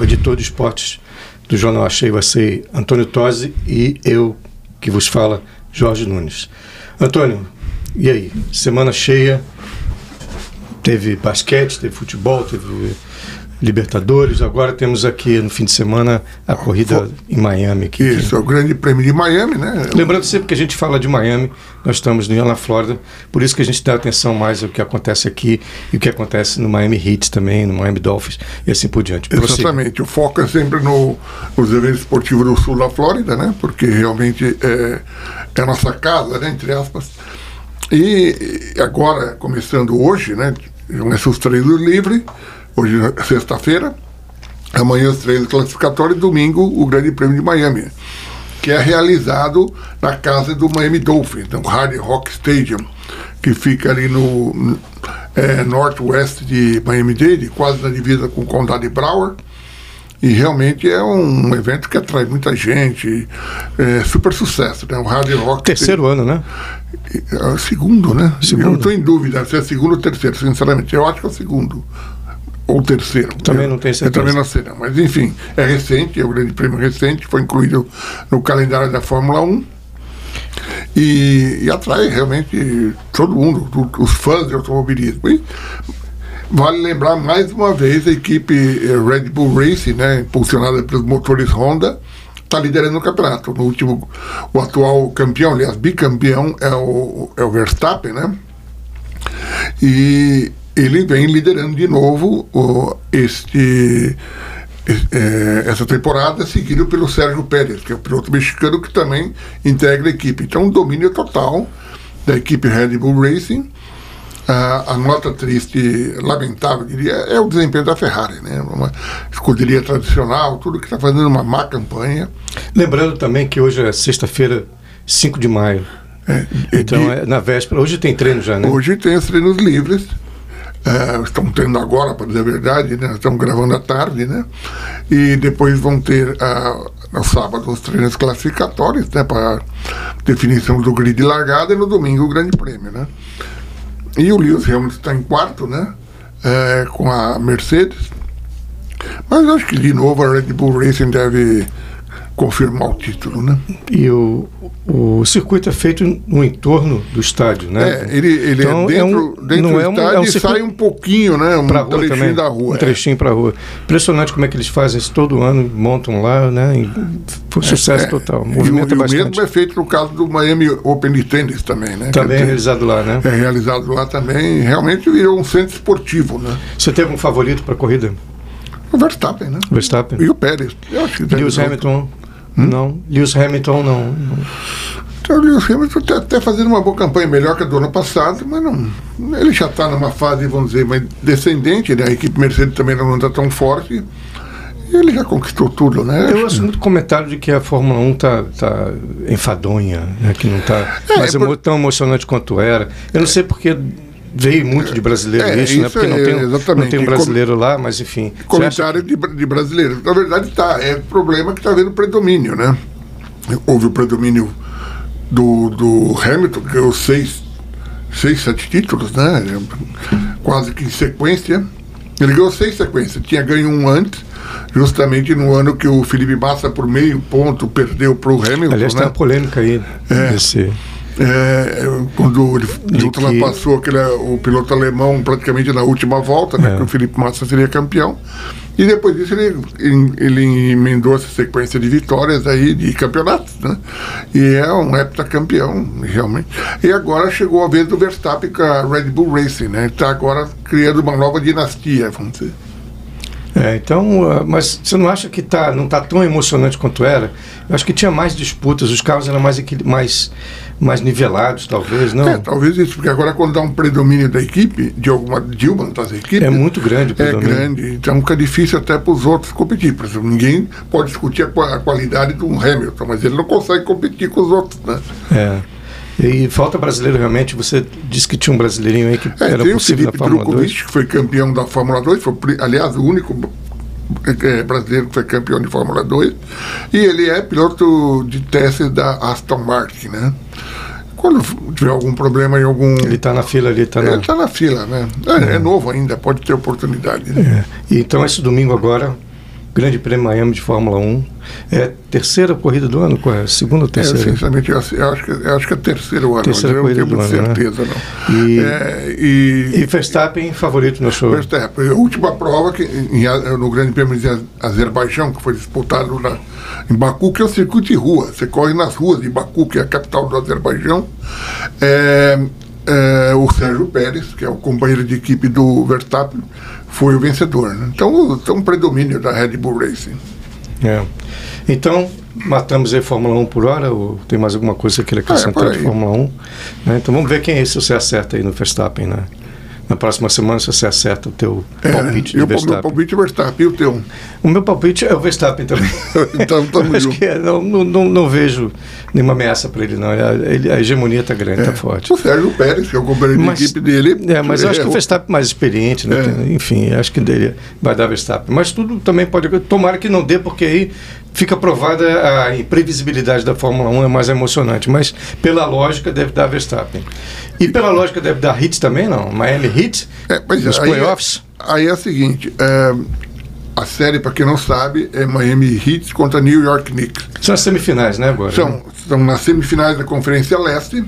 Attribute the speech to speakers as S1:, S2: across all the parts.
S1: o editor de esportes do jornal Achei Vacei, Antônio Tosi, e eu, que vos fala, Jorge Nunes. Antônio, e aí? Semana cheia, teve basquete, teve futebol, teve Libertadores, agora temos aqui no fim de semana a corrida Fo em Miami.
S2: Que, Isso, que... é o grande prêmio de Miami, né?
S1: Lembrando sempre que a gente fala de Miami, nós estamos na Flórida, por isso que a gente dá atenção mais ao que acontece aqui e o que acontece no Miami Heat também, no Miami Dolphins e assim por diante.
S2: Exatamente, Prossiga. o foco é sempre no, nos eventos esportivos do sul da Flórida, né? Porque realmente é, é a nossa casa, né? Entre aspas. E agora, começando hoje, né? Começa os treinos livres hoje é sexta-feira, amanhã os treinos classificatórios e domingo o Grande Prêmio de Miami, que é realizado na casa do Miami Dolphins, no Hard Rock Stadium, que fica ali no é, norte-oeste de Miami-Dade, quase na divisa com o Condado de Broward. E realmente é um evento que atrai muita gente, é super sucesso, né? O Hard Rock.
S1: Terceiro Stadium. ano, né?
S2: É segundo, né? Segundo. Eu estou em dúvida se é segundo ou terceiro, sinceramente. Eu acho que é o segundo ou terceiro.
S1: Também não tem certeza.
S2: Eu também não sei, não. Mas, enfim, é recente, é o grande prêmio recente, foi incluído no calendário da Fórmula 1 e, e atrai realmente todo mundo, os fãs de automobilismo. E vale lembrar mais uma vez a equipe eh, Red Bull Racing, né, impulsionada pelos motores Honda, está liderando o campeonato. No último, o atual campeão, aliás, bicampeão, é o, é o Verstappen, né? E ele vem liderando de novo oh, este, eh, essa temporada, seguido pelo Sérgio Pérez, que é o piloto mexicano que também integra a equipe. Então, um domínio total da equipe Red Bull Racing. Ah, a nota triste, lamentável, diria, é o desempenho da Ferrari, né? Uma escuderia tradicional, tudo que está fazendo uma má campanha.
S1: Lembrando também que hoje é sexta-feira, 5 de maio. É, então, de, é na véspera. Hoje tem treino já, né?
S2: Hoje tem os treinos livres. Uh, estão tendo agora, para dizer a verdade, né? estão gravando à tarde, né? E depois vão ter uh, no sábado os treinos classificatórios, né? Para definição do grid largada e no domingo o grande prêmio, né? E o Lewis realmente está em quarto, né? Uh, com a Mercedes. Mas acho que de novo a Red Bull Racing deve confirmar o título, né?
S1: E o, o circuito é feito no entorno do estádio, né?
S2: É, ele, ele então, é dentro, é um, dentro do é um, estádio é um e sai um pouquinho, né? Um
S1: pra rua trechinho também, da rua. Um é. trechinho para a rua. Impressionante como é que eles fazem isso todo ano, montam lá, né? E, sucesso total. Movimenta
S2: É, e, e
S1: bastante.
S2: o mesmo é feito no caso do Miami Open de tênis também, né?
S1: Também é realizado lá, né?
S2: É realizado lá também. Realmente virou um centro esportivo, né?
S1: Você teve um favorito para a corrida?
S2: O Verstappen, né?
S1: Verstappen.
S2: E o Pérez. Eu acho que
S1: Lewis Hamilton. Hum? Não. Lewis Hamilton, não.
S2: Então, o Lewis Hamilton está até fazendo uma boa campanha, melhor que a do ano passado, mas não. Ele já está numa fase, vamos dizer, mais descendente, né? A equipe Mercedes também não está tão forte. E ele já conquistou tudo, né?
S1: Eu acho muito comentário de que a Fórmula 1 tá, tá enfadonha, né? que não tá é, mas é por... tão emocionante quanto era. Eu não sei porque veio muito de brasileiro é, isso, isso, né? Porque não, é, tem, exatamente. não tem um brasileiro lá, mas enfim.
S2: Comentário de, de, brasileiro. Na verdade, tá. É problema que está havendo predomínio, né? Houve o predomínio do, do Hamilton, que ganhou seis, seis, sete títulos, né? Quase que em sequência. Ele ganhou seis sequências. Tinha ganho um antes, justamente no ano que o Felipe Massa, por meio ponto, perdeu para o Hamilton.
S1: Aliás,
S2: né?
S1: tem um uma polêmica aí.
S2: É. Desse... É, quando ele, ele ultrapassou que... aquele, o piloto alemão praticamente na última volta, né, é. que o Felipe Massa seria campeão. E depois disso ele, ele, ele emendou essa sequência de vitórias aí de campeonatos, né? E é um heptacampeão, realmente. E agora chegou a vez do Verstappen com a Red Bull Racing, né? Está agora criando uma nova dinastia, vamos dizer.
S1: É, então, mas você não acha que tá, não está tão emocionante quanto era? Eu acho que tinha mais disputas, os carros eram mais, mais, mais nivelados, talvez, não?
S2: É, talvez isso, porque agora quando dá um predomínio da equipe, de alguma de uma das equipes...
S1: É muito grande o predomínio.
S2: É grande, então fica difícil até para os outros competir. Por exemplo, ninguém pode discutir a, a qualidade de um Hamilton, mas ele não consegue competir com os outros, né?
S1: É. E falta brasileiro realmente, você disse que tinha um brasileirinho aí que é, era possível na Fórmula Drucovich, 2.
S2: que foi campeão da Fórmula 2, foi, aliás, o único é, brasileiro que foi campeão de Fórmula 2, e ele é piloto de teste da Aston Martin, né? Quando tiver algum problema em algum.
S1: Ele tá está na É. fila ali, está
S2: na. Ele está na fila, né? É, é, novo ainda, pode ter oportunidade. Né?
S1: E então, esse domingo agora, Grande Prêmio Miami de Fórmula 1. É a terceira corrida do ano? Qual é? Segunda ou
S2: É,
S1: terceira?
S2: sinceramente, eu acho, eu acho que, eu acho que é terceiro ano.
S1: Terceira
S2: eu não
S1: corrida
S2: tenho muita
S1: do ano, né?
S2: certeza, não.
S1: E-
S2: É, e-
S1: e Verstappen, favorito no show.
S2: Verstappen. A última prova que, em- em- no Grande Prêmio de Azerbaijão, que foi disputado na- em Baku, que é o circuito de rua. Você corre nas ruas de Baku, que é a capital do Azerbaijão. É, é, o Sérgio Pérez, que é o companheiro de equipe do Verstappen, foi o vencedor. né? Então, tem um predomínio da Red Bull Racing.
S1: É. Então, matamos aí Fórmula 1 por hora, ou tem mais alguma coisa que você queira acrescentar
S2: É, por
S1: de
S2: aí.
S1: Fórmula 1? Né? Então vamos ver quem é esse se você acerta aí no Verstappen, né? Na próxima semana, se você acerta o teu
S2: É,
S1: palpite
S2: eu,
S1: do
S2: meu
S1: Verstappen.
S2: palpite é Verstappen. E o teu?
S1: O meu palpite é o Verstappen também.
S2: Então, tamo
S1: Acho
S2: junto.
S1: que é, não, não, não, não vejo nenhuma ameaça para ele, não. Ele- A, ele- a hegemonia está grande, está forte.
S2: O Sérgio Pérez, que é o companheiro
S1: Mas-
S2: de É. equipe dele.
S1: É, mas eu acho que o Verstappen mais experiente, né?
S2: É.
S1: Tem- Enfim, acho que dele vai dar Verstappen. Mas tudo também pode. Tomara que não dê, porque aí fica provada a imprevisibilidade da Fórmula 1, é mais emocionante. Mas pela lógica deve dar Verstappen. E pela lógica deve dar Hit também, não? Miami Hit?
S2: É, pois é,
S1: Os
S2: aí é-
S1: playoffs?
S2: Aí é o seguinte, é, a série, para quem não sabe, é Miami Heat contra New York Knicks.
S1: São as semifinais, né, agora?
S2: São, são nas semifinais da Conferência Leste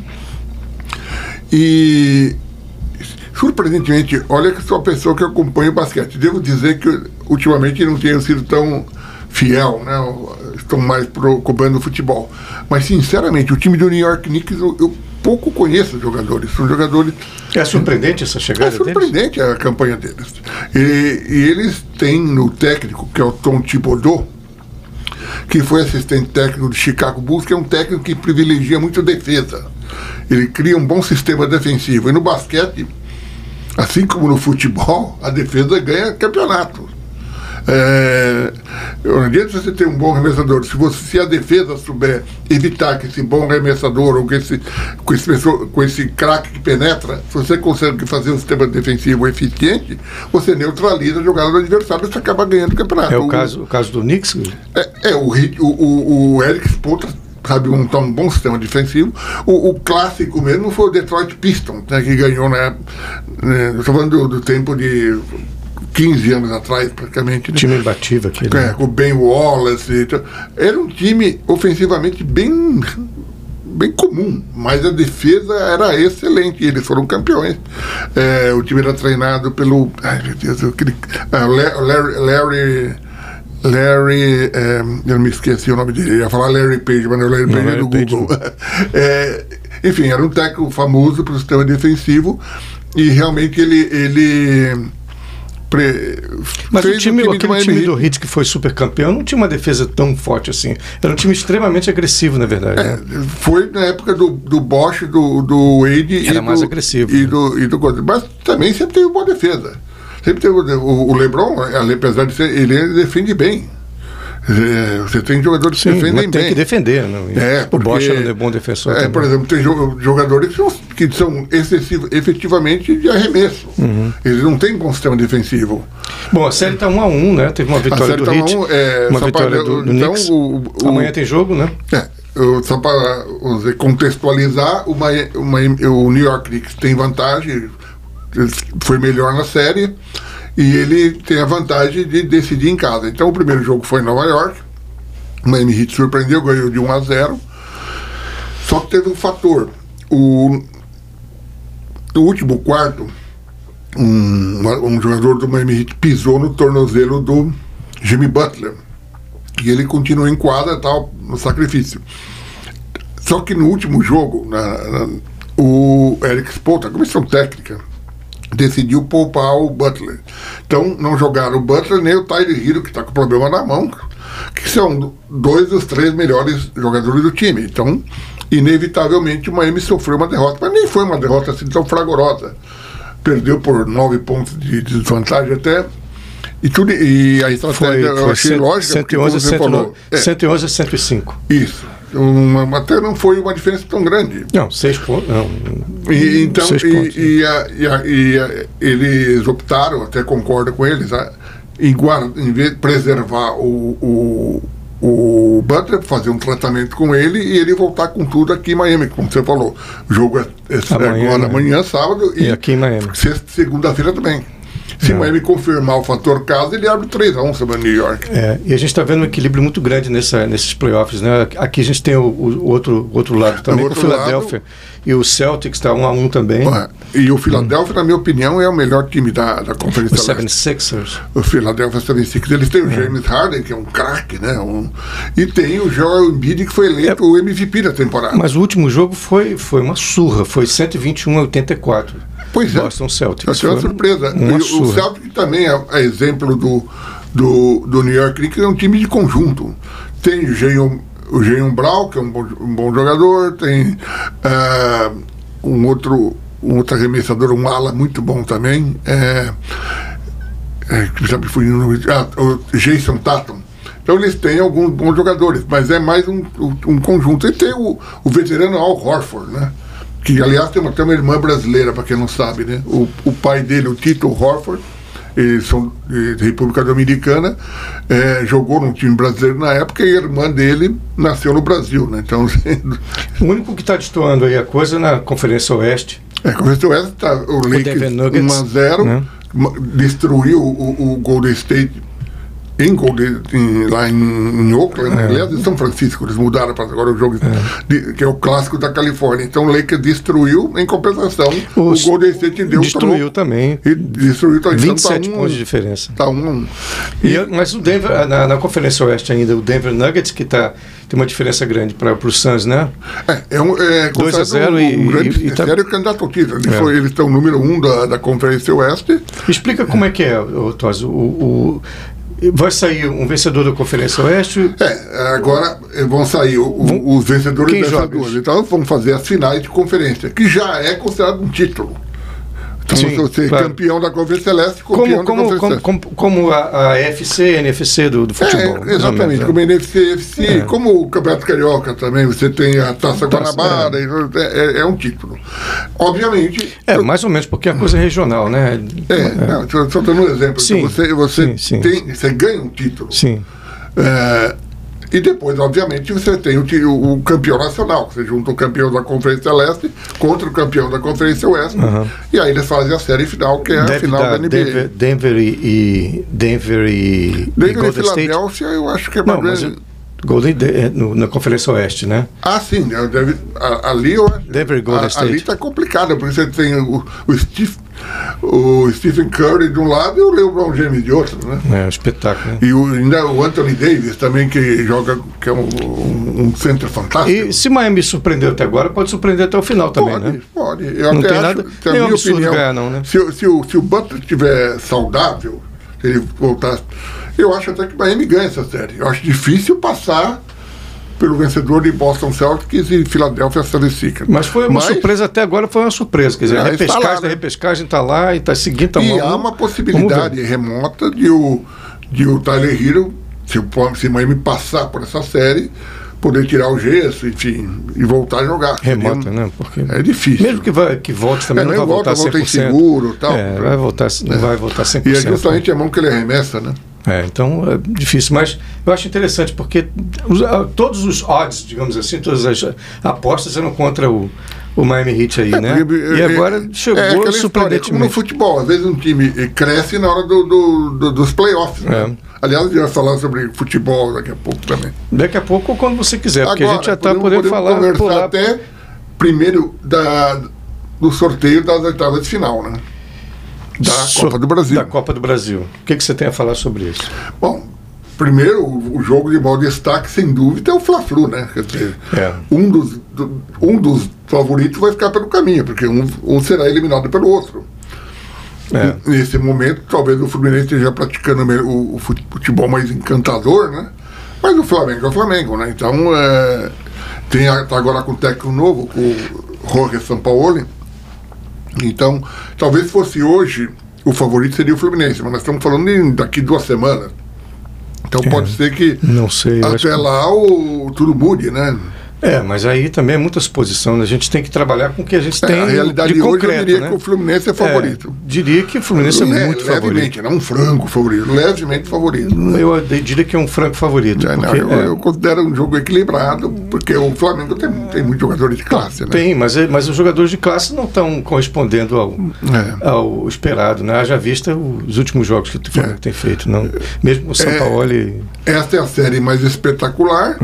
S2: e, surpreendentemente, olha que sou a pessoa que acompanha o basquete. Devo dizer que, ultimamente, não tenho sido tão fiel, né? Estou mais pro, cobrando o futebol. Mas, sinceramente, o time do New York Knicks, eu, eu pouco conheço os jogadores. São jogadores
S1: É surpreendente essa
S2: é
S1: chegada deles?
S2: surpreendente a campanha deles. E, e eles têm no técnico, que é o Tom Thibodeau, que foi assistente técnico do Chicago Bulls, que é um técnico que privilegia muito a defesa. Ele cria um bom sistema defensivo. E no basquete, assim como no futebol, a defesa ganha campeonato. É, não adianta você ter um bom arremessador. Se, você, se a defesa souber evitar que esse bom arremessador ou que esse, com esse, pessoa- com esse craque que penetra, se você consegue fazer um sistema defensivo eficiente, você neutraliza a jogada do adversário e você acaba ganhando o campeonato.
S1: É o caso, o caso do Knicks?
S2: É, é, o, Ri- o, o, o Eric Spoelstra sabe montar um bom sistema defensivo. O, o clássico mesmo foi o Detroit Pistons, né, que ganhou na. Né, Estou falando do, do tempo de 15 anos atrás, praticamente. né?
S1: Time imbatível aqui. né?
S2: É, com o Ben Wallace. e tal. Era um time ofensivamente bem, bem comum, mas a defesa era excelente. e Eles foram campeões. É, o time era treinado pelo. Ai, meu Deus, aquele. ah, La- Larry. Larry Larry, é, eu me esqueci o nome dele, eu ia falar Larry Page, mas não é Larry Page, é
S1: Larry
S2: do
S1: Page né?
S2: Google. É, enfim, era um técnico famoso para o sistema defensivo e realmente ele, ele pre-
S1: Mas o
S2: fez
S1: time,
S2: do
S1: aquele
S2: Miami
S1: time
S2: Heat.
S1: do Heat que foi super campeão não tinha uma defesa tão forte assim. Era um time extremamente agressivo, na verdade.
S2: É,
S1: né?
S2: Foi na época do, do Bosch, do, do Wade.
S1: Era
S2: e
S1: mais
S2: do,
S1: agressivo,
S2: E
S1: né?
S2: do, e do Gordon. Mas também sempre teve boa defesa. Sempre teve, o, o Lebron, ale- apesar de ser, ele defende bem. É, Você tem jogadores que
S1: Sim, mas
S2: defendem
S1: tem
S2: bem.
S1: que defender. Né?
S2: É,
S1: o Bosch
S2: porque-
S1: era um bom defensor.
S2: É,
S1: também.
S2: por exemplo, tem jo- jogadores que são, que são excessivo- efetivamente de arremesso.
S1: Uhum.
S2: Eles não têm bom sistema defensivo.
S1: Bom, a série está 1 a 1 né? Teve uma vitória do
S2: tá
S1: Heat,
S2: um, é,
S1: uma
S2: só
S1: vitória
S2: pra-
S1: do, do
S2: então,
S1: Knicks.
S2: o- o-
S1: Amanhã tem jogo, né?
S2: É, eu- só para contextualizar, o, Miami- o Miami- o New York Knicks tem vantagem, ele foi melhor na série e ele tem a vantagem de decidir em casa. Então o primeiro jogo foi em Nova York, o Miami Heat surpreendeu, ganhou de 1 a 0. Só que teve um fator. O, no último quarto, um, um jogador do Miami Heat pisou no tornozelo do Jimmy Butler. E ele continua em quadra tal, no sacrifício. Só que no último jogo, na- na- o Eric Spolta, a comissão técnica, decidiu poupar o Butler. Então não jogaram o Butler nem o Tyler Hero, que está com problema na mão, que são dois dos três melhores jogadores do time. Então, inevitavelmente, o Miami sofreu uma derrota, mas nem foi uma derrota assim tão fragorosa. Perdeu por nove pontos de desvantagem até. E, tudo, e a estratégia É, eu achei
S1: cento-
S2: lógica. porque, como
S1: 111 a
S2: você falou,
S1: 109,
S2: é,
S1: 111 a 105.
S2: isso. Uma, até não foi uma diferença tão grande.
S1: Não, 6 pontos. Não,
S2: E, então,
S1: Hum, seis pontos. né?
S2: e, e a- e a- e a- eles optaram, até concordo com eles, a- em, guarda, em vez de preservar o, o, o Butler, fazer um tratamento com ele e ele voltar com tudo aqui em Miami, como você falou. O jogo é, é
S1: Amanhã,
S2: agora,
S1: né?
S2: amanhã, sábado,
S1: E aqui É. em Miami.
S2: sexta- segunda-feira também. Se Miami confirmar o fator casa, ele abre 3x1 sobre New York.
S1: É, e a gente está vendo um equilíbrio muito grande nessa, nesses playoffs, né? Aqui a gente tem o, o outro, outro lado também,
S2: outro
S1: com o Philadelphia e o Celtics está um a um também.
S2: Ué, É. E o Philadelphia, na minha opinião, é o melhor time da, da
S1: O
S2: Conferência Leste.
S1: Seven Sixers.
S2: O Philadelphia 76 eles têm o James Harden, que é um craque, né? Um, e tem o Joel Embiid, que foi eleito o MVP da temporada.
S1: Mas o último jogo foi, foi uma surra, foi 121 a 84.
S2: pois é,
S1: Boston Celtics.
S2: Essa é uma
S1: Foi
S2: surpresa.
S1: Uma
S2: e o- o
S1: surra.
S2: Celtic também é, é exemplo do, do, do New York Knicks, é um time de conjunto. Tem o Jeion, o Jeion Brown, que é um bom, um bom jogador, tem ah, um outro um outro arremessador, um ala muito bom também. É, é, que já me fugiu o nome de- ah, o Jason Tatum. Então eles têm alguns bons jogadores, mas é mais um, um- um conjunto. E tem o, o veterano Al Horford, né? Que aliás tem uma, tem uma irmã brasileira, para quem não sabe, né? O, o pai dele, o Tito Horford, eles são de República Dominicana, eh, jogou num time brasileiro na época e a irmã dele nasceu no Brasil, né? Então,
S1: O único que está destoando aí a coisa é na Conferência Oeste.
S2: É, com o West, tá, o Lakers
S1: Denver Nuggets,
S2: 1x0,
S1: né?
S2: ma- destruiu o, o Golden State em Golden, em- lá em, em Oakland,
S1: É.
S2: né? aliás, em São Francisco, eles mudaram para agora o jogo, de- que é o clássico da Califórnia. Então o Lakers destruiu, em compensação, o,
S1: Os-
S2: Golden State deu
S1: Destruiu também.
S2: troco, e destruiu também.
S1: 27
S2: então, tá um,
S1: pontos de diferença.
S2: Tá um, a um.
S1: E, eu- mas o Denver, na, na Conferência Oeste ainda, o Denver Nuggets, que tá, tem uma diferença grande para o Suns, né?
S2: É, é um, é,
S1: Dois a
S2: considerado
S1: zero
S2: um,
S1: e-
S2: um grande
S1: e- e tá-
S2: sério candidato ao título. Eles
S1: É.
S2: foi- Eles estão o número um da, da Conferência Oeste.
S1: Explica como é que é, ô, Tosi. O, o- vai sair um vencedor da Conferência Oeste.
S2: É, agora eh, vão sair o- o-
S1: Vão-
S2: os vencedores
S1: quem
S2: dessas
S1: joga?
S2: duas. Então vão fazer as finais de conferência, que já é considerado um título. Então
S1: Sim,
S2: você é
S1: claro.
S2: campeão da Conferência Celeste, campeão
S1: Como,
S2: da
S1: como, como,
S2: Conferência
S1: como, como a, a FC e a NFC do, do
S2: Celeste.
S1: futebol.
S2: é,
S1: mais ou menos,
S2: exatamente,
S1: né?
S2: como a NFC, FC,
S1: É.
S2: como o Campeonato Carioca também, você tem a Taça
S1: Taça,
S2: Guanabara, e- é, é um título. Obviamente,
S1: É, mais ou menos, porque é uma coisa regional, né?
S2: é, não, só, só dando um exemplo,
S1: Sim,
S2: você, você,
S1: sim, sim.
S2: Tem, você ganha um título.
S1: Sim.
S2: É, e depois, obviamente, você tem o, ti- o- o campeão nacional, que você junta o campeão da Conferência Leste contra o campeão da Conferência Oeste. E aí eles fazem a série final, que é a
S1: Deve
S2: final
S1: dar
S2: da NBA.
S1: Denver, Denver e, e- Denver e, e
S2: Denver e
S1: Golden State.
S2: Filadélfia, eu acho que é
S1: Não,
S2: mais
S1: mas
S2: ou menos-
S1: Golden de- é, no- na Conferência Oeste, né?
S2: Ah, sim, né, deve- a- ali eu acho-
S1: Denver e Golden
S2: a-
S1: State.
S2: Ali tá. está complicado, porque você tem o, o Steve- o Stephen Curry de um lado e o LeBron James de outro, né?
S1: É um espetáculo. né?
S2: E o, ainda o Anthony Davis também, que joga, que é um, um, um centro fantástico.
S1: E se Miami surpreendeu até agora, pode surpreender até o final também,
S2: pode,
S1: né?
S2: Pode, Eu
S1: Não
S2: até
S1: tem
S2: acho
S1: nada-
S2: que, na
S1: nem é um
S2: minha
S1: absurdo
S2: opinião,
S1: ganhar, não, né?
S2: Se, o- se o, se o Butler estiver saudável, se ele voltar, eu acho até que o Miami ganha essa série. Eu acho difícil passar pelo vencedor de Boston Celtics e Philadelphia 76ers.
S1: Mas foi uma surpresa até agora, foi uma surpresa. Quer dizer, a
S2: Ah, está
S1: repescagem
S2: lá,
S1: da
S2: né?
S1: repescagem está lá e está seguindo. Tá
S2: E
S1: mal.
S2: há uma
S1: Vamos ver.
S2: possibilidade remota de o, de o Tyler Hero, se o Pom- se o Miami passar por essa série, poder tirar o gesso, enfim, e voltar a jogar.
S1: Remota,
S2: Seria um-
S1: né? Porque
S2: É difícil.
S1: mesmo que, vai, que volte também,
S2: É,
S1: não
S2: nem
S1: vai
S2: volta,
S1: voltar 100%.
S2: volta inseguro e tal.
S1: É, vai voltar, não vai voltar 100%.
S2: E é justamente a mão que ele arremessa, né?
S1: né? É, então é difícil, mas eu acho interessante porque os- ah, todos os odds, digamos assim, todas as apostas eram contra o, o Miami Heat aí, né?
S2: Porque,
S1: e
S2: é,
S1: agora
S2: é,
S1: chegou
S2: é aquela história, como no
S1: surpreendentemente.
S2: futebol, às vezes um time eh, cresce na hora do, do- do- dos playoffs.
S1: É.
S2: né? Aliás, a gente vai falar sobre futebol daqui a pouco também.
S1: Daqui a pouco, quando você quiser, É porque a gente já está
S2: podemos-
S1: podendo
S2: podemos
S1: falar.
S2: conversar
S1: pular-
S2: até primeiro da, do sorteio das oitavas de final, né? Da
S1: So-
S2: Copa do Brasil.
S1: Da Copa do Brasil. O que, que você tem a falar sobre isso?
S2: Bom, primeiro, o o jogo de maior destaque, sem dúvida, é o Fla-Flu, né? Quer dizer,
S1: É.
S2: um, dos, do- um dos favoritos vai ficar pelo caminho, porque um, um será eliminado pelo outro.
S1: É.
S2: Nesse momento, talvez o Fluminense esteja praticando me- o, o fut- futebol mais encantador, né? Mas o Flamengo é o Flamengo, né? Então, é, tem a- tá agora com o técnico novo, com o Jorge Sampaoli. Então, talvez fosse hoje, o favorito seria o Fluminense, mas nós estamos falando de, daqui duas semanas. Então, pode ser que
S1: Não sei. É. eu acho
S2: até
S1: que-
S2: lá o, tudo mude, né?
S1: É, mas aí também é muita suposição. Né? A gente tem que trabalhar com o que a gente
S2: É,
S1: tem
S2: a realidade
S1: de
S2: de hoje
S1: concreto.
S2: eu diria
S1: né?
S2: que o Fluminense é favorito.
S1: É, diria que o Fluminense é
S2: Le-
S1: muito favorito.
S2: levemente, não um franco favorito, levemente favorito.
S1: Eu diria que é um franco favorito.
S2: Já não,
S1: porque,
S2: eu,
S1: é,
S2: eu considero um jogo equilibrado, porque o Flamengo tem, tem muitos jogadores de classe, né?
S1: Tem, mas, é- mas os jogadores de classe não estão correspondendo ao,
S2: É.
S1: ao esperado, né? Haja vista os últimos jogos que o Flamengo
S2: É.
S1: tem feito. Não. Mesmo o São
S2: É.
S1: Paulo.
S2: Esta é a série mais espetacular.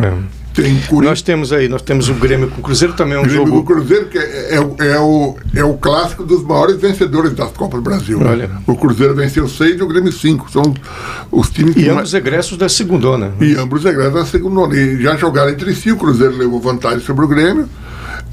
S2: Tem Corinthians
S1: É. Nós temos aí, nós temos o Grêmio com o Cruzeiro também é um
S2: Grêmio do
S1: jogo.
S2: Cruzeiro, que é, é o- é o, é o clássico dos maiores vencedores das Copas do Brasil. né?
S1: Olha.
S2: O Cruzeiro venceu seis e o Grêmio cinco. São os times
S1: E é um
S2: que
S1: ambos egressos da né? segundona.
S2: E ambos egressos da segunda onda. E já jogaram entre si, o Cruzeiro levou vantagem sobre o Grêmio.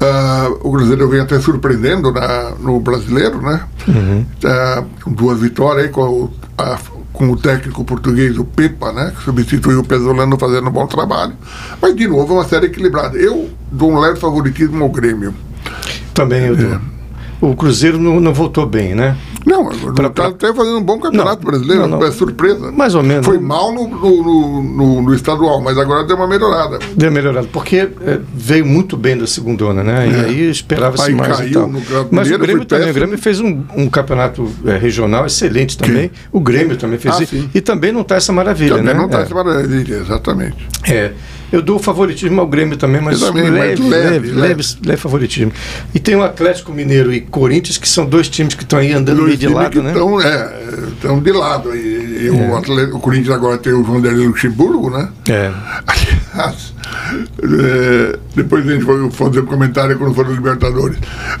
S2: Ah, o Cruzeiro vem até surpreendendo na- no brasileiro, né?
S1: Uhum.
S2: Ah, com duas vitórias aí com, o- a- com o técnico português, o Pepa, né? Que substituiu o Pesolano fazendo um bom trabalho. Mas, de novo, é uma série equilibrada. Eu dou um leve favoritismo ao Grêmio.
S1: Também eu
S2: É.
S1: dou. O Cruzeiro não, não voltou bem, né?
S2: Não, está até fazendo um bom campeonato
S1: Não,
S2: brasileiro,
S1: não, não.
S2: é surpresa.
S1: Mais ou menos.
S2: Foi mal no, no- no- no- no estadual, mas agora deu uma melhorada.
S1: Deu melhorado, porque é, veio muito bem da segundona, né? E
S2: É.
S1: aí esperava-se
S2: Aí
S1: mais
S2: caiu
S1: e tal.
S2: no Campeonato
S1: Mas o
S2: Mineiro,
S1: Grêmio
S2: foi
S1: também, o
S2: péssimo.
S1: Grêmio fez um, um campeonato é, regional excelente também. O Grêmio também fez
S2: Ah,
S1: isso.
S2: sim.
S1: E também não está essa maravilha,
S2: Também
S1: né?
S2: não tá está
S1: É.
S2: se maravilha, exatamente.
S1: É. Eu dou favoritismo ao Grêmio também, mas,
S2: Eu também, mas
S1: leve, leve,
S2: leve,
S1: leve,
S2: leve.
S1: leve, favoritismo. E tem o Atlético Mineiro e Corinthians, que são dois times que estão aí andando meio de
S2: times que
S1: lado, né?
S2: Estão é, estão de lado. E, e o, Atlético, o Corinthians agora tem o Vanderlei Luxemburgo, né?
S1: É.
S2: Aliás, é, depois a gente vai fazer um comentário quando for no Libertadores.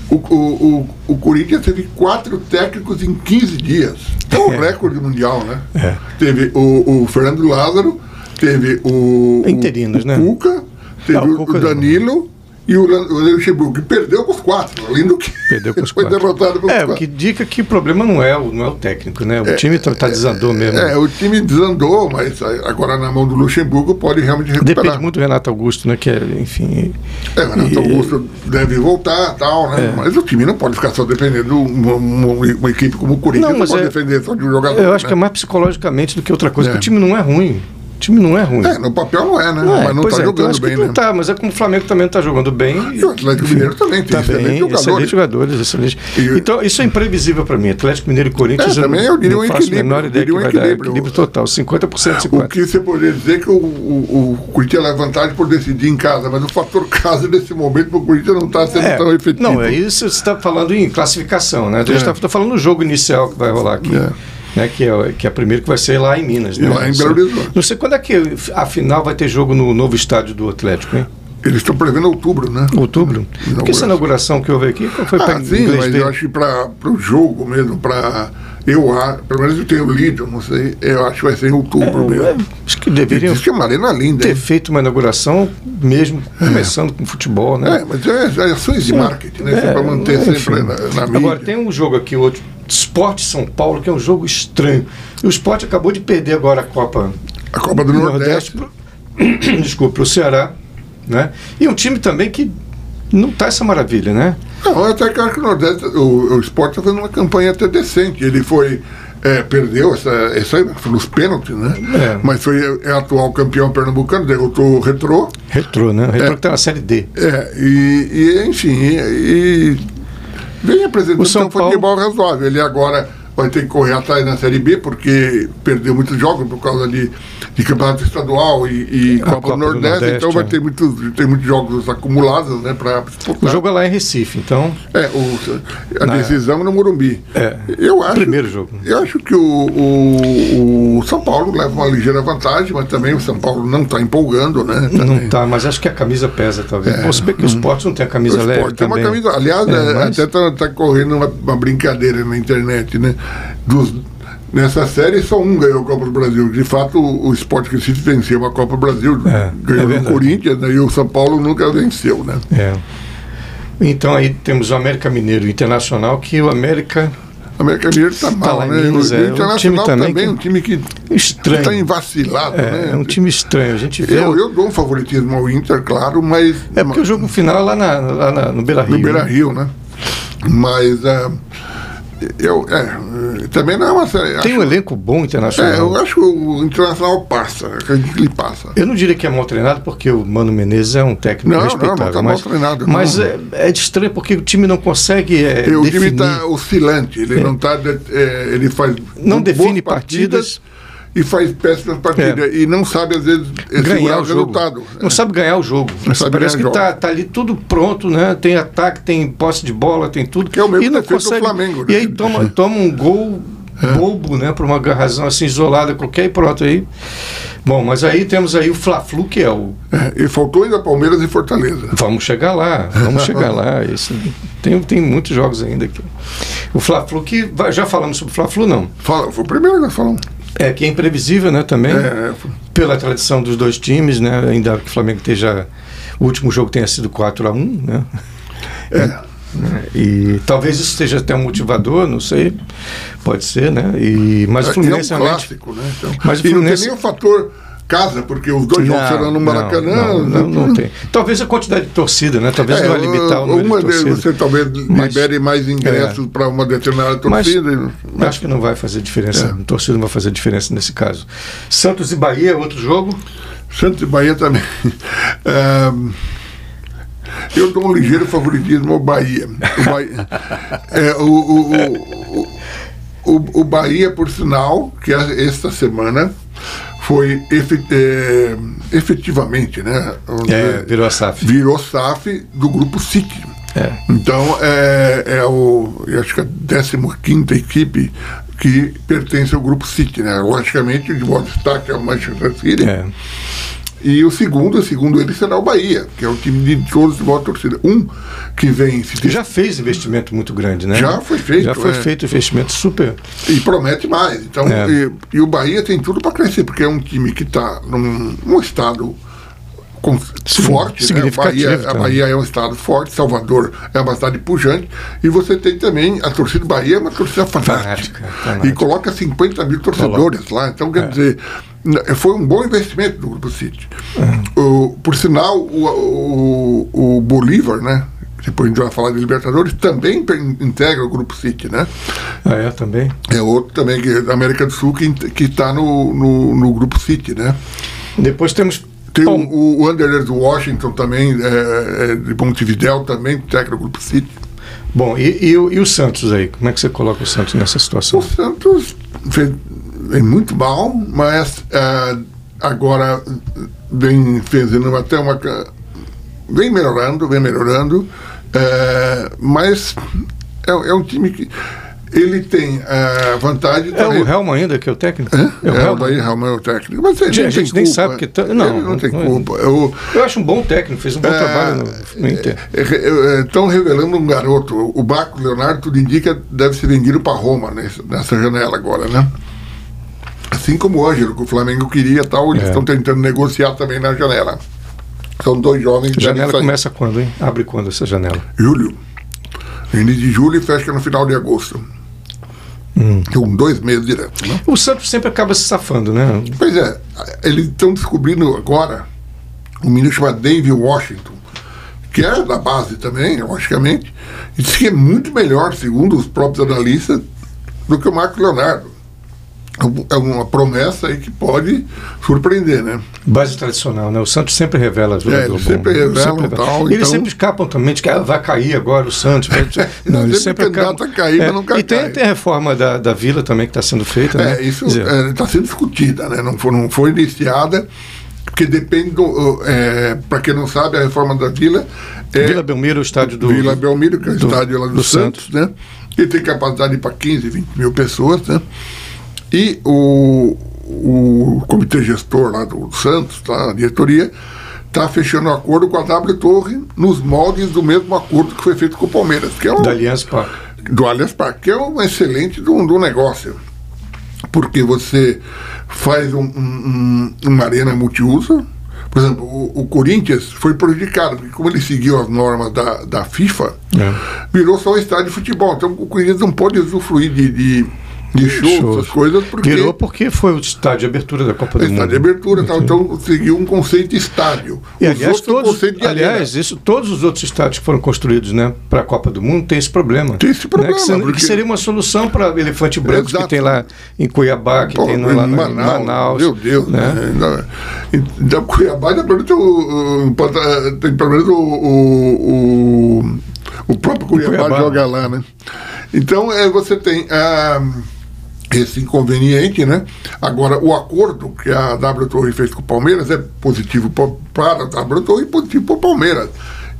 S2: O, o, o, o Corinthians teve quatro técnicos em 15 dias. É um
S1: É.
S2: recorde mundial, né?
S1: É.
S2: Teve o, o Fernando Lázaro, teve o, o-
S1: Interinos,
S2: o
S1: né?
S2: Cuca, teve
S1: Ah, o
S2: o,
S1: Cuca
S2: o Danilo e o Lan- o Luxemburgo, que perdeu com os quatro, além do que
S1: Perdeu com os
S2: foi
S1: quatro.
S2: derrotado com os
S1: É, o
S2: quatro.
S1: que indica que o problema não é, o- não é o técnico, né? O time tá, tá desandou mesmo.
S2: É, o time desandou, mas agora na mão do Luxemburgo pode realmente recuperar.
S1: Depende muito do Renato Augusto, né? Que é, enfim.
S2: É, o Renato
S1: E- É.
S2: Augusto deve voltar tal, né? Mas o time não pode ficar só dependendo de uma, uma- uma equipe como o Corinthians,
S1: Não,
S2: não,
S1: mas
S2: pode
S1: é-
S2: defender só de um jogador.
S1: Eu acho
S2: né?
S1: que é mais psicologicamente do que outra coisa,
S2: É.
S1: porque o time não é ruim. O time não é ruim.
S2: É, no papel não é, né?
S1: Não é,
S2: mas não
S1: pois
S2: tá
S1: é, então
S2: jogando
S1: acho que
S2: bem,
S1: não
S2: né?
S1: tá, mas é como o Flamengo também não tá jogando bem.
S2: E o Atlético Mineiro também tem
S1: Tá bem,
S2: excelentes jogadores.
S1: excelentes jogadores, excelentes.
S2: E-
S1: Então, isso é imprevisível para mim. Atlético Mineiro e Corinthians.
S2: É, também eu diria
S1: não
S2: um
S1: faço a
S2: equilíbrio,
S1: menor ideia que
S2: diria um
S1: vai dar
S2: equilíbrio.
S1: equilíbrio total, 50%
S2: O
S1: 50%.
S2: que você poderia dizer é que o, o, o Corinthians leva vantagem por decidir em casa, mas o fator casa nesse momento para o Corinthians não está sendo
S1: É,
S2: tão efetivo.
S1: Não, é isso você está falando em classificação, né? A gente
S2: É.
S1: está falando no jogo inicial que vai rolar aqui.
S2: É.
S1: Né, que, é, o- que é primeiro que vai ser lá em Minas. Né?
S2: lá em Belo
S1: Não sei-
S2: Horizonte.
S1: Não sei quando é que a final vai ter jogo no novo estádio do Atlético, hein?
S2: Eles estão prevendo outubro, né?
S1: Outubro? Porque essa
S2: Inauguração.
S1: inauguração que houve aqui foi para
S2: Ah, sim, mas eu acho que para o jogo mesmo, para. Eu acho, pelo menos eu tenho lido, não sei, eu acho que vai ser em
S1: É,
S2: outubro mesmo.
S1: Acho que
S2: E
S1: deveriam
S2: diz que é uma arena linda.
S1: ter
S2: hein?
S1: feito uma inauguração mesmo começando com futebol, né?
S2: É, mas é, é ações de marketing, né?
S1: É,
S2: para manter
S1: enfim.
S2: sempre na, na mídia.
S1: Agora, tem um jogo aqui, outro, Sport São Paulo, que é um jogo estranho. E o Sport acabou de perder agora a Copa
S2: A Copa do
S1: do
S2: Nordeste.
S1: Nordeste, pro, desculpa, pro Ceará, né? E um time também que não tá essa maravilha, né?
S2: Não, eu até que acho que o Nordeste, o, o Sport está fazendo uma campanha até decente. Ele foi. é, perdeu essa, essa foi nos pênaltis, né?
S1: É.
S2: Mas foi é, atual campeão pernambucano, derrotou o Retrô.
S1: Retrô, né? Retrô que tá na Série D.
S2: É, e, e, enfim, e, e vem
S1: O
S2: apresentando
S1: São
S2: um futebol razoável. Ele agora vai ter que correr atrás na Série B, porque perdeu muitos jogos por causa de, de campeonato estadual e, e
S1: A
S2: Copa,
S1: Copa do
S2: do Nordeste,
S1: Nordeste,
S2: então vai
S1: é.
S2: ter muitos, tem muitos jogos acumulados né, para
S1: O
S2: disputar.
S1: jogo é lá em Recife, então.
S2: É, o- a decisão no Morumbi.
S1: É.
S2: Eu acho,
S1: Primeiro jogo.
S2: Eu acho que o, o, o São Paulo leva uma ligeira vantagem, mas também o São Paulo não está empolgando, né?
S1: Não tá, mas acho que a camisa pesa, talvez. Bom, se bem que É. Hum. o Sport não tem a camisa
S2: O
S1: é leve
S2: Sport tem uma
S1: também.
S2: camisa. Aliás,
S1: É,
S2: é,
S1: mas-
S2: até está correndo uma, uma brincadeira na internet, né? Dos, nessa série só um ganhou a Copa do Brasil. De fato, o, o Sport que se venceu uma Copa do Brasil,
S1: É, é
S2: ganhou o
S1: verdade.
S2: Corinthians, né? E o São Paulo nunca venceu, né?
S1: É. Então aí temos o América Mineiro Internacional, que o América
S2: A América Mineiro está mal,
S1: lá em
S2: né?
S1: Minas,
S2: o,
S1: é, o time
S2: Internacional
S1: também
S2: também, é um time que
S1: estranho.
S2: está invacilado,
S1: é,
S2: né?
S1: Tá é um time estranho. A gente vê.
S2: eu, eu dou um favoritismo ao Inter, claro, mas.
S1: É porque né? o jogo final é lá, na, lá na- no Beira Rio.
S2: no Beira Rio, né? Mas ah, eu, é, Também não é uma série.
S1: Tem
S2: acho-
S1: um elenco bom
S2: É, eu
S1: internacional.
S2: acho que o Internacional passa, acredito que ele passa.
S1: Eu não diria que é mal treinado, porque o Mano Menezes é um técnico
S2: Não, não,
S1: respeitável.
S2: não tá mal
S1: mas
S2: treinado,
S1: mas
S2: não.
S1: é, é de estranho, porque o time não consegue é,
S2: E o
S1: definir.
S2: time está tá oscilante, ele não tá. de- é, ele faz.
S1: Não
S2: boas
S1: define partidas. É.
S2: E faz péssimas partidas. E não sabe, às vezes, é, segurar
S1: ganhar
S2: o
S1: o jogo.
S2: resultado. é.
S1: Não sabe ganhar o jogo.
S2: sabe
S1: Parece
S2: ganhar
S1: que
S2: o
S1: tá,
S2: jogo.
S1: tá ali tudo pronto, né? Tem ataque, tem posse de bola, tem tudo.
S2: Que é o mesmo
S1: e não
S2: defeito do
S1: consegue.
S2: Flamengo,
S1: E
S2: né? É.
S1: aí toma, toma um gol bobo, né? Por uma razão assim isolada qualquer e pronto aí. Bom, mas aí temos aí o Fla-Flu que é o
S2: É, e faltou ainda Palmeiras e Fortaleza.
S1: Vamos chegar lá, vamos chegar lá. Isso, tem, tem muitos jogos ainda aqui. O Fla-Flu que vai- já falamos sobre o Fla-Flu não?
S2: Fala, foi o primeiro que nós falamos.
S1: É que é imprevisível, né? Também
S2: É, foi-
S1: pela tradição dos dois times, né? Ainda que o Flamengo esteja o último jogo tenha sido 4 a 1, né?
S2: é.
S1: E talvez isso seja até um motivador, não sei. Pode ser, né? E, mas o
S2: É, e é um
S1: Fluminense realmente.
S2: clássico, né? Então,
S1: Mas o
S2: e não tem
S1: Fluminense-
S2: nem o fator casa, porque os dois jogos serão no Maracanã. né?
S1: Não, não, não tem. Talvez a quantidade de torcida, né? Talvez
S2: É,
S1: não vai limitar o número
S2: uma
S1: de
S2: vez
S1: torcida.
S2: você talvez
S1: Mas- é.
S2: libere mais ingressos para uma determinada
S1: Mas-
S2: torcida.
S1: Eu Acho que não vai fazer diferença.
S2: É.
S1: A torcida não vai fazer diferença nesse caso. Santos e Bahia é outro jogo.
S2: Santos e Bahia também. Ah, eu dou um ligeiro favoritismo ao Bahia. O Bahia, é, o, o- o- o- o Bahia, por sinal, que a- esta semana foi efe- é, efetivamente, né? vamos
S1: É,
S2: dizer,
S1: virou a SAF.
S2: virou SAF do grupo SIC.
S1: É.
S2: Então, é, é o, eu acho que a 15 equipe que pertence ao grupo City, né? Logicamente, de bom destaque é o Manchester City.
S1: É.
S2: E o segundo, segundo ele, será o Bahia, que é o time de todos de boa torcida. Um que vem se
S1: Já fez investimento muito grande, né?
S2: Já foi feito,
S1: Já foi
S2: é.
S1: feito investimento super.
S2: e promete mais. Então,
S1: É.
S2: e, e o Bahia tem tudo para crescer, porque é um time que está num, num estado com- forte. Né? A,
S1: significativo tá.
S2: Bahia, a
S1: também.
S2: Bahia é um estado forte, Salvador é uma cidade pujante. E você tem também a torcida do Bahia, é uma torcida fanática.
S1: Fanática, fanática.
S2: E coloca 50 mil torcedores lá. Então,
S1: É.
S2: quer dizer. n- Foi um bom investimento do Grupo City.
S1: É.
S2: O- por sinal, o, o, o Bolívar, né? Depois a gente vai falar de Libertadores, também pe- integra o Grupo City, né?
S1: Ah, é, também.
S2: É outro também que é da América do Sul que está no, no, no grupo City, né?
S1: Depois temos.
S2: Tem
S1: Bom,
S2: um- o, o Wanderers do Washington também, é, é, de Montevideo também, técnico do grupo City.
S1: bom e, e o- e o Santos aí? Como é que você coloca o Santos nessa
S2: O
S1: situação?
S2: Santos fez, vem muito mal, mas ah, agora vem fazendo até uma. ca- vem melhorando, vem melhorando, eh, mas é, é um time que. Ele tem a vantagem
S1: É
S2: também-
S1: o Helma ainda, que é o técnico?
S2: Hã? É,
S1: É o
S2: o
S1: Helma.
S2: Bahia Realmente é o técnico. Mas ele
S1: Gente,
S2: não
S1: a
S2: tem
S1: gente nem
S2: culpa.
S1: sabe que tá- não,
S2: ele não tem
S1: não é.
S2: culpa. Eu,
S1: Eu acho um bom técnico, fez um bom
S2: É,
S1: trabalho no, no Inter.
S2: Estão revelando um garoto. O Baco Leonardo, tudo indica, deve ser vendido para Roma nesse- nessa janela agora, né? Assim como o Ângelo, que o Flamengo queria e tal, eles
S1: É.
S2: estão tentando negociar também na janela. São dois jovens que
S1: A janela
S2: devem sair.
S1: começa quando, hein? Abre quando essa janela?
S2: julho. Início de julho e fecha no final de agosto. São dois meses direto, né?
S1: O Santos sempre acaba se safando, né?
S2: Pois é, eles estão descobrindo agora um menino chamado Dave Washington, que é da base também, logicamente, e diz que é muito melhor, segundo os próprios analistas, do que o Marco Leonardo. É um- É uma promessa aí que pode surpreender, né?
S1: Base tradicional, né? O Santos sempre revela jogador
S2: É, eles
S1: bom,
S2: sempre
S1: né?
S2: revelam tal,
S1: Eles
S2: então-
S1: sempre escapam também de que ah, vai cair agora o Santos. vai- Não, eles sempre
S2: Sempre
S1: acabam. É,
S2: candidata a cair, mas nunca
S1: e tem,
S2: cai.
S1: tem a reforma da, da vila também que está sendo feita, né?
S2: É, isso
S1: Quer dizer,
S2: está sendo discutida, né? não, foi, não foi iniciada, porque depende, do. para quem não sabe, a reforma da vila é,
S1: Vila Belmiro, o estádio do.
S2: Vila Belmiro, que é o
S1: do-
S2: estádio lá do,
S1: do
S2: Santos, né? Que tem capacidade para 15, 20 mil pessoas, né? E o, o comitê gestor lá do Santos, tá? a diretoria, está fechando um acordo com a W Torre nos moldes do mesmo acordo que foi feito com o Palmeiras, que é um,
S1: da Aliança Parque.
S2: do Allianz Parque, que é um excelente do, do negócio. Porque você faz um- um- um- uma arena multiuso. Por exemplo, o, o Corinthians foi prejudicado, porque como ele seguiu as normas da, da FIFA,
S1: É.
S2: virou só um estádio de futebol. Então o Corinthians não pode usufruir de, de, de shows, shows. essas coisas.
S1: Porque Virou porque foi o estádio de abertura da Copa do
S2: estádio
S1: Mundo.
S2: de abertura, tal, então seguiu um conceito de estádio.
S1: E
S2: Os
S1: aliás,
S2: outros,
S1: todos,
S2: conceito de né? arena.
S1: aliás isso, todos os outros estádios que foram construídos né, para a Copa do Mundo tem esse problema.
S2: Tem esse
S1: né,
S2: problema,
S1: que, se- que
S2: porque-
S1: seria uma solução para elefante branco que
S2: Exato.
S1: tem lá em Cuiabá, que
S2: Pô,
S1: tem lá
S2: em
S1: no-
S2: Manaus,
S1: em Manaus.
S2: Meu Deus, né? Ainda- Da Cuiabá, ainda pelo menos tem o- o- Pata- tem pelo menos o, o, o, o próprio Cuiabá,
S1: Cuiabá.
S2: joga lá, né? Então, é, você tem ah, esse inconveniente, né? Agora, o acordo que a W Torre fez com o Palmeiras é positivo pro- para a W Torre e positivo para o Palmeiras.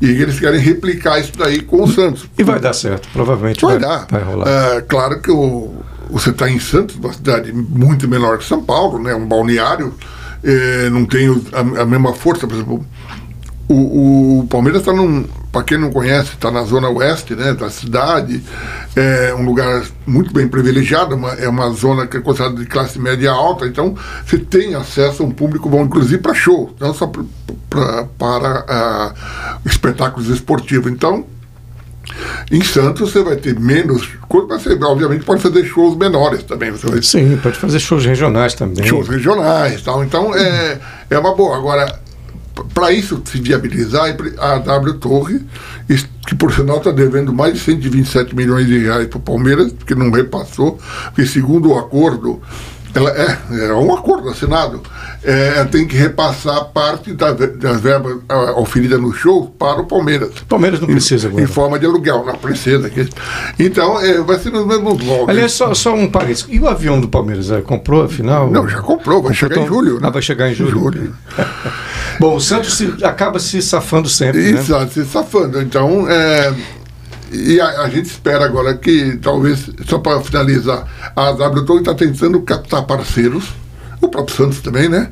S2: E eles querem replicar isso daí com o Santos.
S1: E vai dar certo, provavelmente
S2: Vai dar.
S1: vai rolar.
S2: Ah, claro que o, você está em Santos, uma cidade muito menor que São Paulo, né? um balneário, eh, não tem o- a, a mesma força. Por exemplo, o, o Palmeiras está num. Para quem não conhece, está na zona oeste né, da cidade, é um lugar muito bem privilegiado, uma- é uma zona que é considerada de classe média alta, então você tem acesso a um público bom, inclusive para show, não só pra, pra- para ah, espetáculos esportivos. Então, em Santos você vai ter menos coisa, mas você obviamente pode fazer shows menores também. Você vai
S1: Sim, pode fazer shows regionais também.
S2: shows regionais e tal. Então é, é uma boa. Agora, para isso se viabilizar, a W Torre, es- que por sinal está devendo mais de 127 milhões de reais para o Palmeiras, porque não repassou, porque segundo o acordo. Ela é, é um acordo assinado. É, ela tem que repassar parte da, ve- da verba ah, oferida no show para o Palmeiras.
S1: Palmeiras não
S2: Em-
S1: precisa agora.
S2: Em forma de aluguel, na princesa. que- Então, é, vai ser nos mesmos moldes.
S1: Aliás, só, só um parênteses. E o avião do Palmeiras? eh, Comprou, afinal?
S2: não, já comprou, vai chegar em
S1: Então,
S2: julho. né?
S1: Ah, vai chegar em julho. Bom, o Santos se- acaba se safando sempre, né?
S2: Exato, se safando. Então, é, e a, a gente espera agora que, talvez, só para finalizar, a WTO está tentando captar parceiros, o próprio Santos também, né?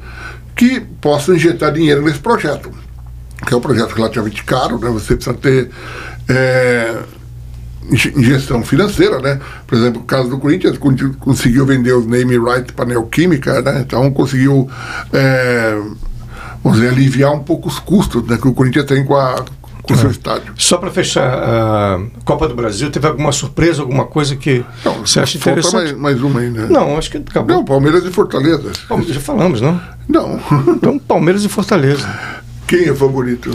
S2: Que possam injetar dinheiro nesse projeto. Que é um projeto relativamente caro, né? Você precisa ter. é, inje- injeção financeira, né? Por exemplo, o caso do Corinthians con- conseguiu vender os name rights para a Neoquímica, né? Então conseguiu é, vamos dizer, aliviar um pouco os custos né, que o Corinthians tem com a com o
S1: É.
S2: seu estádio.
S1: Só para fechar a Copa do Brasil, teve alguma surpresa, alguma coisa que você acha
S2: falta
S1: interessante?
S2: Mais, mais uma ainda.
S1: Não, acho que acabou.
S2: Não, Palmeiras e Fortaleza.
S1: Bom, já falamos, não?
S2: Não.
S1: Então, Palmeiras e Fortaleza.
S2: Quem é favorito?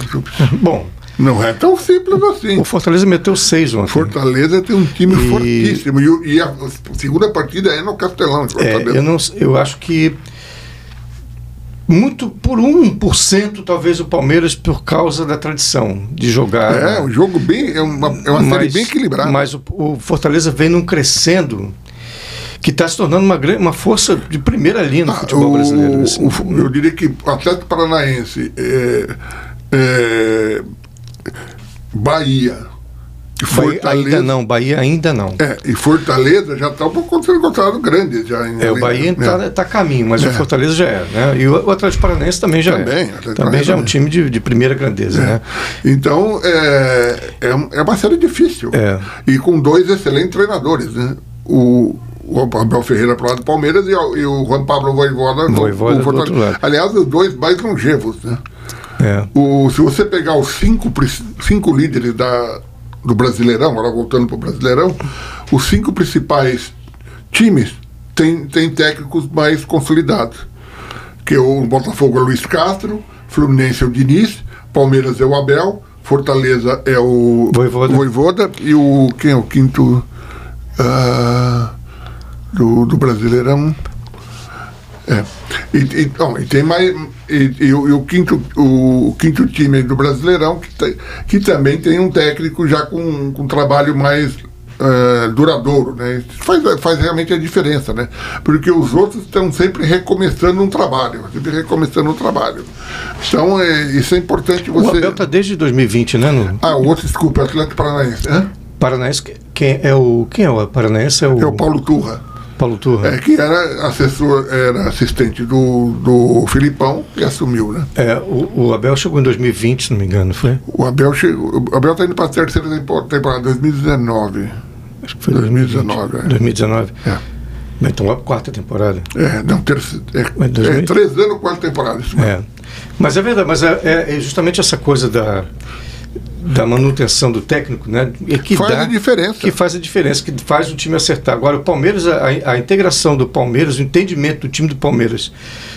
S1: Bom,
S2: Não é tão simples assim.
S1: o Fortaleza meteu seis ontem.
S2: Fortaleza tem um time
S1: E-
S2: fortíssimo. E, o- e a segunda partida é no Castelão. em
S1: É,
S2: Fortaleza.
S1: eu, não, eu acho que muito por 1% talvez o Palmeiras por causa da tradição de jogar.
S2: É, um jogo bem. É uma, é uma série bem equilibrada.
S1: Mas o, o Fortaleza vem num crescendo que está se tornando uma, gran- uma força de primeira linha no
S2: Ah,
S1: futebol
S2: o-
S1: brasileiro. assim.
S2: o fu- eu diria que o Atlético Paranaense, é, é, Bahia, e
S1: Bahia ainda não, Bahia ainda não. É,
S2: É, e Fortaleza já tá um está acontecendo contrato grande. Já, em-
S1: É, o Bahia
S2: né?
S1: está a caminho, mas o
S2: É.
S1: Fortaleza já é. Né? E o, o Atlético Paranaense também já
S2: Também,
S1: é.
S2: Atlético
S1: Também já é um
S2: Paranaense. É.
S1: time de, de primeira grandeza. Né?
S2: Então, é, é, um- é uma série difícil.
S1: É.
S2: E com dois excelentes treinadores, né? O, o Abel Ferreira para o lado do Palmeiras e, o- e o Juan Pablo Voivoda, do-
S1: Voivoda
S2: do
S1: do outro
S2: Fortaleza.
S1: lado.
S2: Aliás, os dois mais longevos, né?
S1: É.
S2: O- se você pegar os cinco, pris- cinco líderes da- do Brasileirão, agora voltando para o Brasileirão, os cinco principais times têm têm técnicos mais consolidados. Que é o Botafogo é o Luiz Castro, Fluminense é o Diniz, Palmeiras é o Abel, Fortaleza é o
S1: Voivoda.
S2: e o quem é o quinto ah, do, do Brasileirão? É. E, e, não, e tem mais. E, e o, e o quinto, o, quinto time do Brasileirão, que, tem- que também tem um técnico já com, com um trabalho mais eh, duradouro, né? Isso Faz, faz realmente a diferença, né? Porque os outros estão sempre recomeçando um trabalho, sempre recomeçando um trabalho. Então, é, isso é importante
S1: O
S2: você.
S1: Abel tá- está desde 2020, né? No,
S2: Ah, o outro, desculpa, é o Atlético Paranaense, né?
S1: Paranaense, que- quem é o quem é o Paranaense é o,
S2: É o Paulo Turra.
S1: Paulo Turra.
S2: É, que era assessor, era assistente do, do Filipão e assumiu, né?
S1: É, o, o Abel chegou em 2020, se não me engano, foi?
S2: O Abel chegou. O Abel tá indo para a terceira tempo- temporada, 2019.
S1: Acho que foi
S2: 2019,
S1: 2020, 2019.
S2: É.
S1: Mas Então, a quarta temporada.
S2: É, não, terceira. É,
S1: Mas 2000?
S2: é três É. anos, quatro temporadas. isso mesmo.
S1: É. Mas é verdade, mas é, é- é justamente essa coisa da da manutenção do técnico, né? E que
S2: faz
S1: dá,
S2: a diferença.
S1: que faz a diferença, que faz o time acertar. Agora, o Palmeiras, a, a integração do Palmeiras, o entendimento do time do Palmeiras,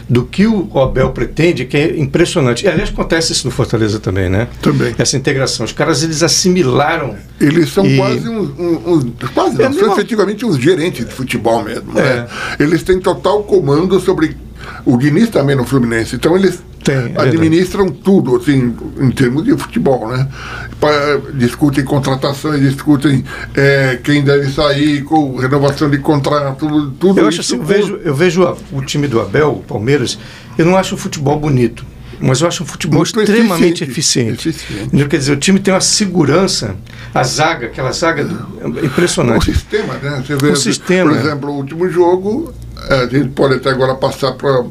S1: do que o Abel pretende, que é impressionante. E, aliás, acontece isso no Fortaleza também, né?
S2: Também.
S1: Essa integração. Os caras, eles assimilaram.
S2: Eles são
S1: E-
S2: quase uns, um- uns- quase não,
S1: É
S2: são
S1: mesmo-
S2: efetivamente uns gerentes de futebol mesmo. né?
S1: É.
S2: Eles têm total comando sobre. O Diniz também no Fluminense. Então eles
S1: Tem, é verdade.
S2: administram tudo, assim, em termos de futebol, né? Pa- discutem contratações, discutem eh, quem deve sair, com renovação de contrato, tudo, tudo
S1: Eu acho
S2: isso
S1: assim,
S2: é
S1: eu
S2: com-
S1: vejo, eu vejo a- o time do Abel, o Palmeiras, eu não acho um futebol bonito, mas eu acho um futebol
S2: Muito
S1: extremamente eficiente.
S2: eficiente. Eficiente.
S1: Entendeu? Quer dizer, o time tem uma segurança, a zaga, aquela zaga do- é
S2: O
S1: impressionante.
S2: sistema, né? Você vê,
S1: O sistema.
S2: Por exemplo, o último jogo, eh, a gente pode até agora passar para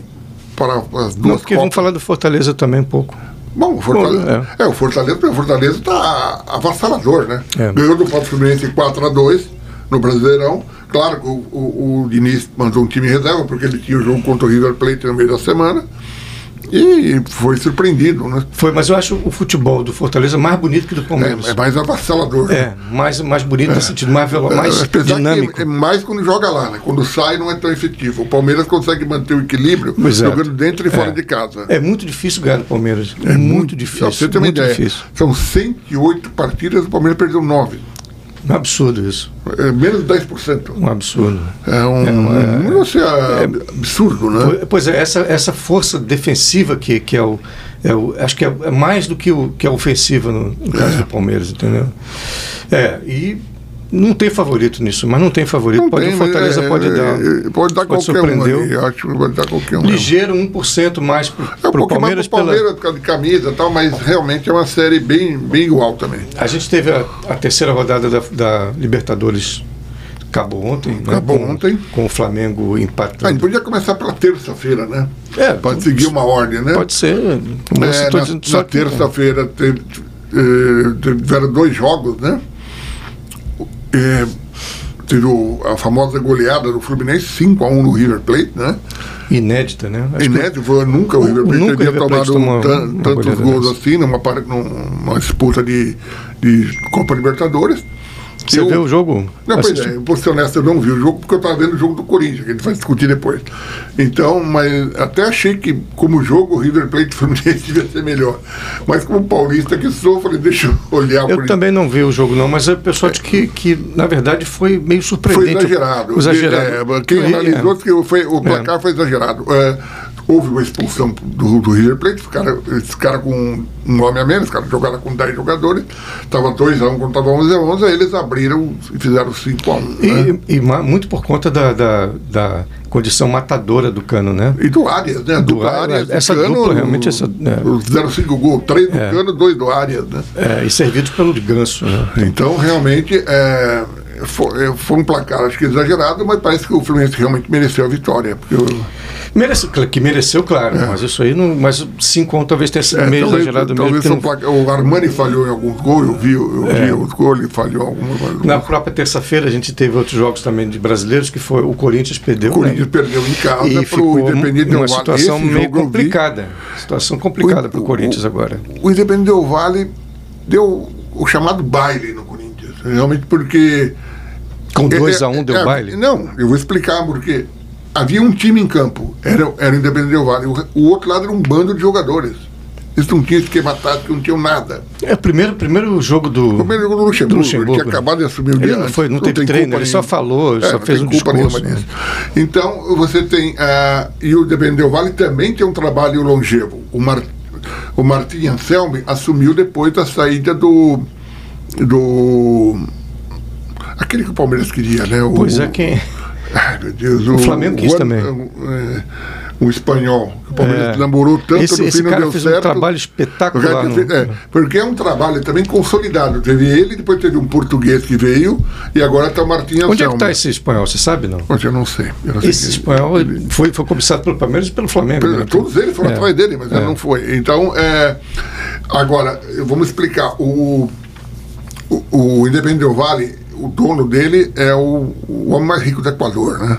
S2: para as duas
S1: Não, porque
S2: Copas.
S1: vamos falar do Fortaleza também um pouco.
S2: Bom, o Fortaleza. é. o Fortaleza, o Fortaleza tá avassalador, né?
S1: É.
S2: Ganhou do Pato Fluminense 4x2 no Brasileirão. Claro que o, o, o Diniz mandou um time em reserva, porque ele tinha o jogo contra o River Plate no meio da semana. E foi surpreendido, né?
S1: Foi, mas eu acho o futebol do Fortaleza mais bonito que do Palmeiras.
S2: É, é mais avassalador.
S1: É,
S2: né?
S1: mais, mais bonito no sentido, mais, velo, mais
S2: Apesar que
S1: dinâmico.
S2: é mais quando joga lá, né? Quando sai não é tão efetivo. O Palmeiras consegue manter o equilíbrio
S1: Exato.
S2: jogando dentro e fora
S1: É.
S2: de casa.
S1: É muito difícil ganhar do Palmeiras. É muito, difícil.
S2: Pra você ter uma
S1: muito
S2: ideia,
S1: difícil.
S2: são 108 partidas, o Palmeiras perdeu 9.
S1: Um absurdo isso.
S2: É, menos de 10%.
S1: Um absurdo.
S2: É um
S1: uma-
S2: número assim, a-
S1: é-
S2: absurdo, né?
S1: Po- Pois é, essa, essa força defensiva que, que é, o, é o- Acho que é é mais do que, o, que é ofensiva no, no caso do Palmeiras, entendeu? É, e não tem favorito nisso, mas não tem favorito. pode,
S2: tem,
S1: o
S2: mas
S1: Fortaleza
S2: é-
S1: pode dar.
S2: é, pode dar
S1: pode
S2: qualquer um
S1: surpreender.
S2: ali, eu acho que pode dar qualquer um. mesmo.
S1: Ligeiro, 1% mais
S2: É
S1: para
S2: um
S1: o
S2: pouquinho
S1: Palmeiras.
S2: mais pro
S1: Pela,
S2: Palmeiras por causa de camisa e tal, mas realmente é uma série bem, bem igual também.
S1: a gente teve a, a terceira rodada da, da Libertadores. Acabou ontem. né?
S2: Acabou
S1: com,
S2: ontem.
S1: Com o Flamengo
S2: Ah, a gente
S1: empatando.
S2: podia começar pela terça-feira, né?
S1: É,
S2: Pode seguir uma ordem, né?
S1: Pode ser.
S2: É,
S1: mas eu tô
S2: na
S1: dizendo
S2: na
S1: só que-
S2: terça-feira teve- eh, tiveram dois jogos, né? Eh, teve o- a famosa goleada do Fluminense, 5x1 no River Plate, né?
S1: Inédita, né? Acho que-
S2: Inédito, foi nunca o River Plate
S1: Nunca o
S2: havia
S1: River Plate
S2: tomado
S1: tomou
S2: tan-
S1: uma
S2: tantos
S1: goleada
S2: gols
S1: dessa.
S2: assim numa, par- num- numa disputa de, de Copa Libertadores.
S1: Você
S2: Eu-
S1: viu o jogo?
S2: não, pois
S1: Assistiu?
S2: é, eu vou ser honesto, eu não vi o jogo porque eu estava vendo o jogo do Corinthians, que a gente vai discutir depois. Então, mas até achei que, como jogo, o River Plate e Fluminense devia ser melhor. Mas como paulista que sou, falei, deixa eu olhar por
S1: Eu também não vi o jogo, não, mas o pessoal diz que, que, na verdade, foi meio
S2: Foi
S1: surpreendente.
S2: exagerado.
S1: Exagerado.
S2: É, quem
S1: Foi,
S2: analisou disse que foi, o
S1: É.
S2: placar foi exagerado. É, houve uma expulsão do, do River Plate, ficaram, eles ficaram com um homem a menos, cara, jogaram com 10 jogadores, estava 2x1 quando estava 11x11, aí eles abriram e fizeram 5x1.
S1: E,
S2: né?
S1: e ma- muito por conta da, da, da condição matadora do Cano, né?
S2: E do Arias, né?
S1: Do
S2: Dupla
S1: Arias,
S2: Arias, e
S1: essa
S2: Cano,
S1: dupla, realmente,
S2: o-
S1: essa- é.
S2: os Fizeram cinco gols, três do
S1: É.
S2: Cano, dois do Arias, né?
S1: É, e servidos pelo ganso. Né?
S2: Então, realmente, é, foi, foi um placar, acho que exagerado, mas parece que o Fluminense realmente mereceu a vitória. Porque o-
S1: Merece, cl- que mereceu, claro, mas isso aí não. Mas 5 a 1 talvez tenha sido
S2: é,
S1: meio
S2: talvez,
S1: exagerado
S2: talvez
S1: mesmo.
S2: o,
S1: porque não- É.
S2: placar- o Armani falhou em alguns gols, eu vi, eu vi os gols, ele falhou em alguns gols.
S1: Na própria terça-feira a gente teve outros jogos também de brasileiros, que foi o Corinthians perdeu.
S2: O Corinthians
S1: né?
S2: perdeu em casa
S1: E
S2: para
S1: ficou
S2: o Independente
S1: uma
S2: Del Valle.
S1: situação
S2: Esse
S1: meio
S2: jogo eu vi.
S1: complicada. Situação complicada para
S2: O-
S1: o Corinthians agora.
S2: o Independente Del Vale deu o chamado baile no Corinthians. Realmente porque
S1: Com
S2: É,
S1: 2 a 1
S2: é,
S1: um, deu
S2: é,
S1: baile?
S2: Não, eu vou explicar porque havia um time em campo, era, era o Independente Del Valle, o, o outro lado era um bando de jogadores. Eles não tinham esquema tático, não tinham nada.
S1: É o primeiro, primeiro jogo do.
S2: O primeiro jogo do Luxemburgo,
S1: Luxemburgo. né?
S2: ele tinha acabado de assumir o
S1: Ele
S2: dia
S1: não
S2: antes,
S1: foi, não teve
S2: tem
S1: treino,
S2: culpa É,
S1: ele só falou, só
S2: não
S1: fez
S2: tem
S1: um
S2: culpa
S1: discurso,
S2: nenhuma
S1: né?
S2: nisso. Então, você tem. ah, e o Independente Del Valle também tem um trabalho longevo. O, Mar, o Martim Anselmi assumiu depois da saída do. do aquele que o Palmeiras queria, né? O,
S1: Pois é, quem.
S2: Ai, meu Deus, o,
S1: Flamengo quis também.
S2: Um, é, um espanhol. que O Palmeiras
S1: É.
S2: namorou tanto,
S1: Esse-
S2: no
S1: esse
S2: fim não
S1: cara
S2: deu
S1: fez um
S2: certo.
S1: trabalho
S2: O cara
S1: espetacular.
S2: tinha feito-
S1: no-
S2: é, porque é um trabalho também consolidado. Teve ele, depois teve um português que veio e agora está o Martim
S1: Onde é que
S2: Anselmo.
S1: está esse espanhol? Você sabe não?
S2: Mas eu não sei. Eu não sei
S1: Esse
S2: quem- é.
S1: espanhol foi, foi cobiçado pelo Palmeiras e pelo Flamengo. né?
S2: Todos eles foram
S1: É.
S2: atrás dele, mas ele
S1: É.
S2: não foi. Então, é, agora, eu- vamos explicar. O, o, o Independente Del Vale, o dono dele é o, o homem mais rico do Equador, né?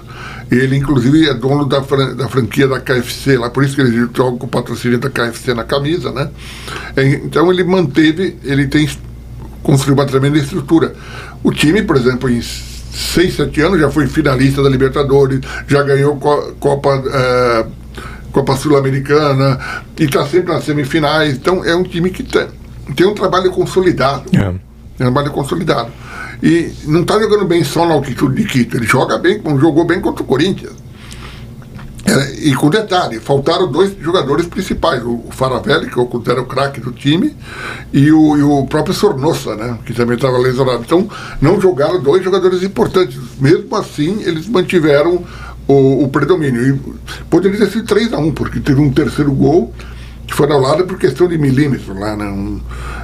S2: Ele, inclusive, é dono da, fran- da franquia da KFC lá, por isso que ele joga com o patrocínio da KFC na camisa, né? É, Então, ele manteve, ele tem construiu uma tremenda estrutura. O time, por exemplo, em seis, sete anos já foi finalista da Libertadores, já ganhou co Copa, eh, Copa Sul-Americana e está sempre nas semifinais. Então é um time que tem, tem um trabalho consolidado.
S1: É.
S2: Tem um trabalho consolidado. E não está jogando bem só na altitude de Quito, ele joga bem, como jogou bem contra o Corinthians. É, e com detalhe, faltaram dois jogadores principais, o Faravelli, que eu considero o craque do time, e o, e o próprio Sornosa, né, que também estava lesionado. Então, não jogaram dois jogadores importantes. Mesmo assim, eles mantiveram o, o predomínio. E poderia ter sido 3 a 1 porque teve um terceiro gol que foi anulado por questão de milímetro lá, né? Um,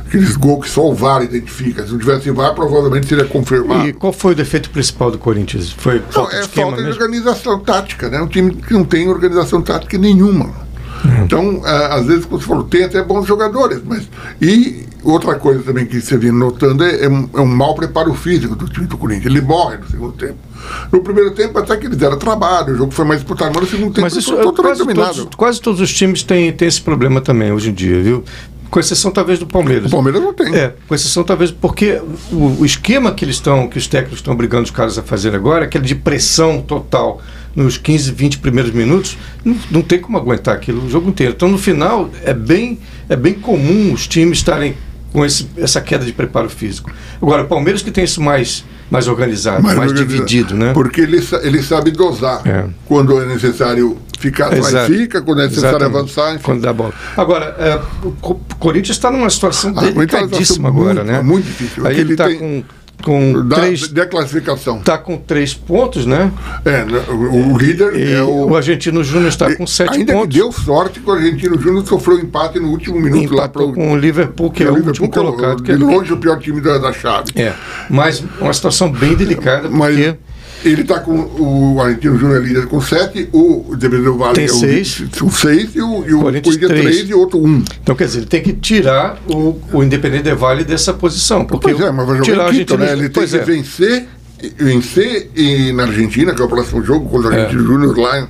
S2: aqueles gols que só o VAR identifica. Se não tivesse VAR, provavelmente seria confirmado.
S1: E qual foi o defeito principal do Corinthians? Foi
S2: Não,
S1: falta de
S2: é
S1: esquema
S2: falta de
S1: mesmo?
S2: organização tática, né? Um time que não tem organização tática nenhuma.
S1: Uhum.
S2: Então, a- às vezes, como você falou, tem até bons jogadores, mas. E outra coisa também que você vem notando é, é um, é um mau preparo físico do time do Corinthians. Ele morre no segundo tempo. No primeiro tempo, até que eles deram trabalho, o jogo foi mais disputado, mas no segundo tempo
S1: Mas
S2: eles
S1: isso
S2: foram
S1: é, quase,
S2: dominável.
S1: todos, quase todos os times têm, têm esse problema também hoje em dia, viu? Com exceção talvez do Palmeiras.
S2: O Palmeiras não tem.
S1: É, com exceção talvez porque o, o esquema que eles estão, que os técnicos estão brigando os caras a fazer agora, aquele de pressão total nos 15, 20 primeiros minutos, não, não tem como aguentar aquilo o jogo inteiro. Então no final é bem, é bem comum os times estarem com esse- essa queda de preparo físico. Agora, o Palmeiras que tem isso mais, mais organizado, mais,
S2: organizado.
S1: dividido, né?
S2: Porque ele, sa- ele sabe dosar
S1: É.
S2: quando é necessário ficar atrás,
S1: Exato.
S2: fica, quando é necessário
S1: Exatamente.
S2: avançar, enfim.
S1: Quando dá a bola. Agora, é, o Co- Corinthians está numa situação
S2: Ah, Corinthians tá numa
S1: delicadíssima
S2: situação muito-
S1: agora, né?
S2: muito difícil.
S1: Aí ele
S2: Ele
S1: está
S2: tem-
S1: com, com
S2: Da,
S1: três.
S2: da classificação.
S1: Tá com três pontos, né?
S2: É, né, o, o líder
S1: E
S2: é
S1: o,
S2: o.
S1: argentino Júnior está com sete
S2: ainda
S1: pontos.
S2: que deu sorte que o Argentino Júnior sofreu um empate no último minuto lá para
S1: empatou com o Liverpool, que é o último colocado. Que
S2: De
S1: é,
S2: longe o pior time da, da chave.
S1: é. Mas uma situação bem delicada,
S2: Mas
S1: porque
S2: ele está com. O Argentino Júnior é líder com 7, o Devedor Vale
S1: Tem
S2: é
S1: seis.
S2: o 6 e o, e
S1: Corinthians
S2: o Corinthians
S1: três.
S2: 3 e outro 1. Um.
S1: Então, quer dizer, ele tem que tirar o, o Independente Del Valle dessa posição. Porque
S2: Pois é, mas vai
S1: tirar
S2: jogar
S1: o
S2: em Quito,
S1: Argentino
S2: né? Ele tem
S1: pois
S2: que
S1: é.
S2: vencer, e- vencer e na Argentina, que é o próximo jogo contra o Argentino Júnior lá, em-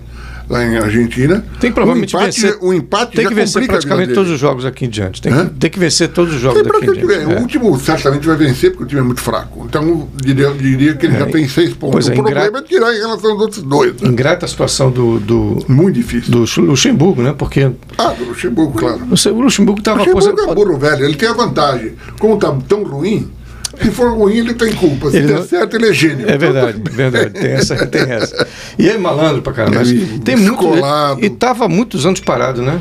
S2: lá em Argentina.
S1: Tem que provavelmente
S2: o empate,
S1: vencer.
S2: O empate
S1: tem
S2: já
S1: que vencer
S2: complica a
S1: praticamente
S2: vida
S1: todos
S2: dele.
S1: os jogos aqui em diante. Tem, que,
S2: Hã?
S1: tem que vencer todos os jogos
S2: Tem
S1: daqui em
S2: praticamente-
S1: diante.
S2: é, O
S1: É.
S2: último certamente vai vencer, porque o time é muito fraco. Então, diria, diria que ele já
S1: É,
S2: tem seis pontos.
S1: pois é,
S2: o problema
S1: ingra-
S2: é tirar em relação aos outros dois. né?
S1: É. Ingrata a situação do, do,
S2: Muito difícil.
S1: do Luxemburgo, né? Porque
S2: Ah, do Luxemburgo, claro.
S1: não sei, o Luxemburgo estava
S2: Luxemburgo é
S1: aposentado.
S2: burro velho, ele tem a vantagem. Como está tão ruim, se for ruim, ele tem culpa. Se
S1: Ele
S2: der
S1: não-
S2: certo, ele é gênio.
S1: É verdade, verdade. Tem essa, tem essa. E é malandro pra caramba. mas
S2: É,
S1: tem muito.
S2: descolado.
S1: E tava muitos anos parado, né?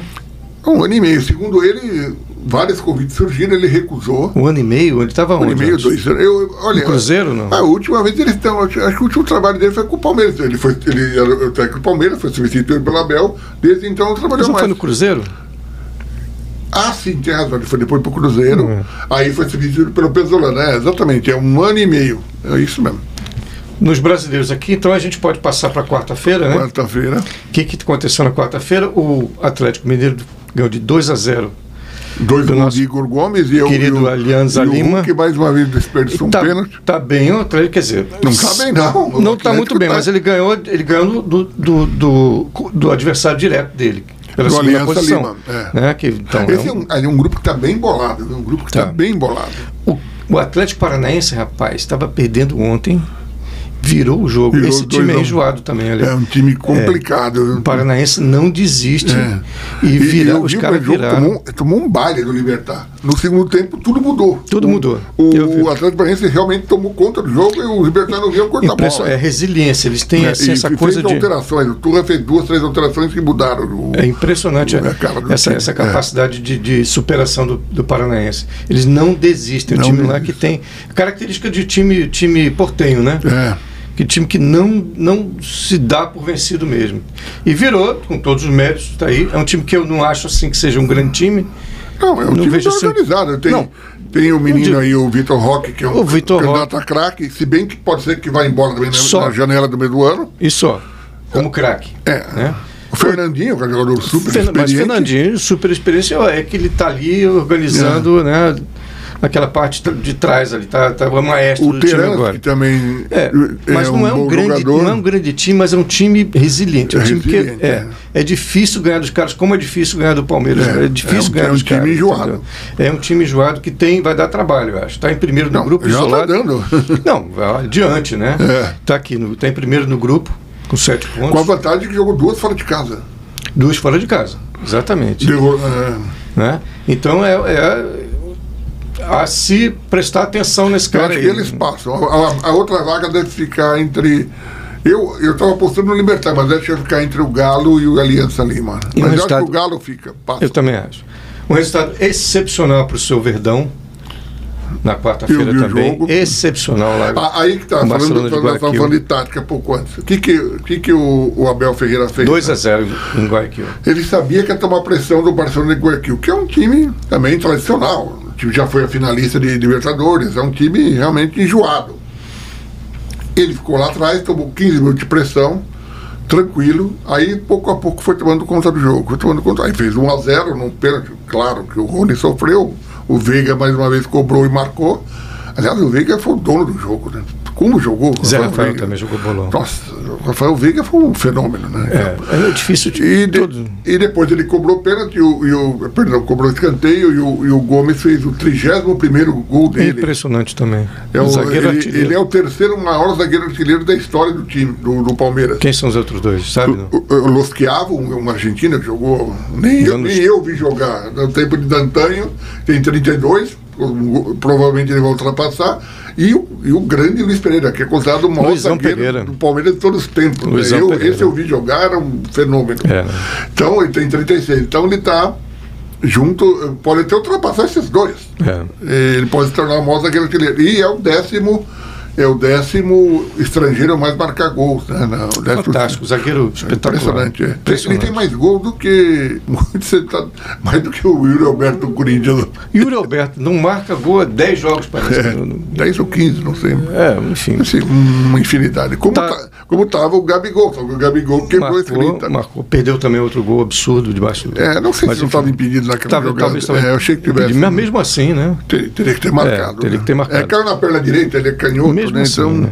S2: Um ano e meio. Segundo ele, vários convites surgiram, ele recusou.
S1: Um ano e meio, ele tava
S2: Um ano
S1: onde?
S2: e meio,
S1: antes?
S2: dois anos. Ah, Eu, olha,
S1: No Cruzeiro, não?
S2: A última vez eles estão. Acho acho que o último trabalho dele foi com o Palmeiras. Ele foi ele era o técnico do Palmeiras, foi substituído pelo Abel. Desde então não trabalhou
S1: Mas não
S2: mais.
S1: foi no Cruzeiro?
S2: Ah, sim, tem razão. Ele foi depois pro Cruzeiro.
S1: Hum.
S2: Aí foi substituído pelo Pesolano. É, exatamente. É um ano e meio. É isso mesmo.
S1: Nos brasileiros aqui, então a gente pode passar pra quarta-feira, né?
S2: Quarta-feira.
S1: O que, que aconteceu na quarta-feira? O Atlético Mineiro ganhou de 2 a 0
S2: Dois
S1: Do
S2: gols
S1: nosso
S2: de Igor Gomes e eu.
S1: querido
S2: e o,
S1: Alianza
S2: e o
S1: Lima.
S2: Hulk mais uma vez desperdiçou um
S1: tá,
S2: pênalti.
S1: tá bem o Atlético, quer dizer.
S2: Não tá bem, não. O
S1: Não está
S2: Atlético
S1: muito bem,
S2: tá-
S1: mas ele ganhou, ele ganhou do, do, do, do adversário direto dele. Pela
S2: Do
S1: segunda
S2: Aliança
S1: posição,
S2: Lima, é.
S1: né? que, então, é
S2: Esse é
S1: um-
S2: um, é um grupo que tá bem bolado. É um grupo que tá,
S1: Tá.
S2: bem bolado.
S1: o, o Atlético Paranaense, rapaz, estava perdendo ontem, virou o jogo.
S2: Virou
S1: Esse
S2: dois
S1: time
S2: a
S1: é
S2: um.
S1: enjoado também,
S2: É
S1: olha.
S2: um time complicado.
S1: O Paranaense não desiste
S2: É.
S1: e vira,
S2: eu
S1: os
S2: vi o
S1: caras
S2: Brasil
S1: viraram.
S2: Tomou, um- tomou um baile do Libertar. No segundo tempo, tudo mudou.
S1: Tudo
S2: O-
S1: mudou. Eu vi.
S2: O, Atlético Paranaense realmente tomou conta do jogo e o Libertar não veio cortar a
S1: Impressão-
S2: bola.
S1: é resiliência, eles têm
S2: É,
S1: assim,
S2: um e
S1: essa
S2: fez
S1: coisa de.
S2: alterações. O Turra fez duas, três alterações que mudaram. O,
S1: É impressionante
S2: O mercado do
S1: essa,
S2: time,
S1: essa
S2: é.
S1: capacidade de, de superação do, do paranaense. Eles não desistem. O
S2: Não
S1: time lá que tem característica de time, time portenho, né?
S2: É.
S1: Que time que não, não se dá por vencido mesmo. E virou, com todos os méritos, tá aí. É um time que eu não acho assim que seja um grande time.
S2: Não, é um
S1: Não
S2: time
S1: vejo
S2: bem
S1: assim-
S2: organizado. Tem,
S1: Não.
S2: tem o menino
S1: digo-
S2: aí, o Vitor Roque, que é um
S1: O Vitor
S2: candidato a craque, se bem que pode ser que vá embora também na,
S1: Só.
S2: na janela do meio do ano.
S1: E só, como craque.
S2: É.
S1: Né?
S2: O Fernandinho, que é um jogador super
S1: Fern- Mas
S2: experiente.
S1: Fernandinho, super experiência, ó, é que ele tá ali organizando, né? naquela parte de trás ali, tá, tá o maestro
S2: O então,
S1: do time
S2: Terence,
S1: agora.
S2: que também
S1: É, mas não, é um
S2: bom
S1: grande,
S2: jogador.
S1: não é um grande time, mas é um time resiliente. É, um time que
S2: Resiliente,
S1: é, é difícil ganhar dos caras, como é difícil ganhar do Palmeiras.
S2: É,
S1: É, difícil
S2: é um-
S1: ganhar
S2: é um
S1: dos
S2: time
S1: caras,
S2: enjoado.
S1: entendeu? É um time enjoado que tem, vai dar trabalho, eu acho. Está em primeiro no
S2: Não,
S1: grupo,
S2: já está
S1: isolado.
S2: dando.
S1: Não, adiante, né?
S2: É.
S1: Está aqui, no, tá em primeiro no grupo, com sete pontos,
S2: Com a vantagem que jogou duas fora de casa.
S1: duas fora de casa. Exatamente.
S2: Derro- é,
S1: Né? Então é, é a se prestar atenção nesse
S2: eu
S1: cara
S2: acho
S1: aí.
S2: que eles passam. A, a- a outra vaga deve ficar entre. Eu estava apostando no Libertar, mas acho que vai ficar entre o Galo e o Aliança Lima.
S3: E o
S2: Mas eu acho que
S3: resultado?
S2: o Galo fica. Passa.
S1: Eu também acho. Um resultado excepcional para o seu Verdão na
S2: Eu
S1: quarta-feira
S2: vi o
S1: também.
S2: jogo.
S1: Excepcional lá.
S2: A- Aí que tá,
S1: Com
S2: falando,
S1: Barcelona de
S2: falando, nós tava
S1: Guayaquil.
S2: falando de tática pouco antes. O que, que, o que, que o, o Abel Ferreira fez?
S1: 2 a 0 em Guayaquil.
S2: Ele sabia que ia tomar pressão do Barcelona de Guayaquil, que é um time também tradicional. O time já foi a finalista de Libertadores, é um time realmente enjoado. Ele ficou lá atrás, tomou 15 minutos de pressão, tranquilo. Aí, pouco a pouco, foi tomando conta do jogo. Foi tomando conta. Aí fez 1 a 0 num pênalti. Claro que o Rony sofreu. O Veiga, mais uma vez, cobrou e marcou. Aliás, o Veiga foi o dono do jogo, né? Como jogou? o
S1: Zé Rafael
S2: Veiga?
S1: também jogou bolão.
S2: Nossa, o Rafael Veiga foi um fenômeno, né?
S1: É, é difícil de
S2: E, de-
S1: todo.
S2: e depois ele cobrou pênalti, e o, e o- perdão, cobrou escanteio e o, e o Gomes fez o 31 gol
S1: É
S2: dele.
S1: impressionante também.
S2: É o-
S1: zagueiro
S2: ele,
S1: artilheiro.
S2: ele é o terceiro maior zagueiro artilheiro da história do time, do, do Palmeiras.
S1: Quem são os outros dois? Sabe? Não?
S2: O, o- o Losquiavo, um, um argentino que jogou, nem, eu-
S1: Anos-
S2: nem eu vi jogar, no tempo de Dantanho, tem 32, o- provavelmente ele vai ultrapassar, e o, e o grande Luiz Pereira, que é considerado o maior
S1: Luizão
S2: zagueiro
S1: Pereira.
S2: do Palmeiras de todos os tempos. né?
S1: Luizão
S2: Eu-
S1: Pereira.
S2: esse eu vi jogar, era um fenômeno.
S1: É, né?
S2: Então, ele tem 36. Então, ele está junto, pode até ultrapassar esses dois.
S1: É.
S2: Ele pode se tornar o maior zagueiro artilheiro. E é o décimo, é o décimo estrangeiro a mais marcar gols. Né? Na- o décimo-
S1: Fantástico, zagueiro espetacular.
S2: Impressionante, é. Tem- Ele
S1: Impressionante.
S2: tem mais gols do que. muito centavo- mais do que o Yuri Alberto do Corinthians.
S1: Yuri Alberto não marca gol há 10 jogos, parece.
S2: É, 10 ou 15, não sei.
S1: É, enfim.
S2: Assim, uma infinidade. Como,
S1: Tá.
S2: tá- como tava o Gabigol, só que o Gabigol quebrou a escrita.
S1: Marcou, marcou. Perdeu também outro gol absurdo debaixo do.
S2: É, não sei
S1: Mas,
S2: se não
S1: enfim,
S2: estava impedido naquela
S1: Tava-
S2: jogada.
S1: talvez tava-
S2: É, eu achei que tivesse.
S1: Mas mesmo assim, né?
S2: Ter- teria que ter marcado.
S1: teria
S2: né?
S1: que ter marcado.
S2: É, caiu na perna direita, ele é canhoto,
S1: Mesmo
S2: né?
S1: assim,
S2: então,
S1: né?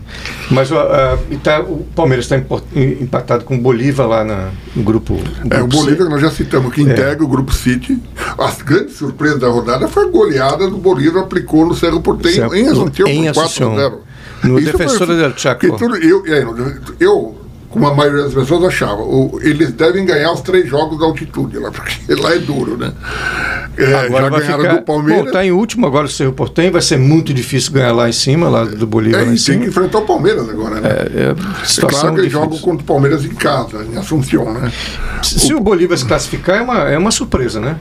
S1: Mas ó, ah, e tá- o Palmeiras está empatado com o Bolívar lá na- no grupo.
S2: É, o
S1: grupo C. É.
S2: Bolívar que nós já citamos, que integra o Grupo City. As grandes surpresas da rodada foi a goleada do Bolívar aplicou no Cerro Porteño
S1: Certo.
S2: em Assunção
S1: Em
S2: por
S1: Assunção.
S2: 4x0.
S1: No
S2: Isso foi-
S1: Defensores del Chaco.
S2: porque tudo- eu, é, no- eu, como a maioria das pessoas achava, o- eles devem ganhar os três jogos da altitude lá, porque lá é duro, né? É,
S1: Agora
S2: já
S1: vai
S2: ganharam
S1: ficar.
S2: do Palmeiras.
S1: Bom, tá em último agora o Cerro Portenho. Vai ser muito difícil ganhar lá em cima, lá do Bolívar.
S2: é,
S1: lá
S2: e
S1: em
S2: tem que
S1: cima. né?
S2: enfrentar o Palmeiras agora, né?
S1: É,
S2: É
S1: situação
S2: claro que eles
S1: difícil.
S2: jogam contra o Palmeiras em casa, em Assunção, né?
S1: Se o Bolívar se classificar, é uma, é uma surpresa, né?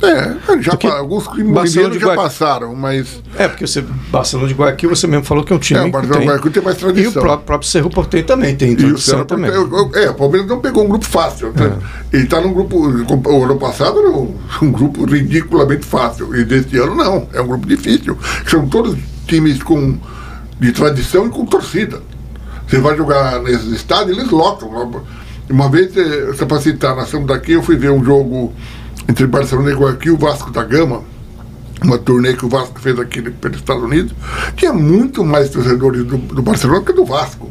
S2: É, já,
S1: Porque
S2: pa- alguns
S1: Barcelona
S2: mineiros
S1: de
S2: já
S1: Guayaquil-
S2: passaram, mas
S1: É, porque você, Barcelona de Guayaquil, você mesmo falou que é um time.
S2: É, o
S1: que
S2: Barcelona de Guayaquil tem mais
S1: E o
S2: tradição.
S1: próprio, próprio Cerro Porteño também tem
S2: E o
S1: tradição
S2: Cerro
S1: também.
S2: Porteño- eu- eu- é, o Palmeiras não pegou um grupo fácil. né? Ele está num grupo. O ano passado era um, um grupo ridiculamente fácil. E deste ano não. É um grupo difícil. São todos times com, de tradição e com torcida. Você vai jogar nesses estádios, eles lotam. Uma- Uma vez, eh, só para citar, nós estamos daqui, eu fui ver um jogo entre Barcelona e Guayaquil, Vasco da Gama uma turnê que o Vasco fez aqui pelos Estados Unidos, tinha muito mais torcedores do, do Barcelona que do Vasco.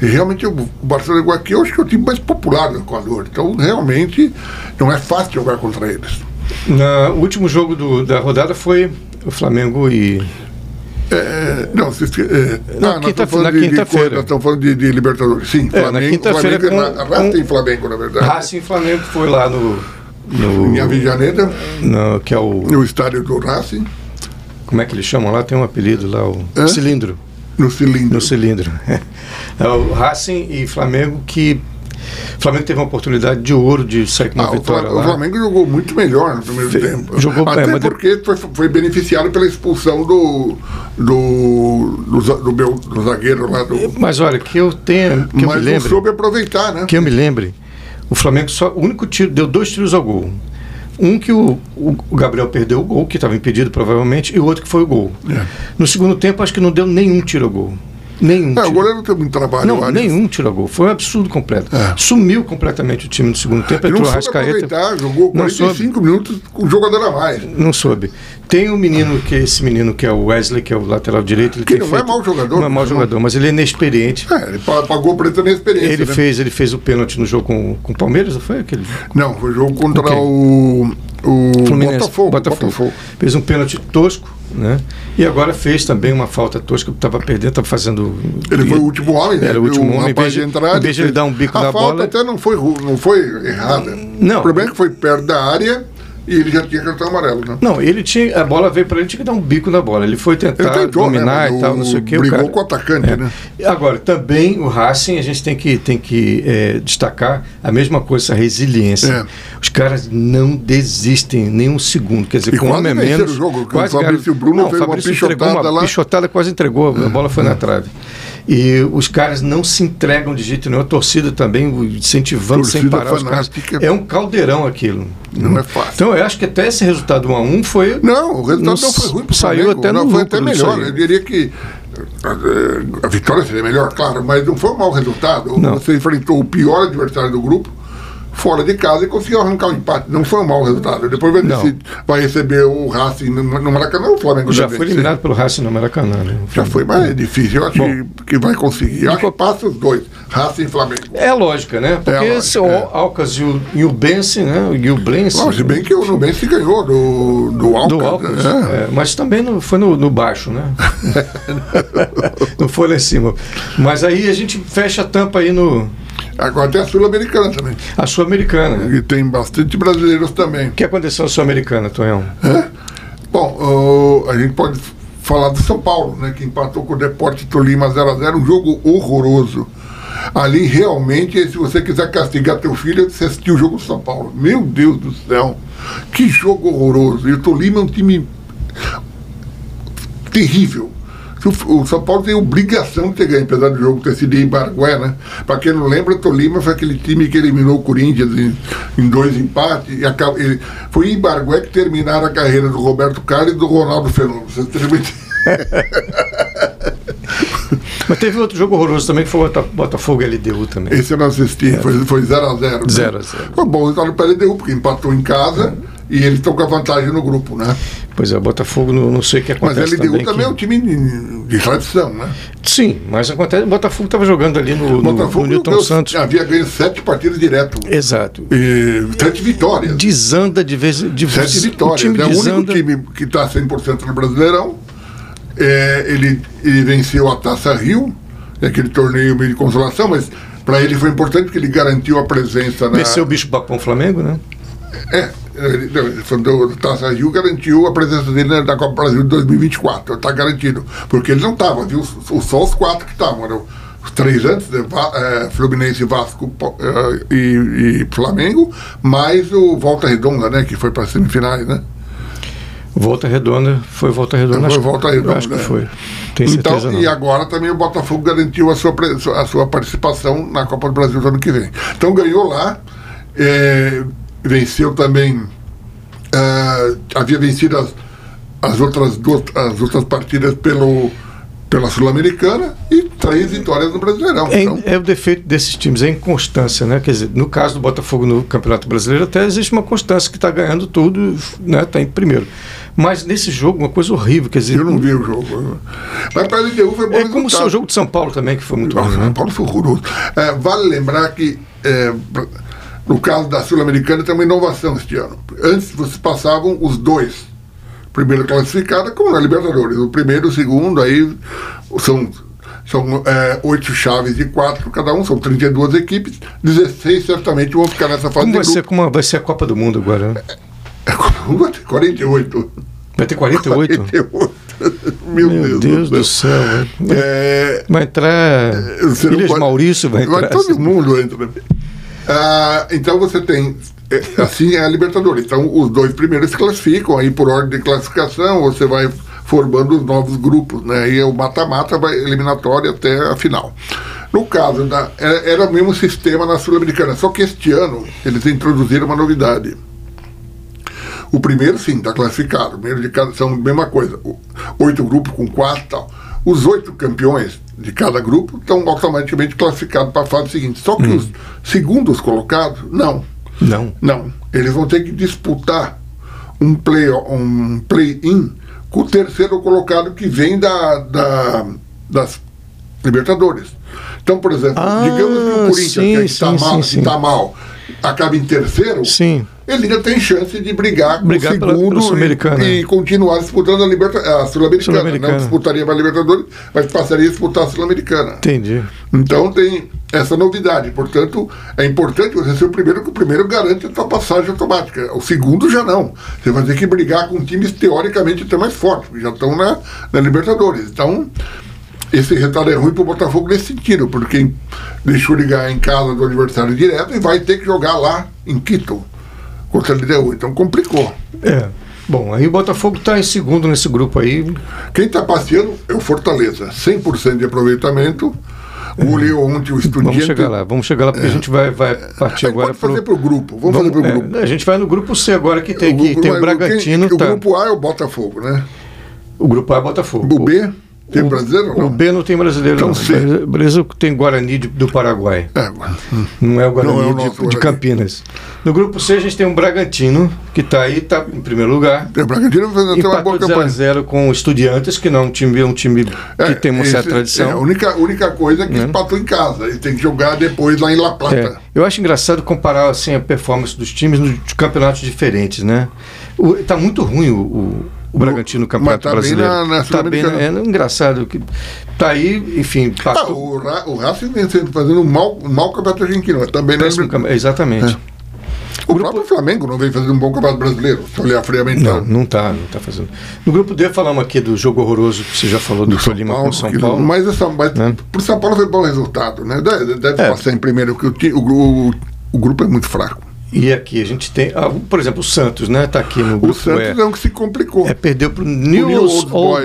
S2: E realmente o Barcelona igual aqui, eu acho que é o time mais popular do Equador. Então, realmente, não é fácil jogar contra eles.
S1: Na, o último jogo do- da rodada foi o Flamengo e.
S2: É, não, se, se- é,
S1: Não,
S2: ah, nós
S1: quinta-
S2: estamos falando
S1: na
S2: de- de
S1: quinta-feira.
S2: coisa, Nós estamos falando de, de Libertadores. Sim,
S1: É, na quinta-feira
S2: Flamengo,
S1: com- um-
S2: na, Racing
S1: com-
S2: e Flamengo, na verdade.
S1: Racing e Flamengo foi lá no.
S2: Em
S1: no,
S2: Avijaneda,
S1: no- que é o.
S2: no estádio do Racing,
S1: Como é que eles chamam lá? Tem um apelido lá, o
S2: Hã?
S1: Cilindro.
S2: no cilindro.
S1: No cilindro. É o Racing e Flamengo que. O Flamengo teve uma oportunidade de ouro de sair com uma
S2: Ah, o,
S1: vitória
S2: Fla- o
S1: lá.
S2: Flamengo jogou muito melhor no primeiro
S1: Fe-
S2: tempo.
S1: jogou
S2: Até
S1: bem, mas de-
S2: porque foi, foi beneficiado pela expulsão do, do, do, za- do meu, do zagueiro lá do.
S1: Mas olha, que eu tenha. Que eu me
S2: mas não
S1: lembre.
S2: soube aproveitar, né?
S1: que eu me lembre, o Flamengo só. O único tiro, deu dois tiros ao gol. Um que o, o- o Gabriel perdeu o gol, que estava impedido provavelmente, e o outro que foi o gol.
S2: É.
S1: No segundo tempo, acho que não deu nenhum tiro ao gol. Nenhum.
S2: É, o
S1: tiro.
S2: goleiro teve muito trabalho. eu
S1: Não,
S2: acho.
S1: nenhum tiro a gol. Foi um absurdo completo.
S2: É.
S1: Sumiu completamente o time no segundo tempo.
S2: Ele não
S1: Entrou o
S2: soube
S1: Rascaeta.
S2: aproveitar, jogou
S1: Não soube.
S2: 45 minutos com o jogador a mais.
S1: Não soube. Tem um menino que esse menino que é o Wesley, que é o lateral direito, ele
S2: Que
S1: tem
S2: não é
S1: feito,
S2: mau jogador,
S1: Não é mau
S2: não.
S1: jogador, mas ele é inexperiente.
S2: É, ele pa- pagou preto na experiência.
S1: Ele
S2: né?
S1: fez, ele fez o pênalti no jogo com, com o Palmeiras, não foi aquele?
S2: Não, foi jogo contra
S1: Ok.
S2: o, o
S1: Fluminense.
S2: Botafogo,
S1: Botafogo.
S2: Botafogo.
S1: Fez um pênalti tosco, né? E agora fez também uma falta tosca, estava perdendo, estava fazendo.
S2: Ele
S1: e-
S2: foi o último homem, né?
S1: Era o último
S2: Viu
S1: homem, em vez
S2: rapaz
S1: de-
S2: entrar,
S1: em vez de ele
S2: fez-
S1: dar um bico
S2: a
S1: na
S2: falta
S1: bola-
S2: até não foi, ru- não foi errada.
S1: Não.
S2: O problema é que foi perto da área e ele já tinha cartão amarelo, né?
S1: Não, ele tinha. A bola veio para ele, tinha que dar um bico na bola. Ele foi tentar
S2: Ele tentou,
S1: Tá, dominar
S2: né, mas
S1: e tal,
S2: o-
S1: não sei o É. que.
S2: brigou com o atacante, né?
S1: Agora, também o Racing, a gente tem que, tem que eh, destacar a mesma coisa, essa
S2: É.
S1: resiliência. Os caras não desistem nem um segundo. Quer dizer,
S2: E
S1: com um
S2: quase
S1: homem a
S2: venceram
S1: menos.
S2: o jogo, que o
S1: quase
S2: Fabrício
S1: ganharam.
S2: Bruno
S1: não,
S2: fez uma
S1: Fabrício entregou
S2: pichotada lá. É.
S1: pichotada, quase entregou, a bola foi na trave. E os caras não se entregam de jeito nenhum. A torcida também o incentivando sem
S2: Torcida
S1: parar os caras.
S2: fanática.
S1: É um caldeirão aquilo.
S2: Não é fácil.
S1: Então eu acho que até esse resultado 1 a 1 foi
S2: Não, o resultado não,
S1: Não
S2: foi ruim pro
S1: saiu
S2: Flamengo.
S1: até
S2: não,
S1: no
S2: foi
S1: lucro
S2: até
S1: disso
S2: melhor.
S1: aí.
S2: Eu diria que eh, a vitória seria melhor, claro, mas não foi um mau resultado.
S1: Não.
S2: Você enfrentou o pior adversário do grupo fora de casa e conseguiu arrancar o empate. Não foi um mau resultado. Depois vai,
S1: Não.
S2: deci- vai receber o Racing no, no Maracanã, o Flamengo
S1: já
S2: deve
S1: foi
S2: vencer.
S1: eliminado pelo Racing no Maracanã. né?
S2: Já foi, mas é difícil. Eu acho que- que vai conseguir. Eu acho que passa os dois, Racing e Flamengo.
S1: É lógica, né? Porque
S2: lógica,
S1: esse, o
S2: é.
S1: Alcas e o, e o Bense, né? E o Blense.
S2: Não, se bem que o Nubense ganhou do, do Alcas.
S1: do Alcas.
S2: né?
S1: é, mas também não foi no, no baixo, né? não foi lá em cima. Mas aí a gente fecha a tampa aí no.
S2: Agora tem a Sul-Americana também.
S1: A Sul-Americana. né?
S2: E tem bastante brasileiros também.
S1: O que aconteceu na Sul-Americana, Tonhão?
S2: Bom, o- a gente pode falar do São Paulo, né, que empatou com o Deporte Tolima 0x0, um jogo horroroso. Ali realmente, se você quiser castigar teu filho, você assistiu o jogo do São Paulo. Meu Deus do céu, que jogo horroroso. E o Tolima é um time terrível. O o São Paulo tem obrigação de ter ganho, apesar do jogo ter sido em Bargué, né? Para quem não lembra, Tolima foi aquele time que eliminou o Corinthians em, em dois empates. E acaba- e foi em Bargué que terminaram a carreira do Roberto Carlos e do Ronaldo Fenômeno. Vocês têm uma ideia?
S1: Mas teve outro jogo horroroso também, que foi o Bota- Botafogo e LDU também.
S2: Esse eu não assisti,
S1: É.
S2: foi 0x0. Foi 0 x
S1: 0 a 0.
S2: né? Foi bom resultado para LDU, porque empatou em casa e eles estão com a vantagem no grupo, né?
S1: Pois é, o Botafogo não, não sei o que
S2: Mas
S1: acontece.
S2: a LDU também,
S1: que-
S2: é um time de, de tradição, né?
S1: Sim, mas acontece. O Botafogo estava jogando ali no, no-
S2: Botafogo
S1: no Newton
S2: ganhou-
S1: Santos.
S2: havia ganho sete partidas direto.
S1: Exato.
S2: E, sete vitórias.
S1: Desanda de vez de
S2: Sete
S1: vez-
S2: vitórias.
S1: O time
S2: é o único
S1: desanda.
S2: time que tá está 100% no Brasileirão. É, ele, ele venceu a Taça Rio, é aquele torneio meio de consolação, mas para ele foi importante porque ele garantiu a presença na.
S1: Venceu o bicho papão Flamengo, né?
S2: É, ele, não, ele fundou a Taça Rio, garantiu a presença dele na, na Copa Brasil de 2024. Está tá garantido. Porque ele não estava, viu? Os- Só os quatro que estavam. eram Os três antes, né, Va- eh, Fluminense, Vasco Po- eh, e, e Flamengo, mais o Volta Redonda, né? Que foi para as semifinais, né?
S1: Volta Redonda, foi Volta Redonda.
S2: Foi
S1: acho que-
S2: Volta Redonda,
S1: Acho que
S2: é.
S1: foi. Tenho
S2: Então,
S1: certeza
S2: e
S1: não.
S2: agora também o Botafogo garantiu a sua, pres- a sua participação na Copa do Brasil do ano que vem. Então ganhou lá, eh, venceu também, ah, havia vencido as, as, outras duas, as outras partidas pelo, pela Sul-Americana e três vitórias no Brasileirão.
S1: É,
S2: Então,
S1: é o defeito desses times, é a inconstância, né? Quer dizer, no caso do Botafogo no Campeonato Brasileiro, até existe uma constância que está ganhando tudo, né? Está em primeiro. Mas nesse jogo, uma coisa horrível, quer dizer.
S2: eu não vi o jogo. Mas para a LDU foi bom
S1: É como se o
S2: resultado.
S1: seu jogo de São Paulo também, que foi muito ruim,
S2: Nossa,
S1: né?
S2: São Paulo foi horroroso. É, vale lembrar que, é, pra- no caso da Sul-Americana, tem uma inovação este ano. Antes, vocês passavam os dois. Primeiro classificado, como na Libertadores. O primeiro, o segundo, aí são, são é, oito chaves de quatro cada um, são 32 equipes. 16 certamente vão ficar nessa fase
S1: Como vai
S2: de
S1: ser,
S2: grupo.
S1: como vai ser a Copa do Mundo agora? né?
S2: É, 48.
S1: Vai ter 48?
S2: 48. Meu,
S1: Meu Deus do céu. vai-
S2: É,
S1: Vai entrar.
S2: O ser
S1: Ilhas
S2: humano-
S1: Maurício vai entrar.
S2: todo mundo entra. Ah, então você tem. é, Assim é a Libertadores. Então os dois primeiros se classificam, aí por ordem de classificação você vai formando os novos grupos, né? E o mata-mata vai eliminatório até a final. No caso, da, era, era o mesmo sistema na Sul-Americana, só que este ano eles introduziram uma novidade. tá O primeiro, sim, está classificado. O primeiro de cada são a mesma coisa. O- Oito grupos com quatro e tal. os oito campeões de cada grupo estão automaticamente classificados para a fase seguinte. Só que
S1: Hum.
S2: os segundos colocados, não.
S1: Não.
S2: Não. Eles vão ter que disputar um play um play-in com o terceiro colocado que vem da, da- das Libertadores. Então, por exemplo,
S1: Ah,
S2: digamos que o Corinthians,
S1: sim,
S2: que está
S1: sim,
S2: mal,
S1: sim,
S2: que tá
S1: sim.
S2: mal, acaba em terceiro,
S1: Sim.
S2: ele ainda tem chance de brigar com
S1: Brigar
S2: o
S1: pela-
S2: segundo
S1: pela Sul-Americana.
S2: e, e continuar disputando a, liberta, a Sul-Americana.
S1: Sul-Americana.
S2: não disputaria para a Libertadores, mas passaria a disputar a Sul-Americana.
S1: Entendi.
S2: Então tem essa novidade. Portanto, é importante você ser o primeiro, que o primeiro garante a sua passagem automática. O segundo já não. Você vai ter que brigar com times teoricamente até mais fortes, que já estão na, na Libertadores. Então, esse resultado é ruim para o Botafogo nesse sentido, porque deixou de ganhar em casa do adversário direto e vai ter que jogar lá em Quito contra a LDU. Então complicou.
S1: É. Bom, aí o Botafogo está em segundo nesse grupo aí.
S2: Um Quem está passeando é o Fortaleza. 100% de aproveitamento. Goleou ontem o Estudiante.
S1: Vamos chegar lá, vamos chegar lá, porque a gente vai, vai partir
S2: A gente
S1: agora
S2: É. pode fazer
S1: pro-
S2: pro grupo. Vamos, fazer pro
S1: é,
S2: grupo.
S1: a gente vai no grupo C agora que tem, que
S2: grupo-
S1: tem o
S2: mas
S1: Bragantino,
S2: quem-
S1: tá.
S2: O grupo A é o Botafogo, né?
S1: O grupo A é Botafogo.
S2: O B tem brasileiro ou
S1: O
S2: não?
S1: B não tem brasileiro,
S2: Então,
S1: não.
S2: C.
S1: O Brasil tem Guarani de- do Paraguai.
S2: É, agora.
S1: Não é o Guarani
S2: Não é o
S1: de-
S2: nosso
S1: de,
S2: Guarani.
S1: Campinas. No grupo C a gente tem um Bragantino, que está aí, está em primeiro lugar.
S2: O Bragantino vai fazer uma boa
S1: Empatou 0 a
S2: campanha.
S1: 0 com o Estudiantes, que não é um time, é um time
S2: É,
S1: que tem uma
S2: esse-
S1: certa
S2: É, a
S1: tradição. Né?
S2: única, única coisa é que empatou em casa. Ele tem que jogar depois lá em La
S1: É,
S2: Plata.
S1: eu acho engraçado comparar assim, a performance dos times nos campeonatos diferentes, né? O, tá muito ruim o, o, o Bragantino no Campeonato
S2: tá bem
S1: Brasileiro.
S2: na- na
S1: tá bem, é,
S2: Sul-Americana.
S1: engraçado que tá aí, enfim,
S2: Ah,
S1: passou,
S2: o, Ra- o Racing vem sendo- fazendo um mau, um mau campeonato argentino. mas Também não é-
S1: péssimo campe- exatamente.
S2: o próprio Flamengo não vem fazendo um bom campeonato brasileiro, se olhar friamente.
S1: Não, não tá, não tá fazendo. No grupo D falamos aqui do jogo horroroso que você já falou do, Tolima com São
S2: que-
S1: Paulo.
S2: Mas, essa, mas
S1: Né?
S2: pro São Paulo foi bom resultado, né? Deve, deve
S1: É.
S2: passar em primeiro, porque o, ti- o gru- o grupo é muito fraco.
S1: E aqui a gente tem, ah, por exemplo, o Santos, né? Tá aqui no
S2: O
S1: grupo
S2: Santos
S1: E.
S2: é um que se complicou.
S1: É, perdeu pro New,
S2: New
S1: Old,
S2: Old
S1: Boys.
S2: Boys.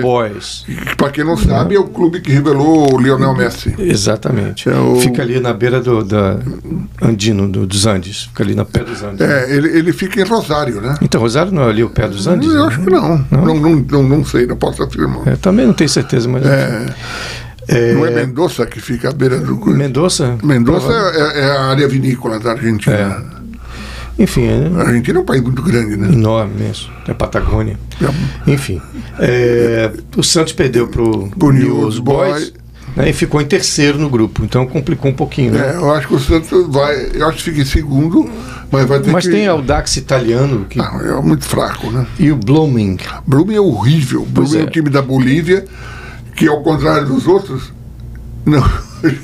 S1: Boys.
S2: Para quem não sabe, é o clube que revelou o Lionel Messi.
S1: Exatamente.
S2: É o-
S1: Fica ali na beira do da Andino, do- dos Andes. Fica ali na pé dos Andes.
S2: É, ele, ele fica em Rosário, né?
S1: Então, Rosário não é ali o pé dos Andes?
S2: Eu
S1: né?
S2: acho que não. Não, não, não, não sei, não posso afirmar.
S1: É, também não tenho certeza, mas.
S2: É,
S1: É, Uhum.
S2: não é Mendoza que fica à beira do.
S1: Mendoza?
S2: Mendoza
S1: Prova-
S2: é, é a área vinícola da Argentina.
S1: Enfim, é
S2: A Argentina é um país muito grande, né?
S1: enorme isso. É Patagônia.
S2: É-
S1: Enfim, é, o Santos perdeu pro,
S2: Pro
S1: New
S2: New
S1: Old
S2: Old
S1: Boys né, e ficou em terceiro no grupo, então complicou um pouquinho. Né?
S2: é, eu acho que o Santos vai. Eu acho que fica em segundo, mas vai ter
S1: Mas
S2: que.
S1: tem o Dax italiano que,
S2: Ah, é muito fraco, né?
S1: e o Blooming.
S2: Blooming é horrível. Blooming é.
S1: é.
S2: um time da Bolívia que, ao contrário dos outros, não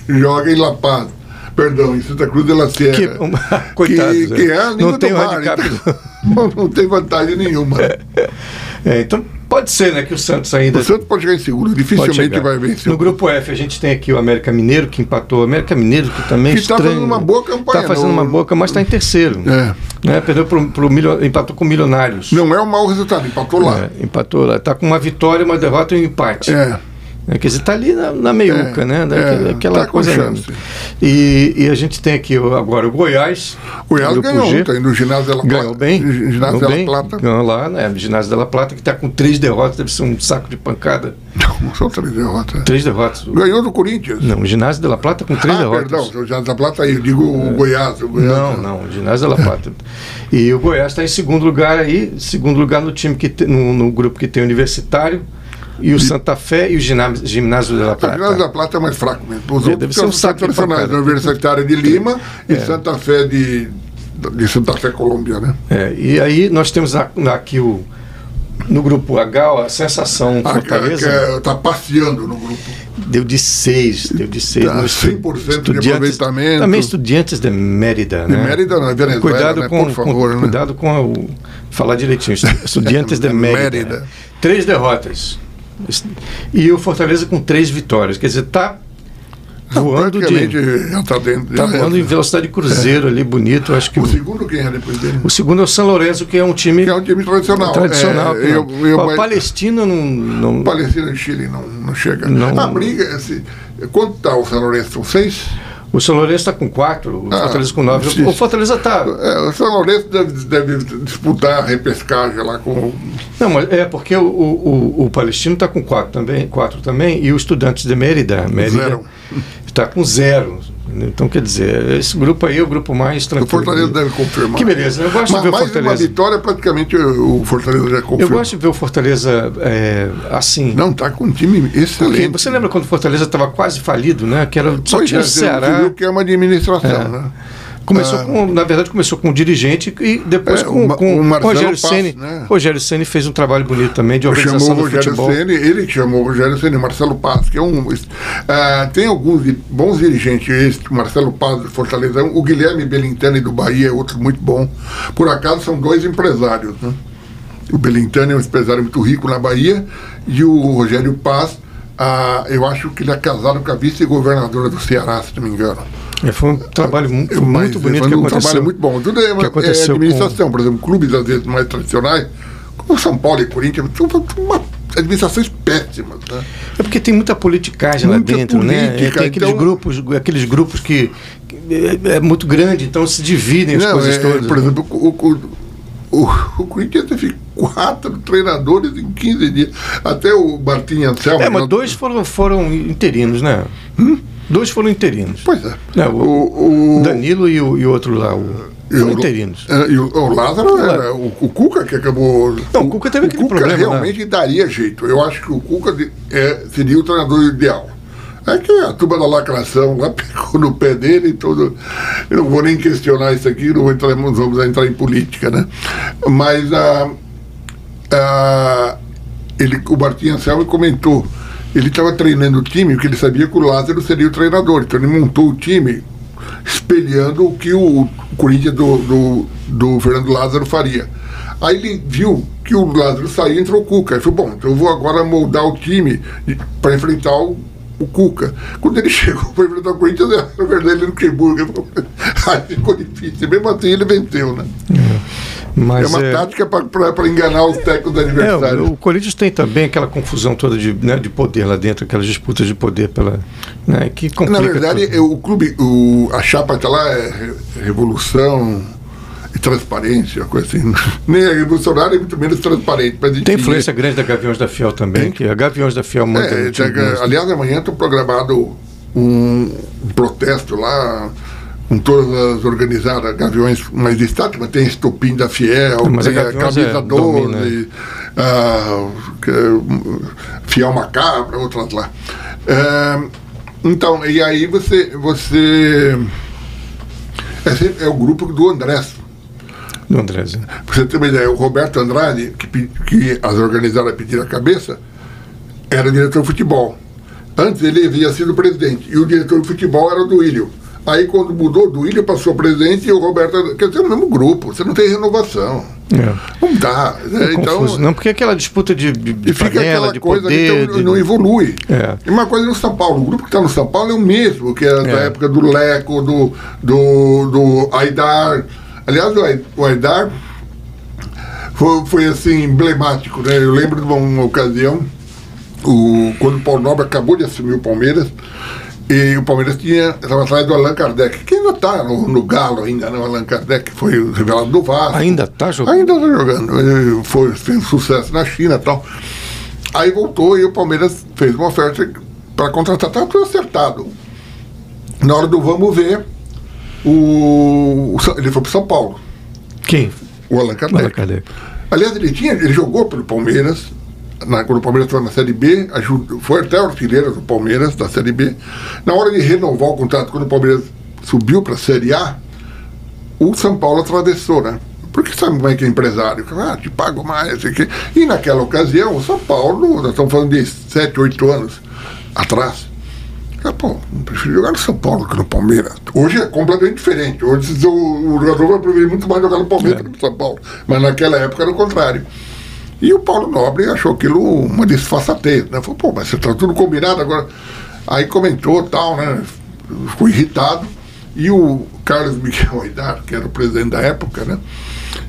S2: joga em La Paz. Perdão, em Santa Cruz de la Sierra.
S1: Que, é coitados,
S2: É. que, que é a
S1: né? não
S2: língua
S1: tem
S2: do
S1: o
S2: mar,
S1: handicap. né?
S2: então, não tem vantagem nenhuma.
S1: É, então pode ser né, que o Santos ainda.
S2: O Santos pode chegar em segundo,
S1: pode
S2: dificilmente
S1: chegar.
S2: vai vencer.
S1: No grupo F, a gente tem aqui o América Mineiro, que empatou. O América Mineiro, que também é
S2: Que tá
S1: estranho,
S2: fazendo uma boa campanha,
S1: Está fazendo
S2: não- né?
S1: uma boa, mas está em terceiro.
S2: É.
S1: Né, perdeu pro, pro milio- empatou com o Milionários.
S2: Não é um mau resultado, empatou lá.
S1: É, empatou lá. Está com uma vitória, uma derrota e um empate.
S2: É.
S1: É, quer dizer, está ali na, na meiuca,
S2: É,
S1: né? Daquela,
S2: é,
S1: aquela
S2: tá com
S1: coisa.
S2: chance.
S1: mesmo. E, e a gente tem aqui o- agora o Goiás.
S2: O Goiás
S1: Grupo
S2: ganhou
S1: G.
S2: ontem no ginásio dela
S1: Ganhou bem.
S2: Ginásio
S1: ganhou bem.
S2: dela Plata.
S1: Ganhou lá, né? Ginásio Della Plata, que está com três derrotas, deve ser um saco de pancada.
S2: Não, só três derrotas.
S1: Três derrotas.
S2: Ganhou do Corinthians.
S1: Não, o Ginásio Della Plata com três
S2: Ah,
S1: derrotas. É.
S2: perdão, o Ginásio da Plata aí, eu digo o Goiás. O Goiás
S1: Não, não, o Ginásio da La Plata. E o Goiás está em segundo lugar aí, segundo lugar no time que te- no, no grupo que tem o Universitário e o Santa Fé e o Ginásio, ginásio da La
S2: O Ginásio da
S1: Plata.
S2: Plata é mais fraco mesmo. Os
S1: É,
S2: outros
S1: Tá, deve ser
S2: são
S1: um saco de
S2: tradicionais,
S1: pancada.
S2: Universitário de Lima e
S1: É.
S2: Santa Fé de, de Santa Fé Colômbia, né?
S1: É, e aí nós temos na- na- aqui o no grupo H, a sensação
S2: A,
S1: É Fortaleza
S2: a, Ah, que tá passeando no grupo.
S1: deu de 6, deu de 6.
S2: Tá, 100% de aproveitamento.
S1: Também estudiantes de Mérida, né?
S2: De Mérida não, é Venezuela,
S1: Cuidado
S2: né?
S1: com,
S2: Por
S1: com-
S2: favor, né?
S1: cuidado com a- o falar direitinho. estu- Estudiantes de Mérida.
S2: Mérida.
S1: né? Três derrotas. Est- E o Fortaleza com três vitórias. Quer dizer, tá voando
S2: Praticamente
S1: de
S2: já tá dentro.
S1: tá
S2: já é.
S1: voando em velocidade de cruzeiro ali bonito, acho que o,
S2: O segundo quem é depois dele?
S1: o segundo é o São Lourenço, que é um time
S2: Que é um time tradicional.
S1: tradicional.
S2: É,
S1: que
S2: eu,
S1: não-
S2: eu,
S1: Pa-
S2: mas-
S1: Palestina não, não-
S2: Palestina e Chile não, não chega.
S1: Não.
S2: A briga, é assim, quanto está o São tá Lourenço? São seis?
S1: O São Lourenço está com quatro, o
S2: Ah,
S1: Fortaleza com nove.
S2: sim.
S1: O Fortaleza tá está.
S2: É, o São Lourenço deve, deve disputar a repescagem lá com.
S1: Não, mas é porque o, o, o- o Palestino está com quatro também, quatro também, e o Estudantes de Mérida
S2: Zero.
S1: está com zero. Então, quer dizer, esse grupo aí é o grupo mais
S2: O
S1: tranquilo.
S2: Fortaleza deve confirmar.
S1: Que beleza, eu gosto
S2: Ma-
S1: de ver o
S2: mais uma
S1: Fortaleza.
S2: vitória, praticamente o Fortaleza já
S1: Eu
S2: confirmou.
S1: gosto de ver o Fortaleza é, assim.
S2: um Não, tá com um time
S1: Porque
S2: excelente.
S1: você lembra quando o Fortaleza estava quase falido, né? Que era só
S2: Pois
S1: tinha
S2: é,
S1: o
S2: você
S1: Ceará.
S2: viu que é uma administração,
S1: É.
S2: né?
S1: Começou
S2: Ah.
S1: com, na verdade, começou com o dirigente e depois
S2: É,
S1: com,
S2: o Ma-
S1: com
S2: o Marcelo
S1: Rogério
S2: Passos,
S1: Ceni.
S2: né?
S1: Rogério Ceni fez um trabalho bonito também de
S2: Chamou
S1: organização
S2: o
S1: do
S2: Rogério
S1: futebol.
S2: Ceni, ele que chamou o Rogério Ceni, Marcelo Paz, que é um. ah, tem alguns di- bons dirigentes, esse Marcelo Paz do Fortaleza, o Guilherme Belintani do Bahia é outro muito bom. Por acaso são dois empresários, né? O Belintani é um empresário muito rico na Bahia e o Rogério Paz, ah, eu acho que ele é casado com a vice-governadora do Ceará, se não me engano.
S1: É, foi um trabalho mu- foi
S2: Eu- mas
S1: muito bonito
S2: foi
S1: que
S2: um
S1: aconteceu.
S2: trabalho muito bom. Tudo
S1: que
S2: é, é
S1: aconteceu
S2: administração, por exemplo, clubes às vezes mais tradicionais, como São Paulo e Corinthians, são uma administrações péssimas. Né?
S1: É porque tem muita politicagem
S2: Muita
S1: lá dentro, né?
S2: política,
S1: Tem aqueles
S2: então-
S1: grupos, aqueles grupos que que é, é muito grande, então se dividem as
S2: Não,
S1: coisas
S2: é,
S1: todas. né?
S2: Por exemplo, o, o, o, o Corinthians teve quatro treinadores em 15 dias. Até o Martim Anselmo.
S1: é, mas
S2: né?
S1: dois foram, foram interinos, né? Dois foram interinos.
S2: Pois é.
S1: Não,
S2: Hum? o, o-
S1: Danilo e o e o outro lá, o,
S2: e
S1: foram
S2: o-
S1: interinos.
S2: é, E o, o Lázaro era o, o Cuca que acabou.
S1: Não, o Cuca teve aquele problema, né?
S2: realmente daria jeito. Eu acho que o Cuca de- é, seria o treinador ideal. É que a turma da lacração lá pegou no pé dele e todo. Eu não vou nem questionar isso aqui, não vou entrar, não vamos entrar em política, né? Mas a. Ah, ele, o Martim Anselmo comentou, ele estava treinando o time porque ele sabia é que o Lázaro seria o treinador, então ele montou o time espelhando o que o Corinthians do, do, do Fernando Lázaro faria. Aí ele viu que o Lázaro saiu e entrou o Cuca. Ele falou, bom, então eu vou agora moldar o time para enfrentar o, o Cuca. Quando ele chegou para enfrentar o Corinthians, era o verdadeiro Luxemburgo. Ele falou, Aí ficou difícil. Mesmo assim, ele venceu, né?
S1: Mas
S2: é uma
S1: é-
S2: tática para enganar os técnicos do
S1: É,
S2: adversário.
S1: o, o Corinthians tem também aquela confusão toda de, né, de poder lá dentro, aquelas disputas de poder pela. Né, que complica
S2: Na verdade,
S1: tudo.
S2: é o clube, o, a chapa está lá, é re- revolução e transparência, uma coisa assim. Nem é revolucionário, e muito menos transparente. Mas, enfim,
S1: tem influência grande da Gaviões da Fiel também,
S2: Tem.
S1: que a Gaviões da Fiel manda.
S2: É,
S1: no time
S2: chega-
S1: mesmo.
S2: aliás, amanhã está programado um protesto lá com todas as organizadas, Gaviões mais destaque, mas tem Estopim da Fiel,
S1: Mas a
S2: tem a
S1: Gaviões
S2: Camisa
S1: é-
S2: 12,
S1: domina.
S2: ah, que- é, Fiel Macabra, outras lá. Ah, então, e aí você. você é, sempre- é o grupo do Andrés.
S1: do Andrés. né?
S2: Pra você ter uma ideia, o Roberto Andrade, que, pe- que as organizadas pediram a cabeça, era diretor de futebol. Antes ele havia sido presidente, e o diretor de futebol era o Duílio. Aí quando mudou, o Duílio passou a presidente e o Roberto. Andrade- Quer dizer, é o mesmo grupo, você não tem renovação.
S1: É.
S2: Não dá. né? Então,
S1: Confuso. Não, porque aquela disputa de, de, de
S2: e fica
S1: panela,
S2: aquela
S1: de
S2: coisa
S1: poder.
S2: que então,
S1: de-
S2: não evolui.
S1: É.
S2: E uma coisa no São Paulo, o grupo que está no São Paulo é o mesmo, que era da
S1: É.
S2: época do Leco, do, do, do Aidar. Aliás, o Ai- o Aidar foi, foi assim, emblemático, né? Eu lembro de uma, uma ocasião, o, quando o Paulo Nobre acabou de assumir o Palmeiras, e o Palmeiras tinha, estava atrás do Allan Kardec, que ainda está no, no Galo ainda, né? O Allan Kardec foi o revelado do Vasco.
S1: Ainda tá jogando?
S2: Ainda está jogando. Eh, Foi, fez um sucesso na China e tal. Aí voltou e o Palmeiras fez uma oferta para contratar. Tá tudo acertado. Na hora do vamos ver, o, o Sa- ele foi para São Paulo,
S1: Quem?
S2: o Allan Kardec.
S1: Olha, cadê?
S2: Aliás, ele, tinha, ele jogou pelo Palmeiras, na- quando o Palmeiras estava na Série B, ajudou- foi até artilheiro do Palmeiras, da Série B. Na hora de renovar o contrato, quando o Palmeiras subiu para a Série A, o São Paulo atravessou, né? Porque sabe como é que é empresário? que, Ah, te pago mais, sei o quê. E naquela ocasião, o São Paulo, nós estamos falando de 7, 8 anos atrás, ah, pô, eu prefiro jogar no São Paulo que no Palmeiras. Hoje é completamente diferente. Hoje o, o jogador vai preferir muito mais jogar no Palmeiras
S1: É.
S2: que no São Paulo. Mas naquela época era o contrário. E o Paulo Nobre achou aquilo uma disfarçatez, né? Falou, pô, mas você tá tudo combinado agora. Aí comentou tal, né? Ficou irritado. E o Carlos Miguel Aidar, que era o presidente da época, né?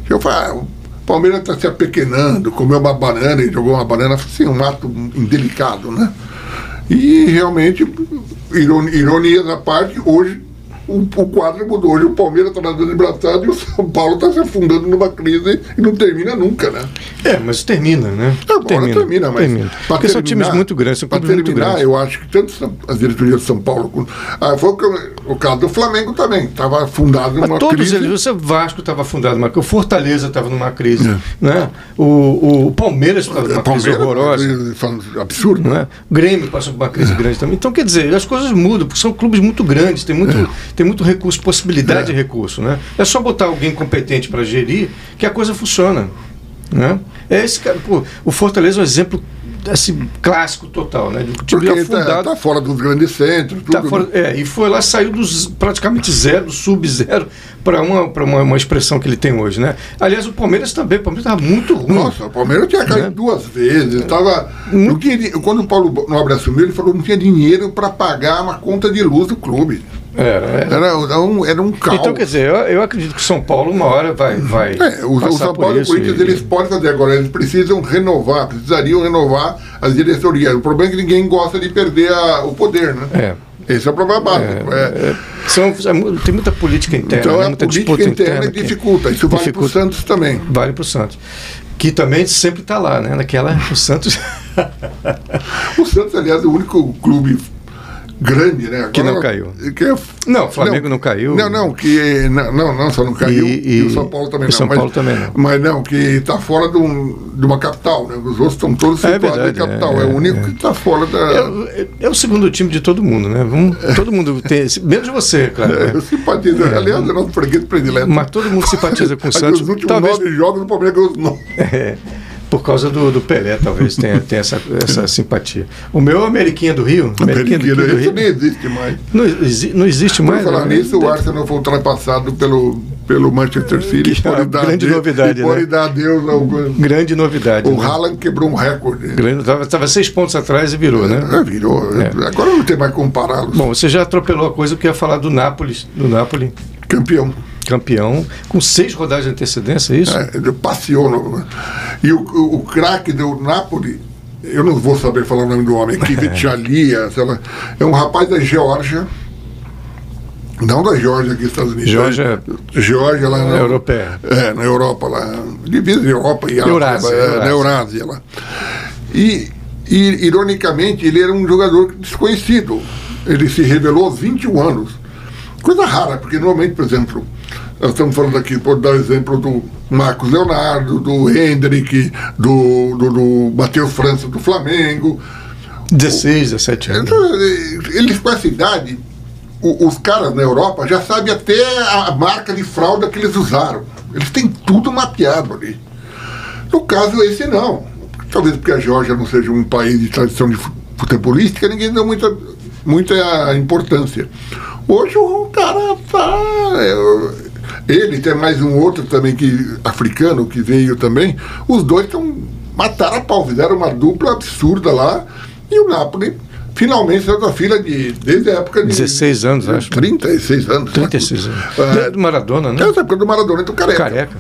S2: Eu falei, ah, o Palmeiras está se apequenando, comeu uma banana e jogou uma banana, assim, um ato indelicado, né? E realmente, ironi- ironia da parte, hoje o, o quadro mudou. Hoje o Palmeiras está nadando embraçado e o São Paulo está se afundando numa crise e não termina nunca, né?
S1: É, mas termina, né?
S2: Agora termina, termina mas.
S1: termina.
S2: pra
S1: Porque são
S2: terminar-
S1: times muito grandes, são
S2: pra
S1: clubes muito
S2: terminar,
S1: grandes.
S2: eu acho que tanto São- as diretorias de São Paulo. quanto- Ah, foi o, que eu- o caso do Flamengo também. Estava afundado numa
S1: Mas todos
S2: crise.
S1: eles, você Vasco estava afundado numa crise, o Fortaleza estava numa crise,
S2: É.
S1: né? O, o Palmeiras estava numa crise horrorosa.
S2: Palmeiras, falando absurdo,
S1: Não é? O Grêmio passou por uma
S2: É.
S1: crise grande também. Então, quer dizer, as coisas mudam, porque são clubes muito grandes, tem
S2: É.
S1: muito, tem muito recurso, possibilidade de recurso. Né? É só botar alguém competente para gerir que a coisa funciona. Né? É esse cara, pô, o Fortaleza é um exemplo assim, clássico total, né? De um time
S2: Porque está
S1: afundado.
S2: tá fora dos grandes centros, tudo.
S1: Tá fora-
S2: né?
S1: é, e foi lá, saiu do z- praticamente zero, do sub-zero, para uma, pra uma, uma expressão que ele tem hoje, né? Aliás, o Palmeiras também, o Palmeiras estava muito ruim.
S2: Nossa, o Palmeiras tinha caído
S1: Né?
S2: duas vezes. Tava, não tinha, di- quando o Paulo Nobre assumiu, ele falou que não tinha dinheiro para pagar uma conta de luz do clube.
S1: Era, era.
S2: Era, era um, era um caos.
S1: É. Então, quer dizer, eu, eu acredito que o São Paulo uma hora vai. vai
S2: É, o, o
S1: passar
S2: São
S1: por
S2: Paulo e o
S1: isso
S2: Corinthians,
S1: e-
S2: eles podem fazer agora, eles precisam renovar, precisariam renovar as diretorias. O problema é que ninguém gosta de perder a- o poder, né?
S1: É.
S2: Esse é o problema básico. É.
S1: São, tem muita política interna,
S2: Então
S1: né?
S2: a
S1: muita
S2: política
S1: disputa interna.
S2: interna é
S1: que-
S2: dificulta. Isso vale para o
S1: dificulta.
S2: Santos também.
S1: Vale pro Santos. Que também sempre está lá, né? Naquela. O Santos.
S2: O Santos, aliás, é o único clube grande, né?
S1: Que não
S2: Agora-
S1: caiu.
S2: que é-
S1: Não, o Flamengo não caiu.
S2: Não, não, que. Não, não, não, só não caiu.
S1: E- e-
S2: o São Paulo também
S1: e
S2: não.
S1: São
S2: mas,
S1: Paulo também não.
S2: Mas não, que está fora de, um- de uma capital, né? Os outros estão todos
S1: É
S2: situados
S1: verdade,
S2: em capital.
S1: é,
S2: É, o único
S1: é.
S2: que está fora da.
S1: É, o- é- é o segundo time de todo mundo, né? Vamos- todo mundo tem. esse- Menos você, claro. né?
S2: é, Eu simpatizo. Aliás, é nosso freguês predileto.
S1: Mas todo mundo simpatiza com o
S2: Aqui,
S1: Santos.
S2: Os últimos
S1: Talvez
S2: nove jogos, o Palmeiras ganhou os nove.
S1: É, por causa do, do Pelé, talvez tenha, tenha essa, essa simpatia. O meu é o Ameriquinha do Rio. Ameriquinha do, do
S2: é Isso
S1: Rio.
S2: nem existe mais.
S1: Não, exi- não existe
S2: Por
S1: mais.
S2: falar
S1: né?
S2: nisso, o Arsenal foi ultrapassado pelo, pelo Manchester City.
S1: Que é
S2: Pode
S1: uma
S2: dar
S1: grande
S2: ade-
S1: novidade,
S2: Pode
S1: né?
S2: dar adeus ao...
S1: Grande novidade. né?
S2: O Haaland quebrou um recorde.
S1: Estava seis pontos atrás e virou, né?
S2: É, virou.
S1: É.
S2: Agora não tem mais como pará-lo.
S1: Bom, você já atropelou a coisa que eu ia falar do Nápoles, do Nápoles,
S2: Campeão.
S1: campeão, com seis rodadas de antecedência, é isso?
S2: É, ele passeou. no- E o, o, o craque do Napoli, eu não vou saber falar o nome do homem, Kivitchalia, sei lá, é um rapaz da Geórgia. Não da Geórgia aqui nos Estados Unidos.
S1: Geórgia-
S2: Geórgia lá na,
S1: É europeia.
S2: É, na Europa lá. Divisa Europa e África,
S1: Eurásia,
S2: é,
S1: Eurásia.
S2: Na Eurásia lá. E, e, ironicamente, ele era um jogador desconhecido. Ele se revelou aos 21 anos. Coisa rara, porque normalmente, por exemplo, nós estamos falando aqui, por dar o exemplo do Marcos Leonardo, do Hendrick, do, do, do Matheus França do Flamengo.
S1: 16, 17 anos.
S2: Então, ele- Eles com essa idade, o- os caras na Europa já sabem até a a marca de fralda que eles usaram. Eles têm tudo mapeado ali. No caso, esse não. Talvez porque a Geórgia não seja um país de tradição de fu- futebolística, ninguém dá muita, muita importância. Hoje o cara tá. eu- ele tem mais um outro também que africano que veio também. Os dois estão mataram a pau, fizeram uma dupla absurda lá. E o Napoli finalmente saiu da fila de desde a época de
S1: 16 anos,
S2: de
S1: acho.
S2: 36 anos. né?
S1: 36 anos.
S2: É,
S1: Do Maradona, né?
S2: Essa época do Maradona, então careca.
S1: Careca.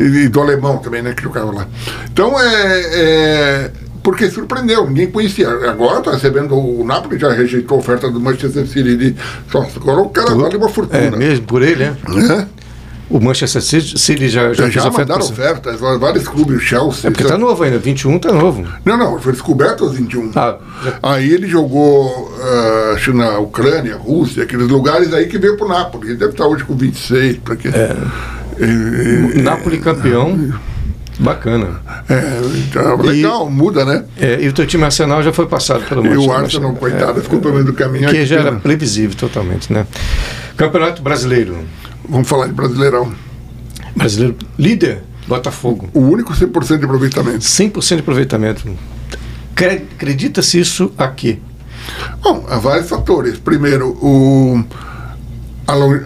S2: E, e do alemão também, né, que jogava lá. Então, é, é, Porque surpreendeu, ninguém conhecia. Agora está recebendo o Napoli, já rejeitou a oferta do Manchester City. De, nossa, agora o cara vale uma fortuna.
S1: É mesmo, por ele, né?
S2: Né?
S1: O Manchester City, City já, já,
S2: Já,
S1: fez oferta.
S2: mandaram
S1: pro-
S2: ofertas, vários clubes, o
S1: É
S2: Chelsea.
S1: porque tá novo ainda, 21 tá novo.
S2: Não, não, foi descoberto aos 21.
S1: Ah, já-
S2: Aí ele jogou ah, acho na Ucrânia, Rússia, aqueles lugares aí que veio pro Nápoles. Ele deve estar hoje com 26, para quê? É, é,
S1: Nápoles campeão, bacana.
S2: é, então, legal, muda, né?
S1: É, e o teu time Arsenal já foi passado pelo
S2: E
S1: Manchester.
S2: o Arsenal,
S1: É,
S2: coitado, ficou pelo meio do caminho
S1: Que
S2: aqui,
S1: já era
S2: né?
S1: previsível totalmente, né? Campeonato Brasileiro.
S2: Vamos falar de Brasileirão.
S1: Brasileiro líder, Botafogo.
S2: O único 100% de aproveitamento.
S1: 100% de aproveitamento. Cre- Acredita-se isso aqui.
S2: Bom, há vários fatores. Primeiro, o, a, lon-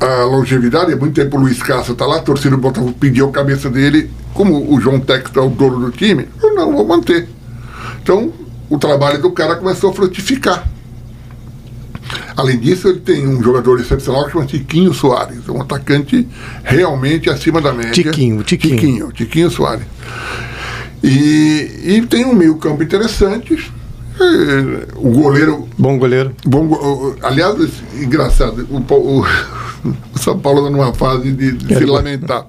S2: a longevidade, há muito tempo o Luiz Castro está lá, a torcida do Botafogo pediu a cabeça dele, como o João Texto é o dono do time, eu não vou manter. Então, o trabalho do cara começou a frutificar. Além disso, ele tem um jogador excepcional que chama Tiquinho Soares, um atacante realmente acima da média.
S1: Tiquinho, Tiquinho.
S2: Tiquinho, Tiquinho Soares. E, e tem um meio campo interessante. É, o goleiro.
S1: Bom goleiro.
S2: Bom, go- aliás, engraçado, o, Pa- o- o São Paulo está numa fase de, de se lamentar.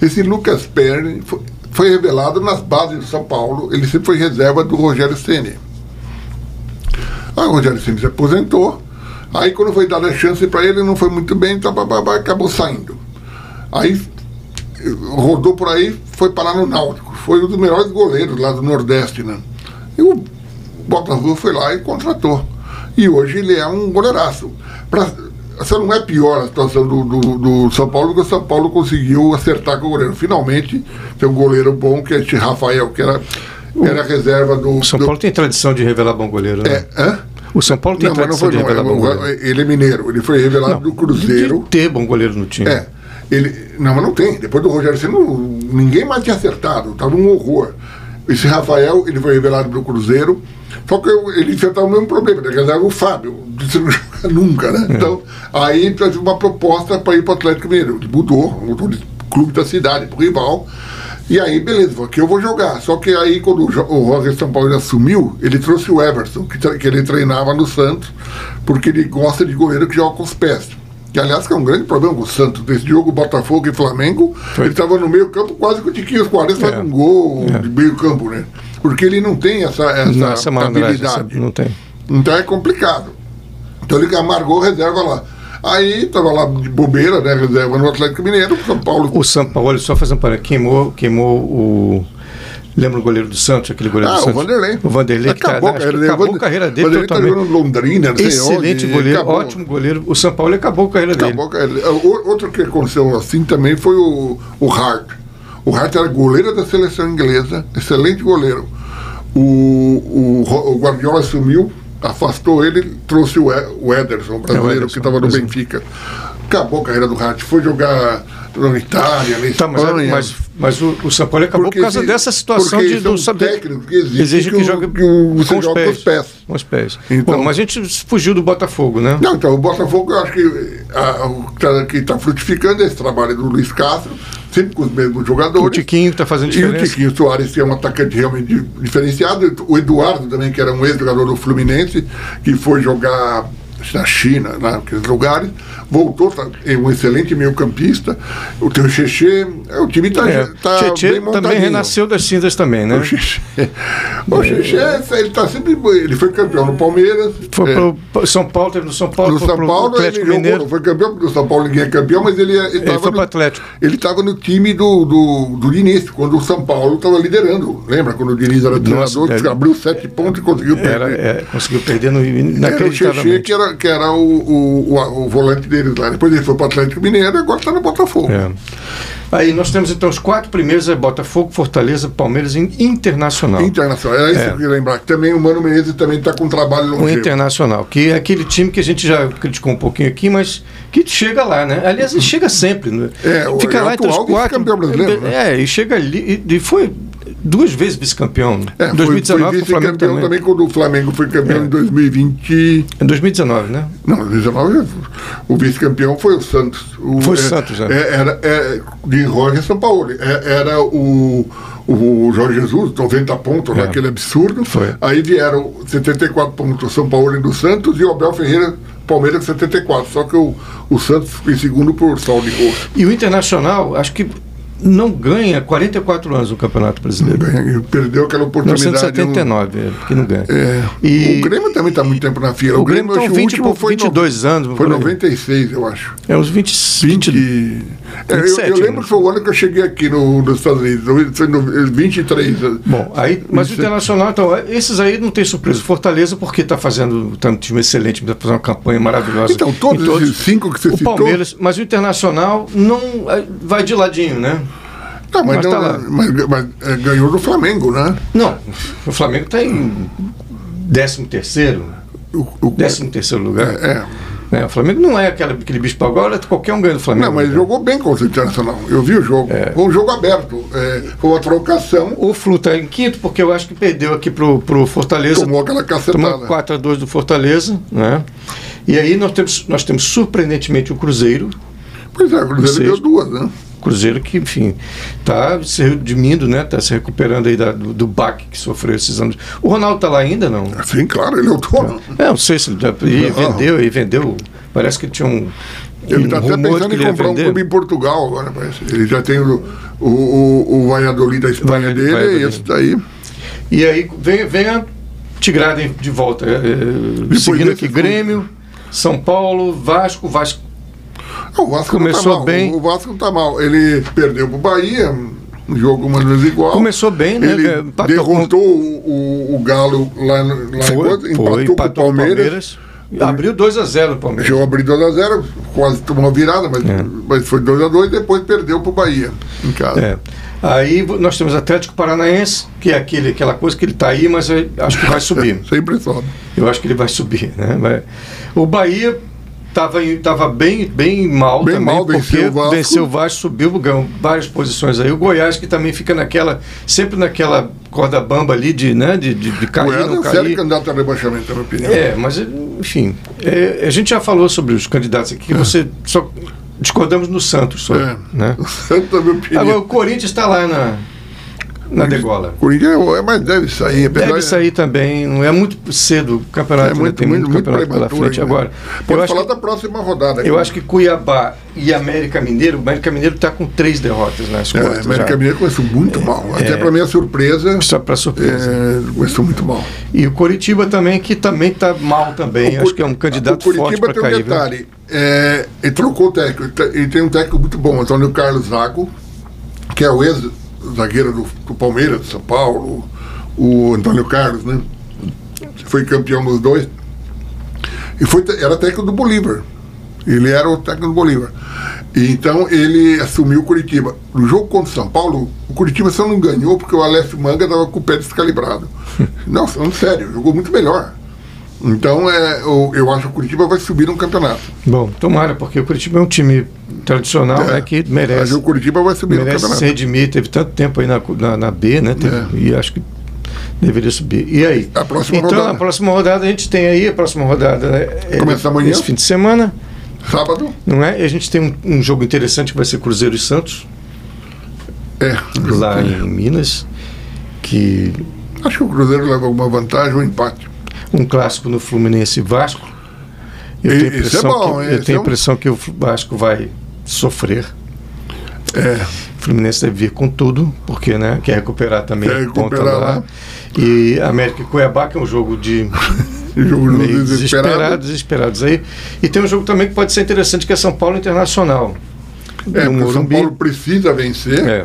S2: Esse Lucas Perni foi, foi revelado nas bases do São Paulo, ele sempre foi reserva do Rogério Ceni. Aí Ah, o Rogério Ceni se aposentou, aí quando foi dada a chance para ele, não foi muito bem, tá, pá, pá, pá, acabou saindo. Aí rodou por aí, foi parar no Náutico. Foi um dos melhores goleiros lá do Nordeste, né? E o Botafogo foi lá e contratou. E hoje ele é um goleiraço. Pra, essa não é pior a situação do, do, do São Paulo, porque o São Paulo conseguiu acertar com o goleiro. Finalmente, tem um goleiro bom, que é esse Rafael, que era, era reserva do.
S1: O São
S2: do-
S1: Paulo tem tradição de revelar bom goleiro, né?
S2: É, hã?
S1: O São Paulo tem
S2: Não, mas não
S1: tradição
S2: foi
S1: de revelar
S2: não.
S1: bom
S2: Ele,
S1: goleiro.
S2: ele é mineiro. Ele foi revelado do Cruzeiro.
S1: De ter bom goleiro no time.
S2: É. Ele, não, mas não tem. Depois do Rogério Ceni, não- ninguém mais tinha acertado. Tava um horror. Esse Rafael, ele foi revelado pelo Cruzeiro. Só que eu- ele enfrentava o mesmo problema, né? Quer dizer, o Fábio, disse não joga nunca, né? Então, aí teve uma proposta para ir para o Atlético Mineiro. Ele mudou, mudou de clube da cidade, para o rival. E aí, beleza, falou, aqui eu vou jogar. Só que aí, quando o Jo- o Roger São Paulo assumiu, ele trouxe o Everson, que, tre- que ele treinava no Santos, porque ele gosta de goleiro que joga com os pés. Que, aliás, que é um grande problema com o Santos. Desse jogo, Botafogo e Flamengo, ele estava no meio campo quase com o Tiquinho Soares faz
S1: É.
S2: um gol de meio campo, né? Porque ele não tem essa, essa,
S1: Não, essa malandragem, essa-
S2: habilidade.
S1: não tem.
S2: Então é complicado. Então ele amargou a reserva lá. Aí estava lá de bobeira, né? Reserva no Atlético Mineiro, São Paulo.
S1: O São Paulo, só fazendo para queimou, queimou o. Lembra o goleiro do Santos, aquele goleiro
S2: Ah,
S1: do
S2: o
S1: Santos?
S2: Vanderlei.
S1: O Vanderlei, que
S2: acabou,
S1: tá,
S2: a
S1: acho que
S2: carreira,
S1: acabou
S2: dele.
S1: a carreira dele
S2: Vanderlei tá
S1: totalmente.
S2: jogando no Londrina, não sei
S1: Excelente
S2: onde,
S1: goleiro,
S2: acabou.
S1: ótimo goleiro. O São Paulo acabou a carreira dele.
S2: Acabou com ele. é, O- Outro que aconteceu assim também foi o, o Hart. O Hart era goleiro da seleção inglesa, excelente goleiro. O, o, Ro- o Guardiola assumiu, afastou ele, trouxe o, E- o Ederson, o brasileiro,
S1: É Ederson,
S2: que estava no
S1: Ederson.
S2: Benfica. Acabou a carreira do Hart. Foi jogar na Itália, na
S1: Tá, mas,
S2: Espanha.
S1: mas, mas o, o São Paulo acabou por causa
S2: exi-
S1: dessa situação
S2: porque
S1: de
S2: isso é um
S1: não saber.
S2: técnico que exige, que, o-
S1: jogue
S2: que o- você
S1: com os
S2: joga
S1: pés.
S2: com os pés.
S1: Com os pés.
S2: Então-
S1: Bom, mas a gente fugiu do Botafogo, né?
S2: Não, então, o Botafogo, eu acho que ah, o que tá- que está frutificando é esse trabalho do Luiz Castro, sempre com os mesmos
S1: o
S2: jogadores.
S1: Tiquinho está fazendo
S2: E o
S1: diferença.
S2: Tiquinho Soares, que é um atacante realmente diferenciado. O Eduardo também, que era um ex-jogador do Fluminense, que foi jogar na China, naqueles lugares, voltou, tá, é um excelente meio-campista. O teu Xexê, é, o time está
S1: É. Tietê
S2: bem montadinho.
S1: também renasceu das cinzas também, né?
S2: O Xexê, o Xexê, ele tá sempre. Ele foi campeão no Palmeiras.
S1: Foi
S2: é,
S1: pro- pro São Paulo, teve no São Paulo,
S2: no
S1: foi
S2: São
S1: pro
S2: Paulo ele
S1: Atlético
S2: jogou,
S1: Mineiro.
S2: não foi campeão, porque o São Paulo ninguém é campeão, mas ele ele
S1: Ele
S2: estava
S1: foi pro
S2: no,
S1: Atlético.
S2: ele tava no time do, do, do Diniz, quando o São Paulo estava liderando. Lembra quando o Diniz era treinador,
S1: é-
S2: que abriu sete pontos e conseguiu
S1: Era,
S2: perder.
S1: é, conseguiu perder no
S2: Era o Xexê,
S1: inacreditavelmente.
S2: que era, que era o, o, o, o volante deles lá. Depois ele foi para o Atlético Mineiro e agora está no Botafogo.
S1: É. Aí nós temos então os quatro primeiros: é Botafogo, Fortaleza, Palmeiras e Internacional.
S2: Internacional. Era isso
S1: É.
S2: que eu queria lembrar. que Também o Mano Menezes também está com um trabalho
S1: O
S2: longevo.
S1: Internacional, que é aquele time que a gente já criticou um pouquinho aqui, mas que chega lá, né? Aliás, ele chega sempre. Né?
S2: É, o-
S1: Fica
S2: é o
S1: lá entre os
S2: atual
S1: quatro.
S2: vice-campeão brasileiro, né?
S1: É, e chega ali. E, e foi duas vezes vice-campeão.
S2: É,
S1: em
S2: foi-
S1: 2019 com
S2: foi
S1: o Flamengo
S2: vice-campeão
S1: também. É.
S2: também. quando o Flamengo foi campeão em 2020.
S1: Em 2019, né?
S2: Não, 2019, o vice-campeão foi o Santos. O,
S1: Foi o
S2: é,
S1: Santos, é.
S2: é, era, é, de Roger São Paulo. É, era o, o Jorge Jesus, 90 pontos,
S1: É.
S2: aquele absurdo.
S1: Foi.
S2: Aí vieram 74 pontos São Paulo e do Santos e o Abel Ferreira, Palmeiras, 74. Só que o, o Santos ficou em segundo por saldo de gols.
S1: E o Internacional, acho que não ganha 44 anos o Campeonato Brasileiro.
S2: Ganha- Perdeu aquela oportunidade.
S1: 1979, é, que não ganha.
S2: um- é.
S1: E-
S2: o Grêmio também está muito tempo na fila.
S1: O Grêmio tá
S2: acho
S1: estão
S2: que
S1: 20
S2: último
S1: por 22 anos.
S2: Foi
S1: por aí.
S2: 96, eu acho.
S1: É uns 20, 20
S2: 20. É, eu- eu,
S1: 27,
S2: lembro
S1: né?
S2: que foi o ano que eu cheguei aqui no, nos Estados Unidos, foi no, eh, 23.
S1: Bom, aí, mas o
S2: Isso.
S1: Internacional, então, esses aí não tem surpresa. O Fortaleza, porque está fazendo tá um time excelente, está fazendo uma campanha maravilhosa.
S2: Então, todos,
S1: em
S2: esses cinco que você
S1: O
S2: citou.
S1: Palmeiras, mas o Internacional não é, vai de ladinho, né?
S2: Tá, mas,
S1: mas
S2: não-
S1: tá lá.
S2: mas- mas, é, ganhou do Flamengo, né?
S1: Não, o Flamengo está em 13 terceiro,
S2: O, o-
S1: 13 terceiro lugar.
S2: é, é.
S1: né? O Flamengo não é aquela, aquele bicho pau. Agora qualquer um ganha do Flamengo.
S2: Não, mas jogou bem contra o Internacional. Eu vi o jogo. Foi um jogo aberto. é, foi uma trocação.
S1: O Flu está em quinto, porque eu acho que perdeu aqui pro, pro Fortaleza.
S2: Tomou tá, né? aquela
S1: Tomou
S2: cacetada.
S1: 4 a 2 do Fortaleza, né? E aí nós temos, nós temos surpreendentemente o Cruzeiro,
S2: Pois é, o Cruzeiro
S1: Seis.
S2: deu duas, né?
S1: Cruzeiro que, enfim, está se redimindo, né? Está se recuperando aí da- do, do baque que sofreu esses anos. O Ronaldo está lá ainda, não?
S2: Sim, claro, ele é o dono.
S1: É, não sei se ele tá- e vendeu, e vendeu. Parece que tinha um.
S2: Ele
S1: um
S2: está até
S1: rumor
S2: pensando
S1: que
S2: em
S1: ele ia
S2: comprar um
S1: vender.
S2: clube em Portugal agora, parece. Ele já tem o, o, o, o Valladolid da Espanha
S1: Valladolid,
S2: dele
S1: Valladolid.
S2: e esse daí.
S1: E aí vem, vem a Tigrada de volta. eh, eh, seguindo
S2: desses
S1: aqui,
S2: clubes.
S1: Grêmio, São Paulo, Vasco, Vasco.
S2: Não, o Vasco não
S1: Começou
S2: tá mal.
S1: bem.
S2: O Vasco não tá mal. Ele perdeu pro Bahia, um jogo mais ou menos igual.
S1: Começou bem, né?
S2: Ele
S1: Empatou
S2: derrotou o, o- o Galo lá, no- lá em Goiás, empatou com o
S1: com
S2: Palmeiras.
S1: Abriu 2x0 o Palmeiras.
S2: Chegou a abrir 2x0, quase tomou uma virada, mas,
S1: É.
S2: mas foi 2x2 e depois perdeu pro Bahia em casa.
S1: É. Aí vo- nós temos Atlético Paranaense, que é aquele, aquela coisa que ele está aí, mas eu acho que vai subir.
S2: Sempre sobe.
S1: Eu acho que ele vai subir, né? Vai- O Bahia estava tava bem, bem mal
S2: Bem
S1: também,
S2: mal,
S1: porque
S2: venceu o Vasco.
S1: venceu o Vasco, subiu, ganhou várias posições aí. O Goiás que também fica naquela, sempre naquela corda bamba ali de, né, de, de, de cair,
S2: Goiás é
S1: não
S2: um sério
S1: cair.
S2: candidato a rebaixamento, na minha opinião.
S1: É, mas enfim, é, a gente já falou sobre os candidatos aqui, você só discordamos no Santos, só,
S2: É.
S1: né?
S2: O Santos, na minha opinião.
S1: Agora o Corinthians está lá na, na degola.
S2: O Corinthians é, mas deve sair. apesar
S1: Deve
S2: de-
S1: sair também, não é muito cedo o campeonato,
S2: É
S1: ainda
S2: muito,
S1: tem muito,
S2: muito, muito
S1: campeonato pela
S2: prematuro
S1: frente
S2: ainda.
S1: agora.
S2: Pode
S1: eu acho
S2: falar
S1: que
S2: da próxima rodada. né?
S1: Eu acho que Cuiabá e América Mineiro, o América Mineiro está com três derrotas nas
S2: É,
S1: costas.
S2: a América
S1: já.
S2: Mineiro começou muito mal. Até
S1: é.
S2: para minha surpresa,
S1: Só para surpresa.
S2: é, começou muito mal.
S1: E o Coritiba também, que também está mal também.
S2: O
S1: Acho que é um candidato
S2: o
S1: forte
S2: Curitiba
S1: para
S2: tem
S1: cair.
S2: um detalhe. É, ele trocou o técnico. ele te- Ele tem um técnico muito bom, Antônio Carlos Zago, que é o ex-zagueiro do, do Palmeiras, de São Paulo. O Antônio Carlos, né? Foi campeão dos dois. E foi, te- era técnico do Bolívar. Ele era o técnico do Bolívar. E então ele assumiu o Curitiba. No jogo contra o São Paulo, o Curitiba só não ganhou porque o Aleph Manga estava com o pé descalibrado. não, falando sério, jogou muito melhor. Então é, eu, eu acho que o Curitiba vai subir no campeonato.
S1: Bom, tomara, porque o Curitiba é um time tradicional
S2: É.
S1: né, que
S2: Acho que
S1: merece,
S2: o Curitiba vai subir no
S1: merece se
S2: campeonato.
S1: redimir. Teve tanto tempo aí na, na, na B, né? teve-
S2: É.
S1: E acho que deveria subir. E aí?
S2: A próxima
S1: então,
S2: rodada.
S1: a próxima rodada a gente tem aí, a próxima rodada é, é
S2: Começa amanhã?
S1: esse fim de semana,
S2: Sábado?
S1: não é? E a gente tem um, um jogo interessante que vai ser Cruzeiro e Santos.
S2: É.
S1: lá em Minas, que
S2: Acho que o Cruzeiro leva alguma vantagem, um empate.
S1: um clássico no Fluminense e Vasco. Eu tenho
S2: E-
S1: a
S2: isso é
S1: impressão,
S2: bom,
S1: que,
S2: hein?
S1: eu
S2: Isso é
S1: tenho a
S2: um-
S1: impressão que o Vasco vai sofrer.
S2: É.
S1: O Fluminense deve vir com tudo, porque né, quer recuperar também
S2: Quer
S1: a ponta
S2: recuperar né?
S1: lá.
S2: lá.
S1: E América e Cuiabá, que é um jogo de
S2: Jogo do
S1: meio
S2: desesperado.
S1: desesperado, desesperados aí. E tem um jogo também que pode ser interessante, que é São Paulo Internacional.
S2: É,
S1: no
S2: porque o São
S1: Morumbi.
S2: Paulo precisa vencer
S1: É.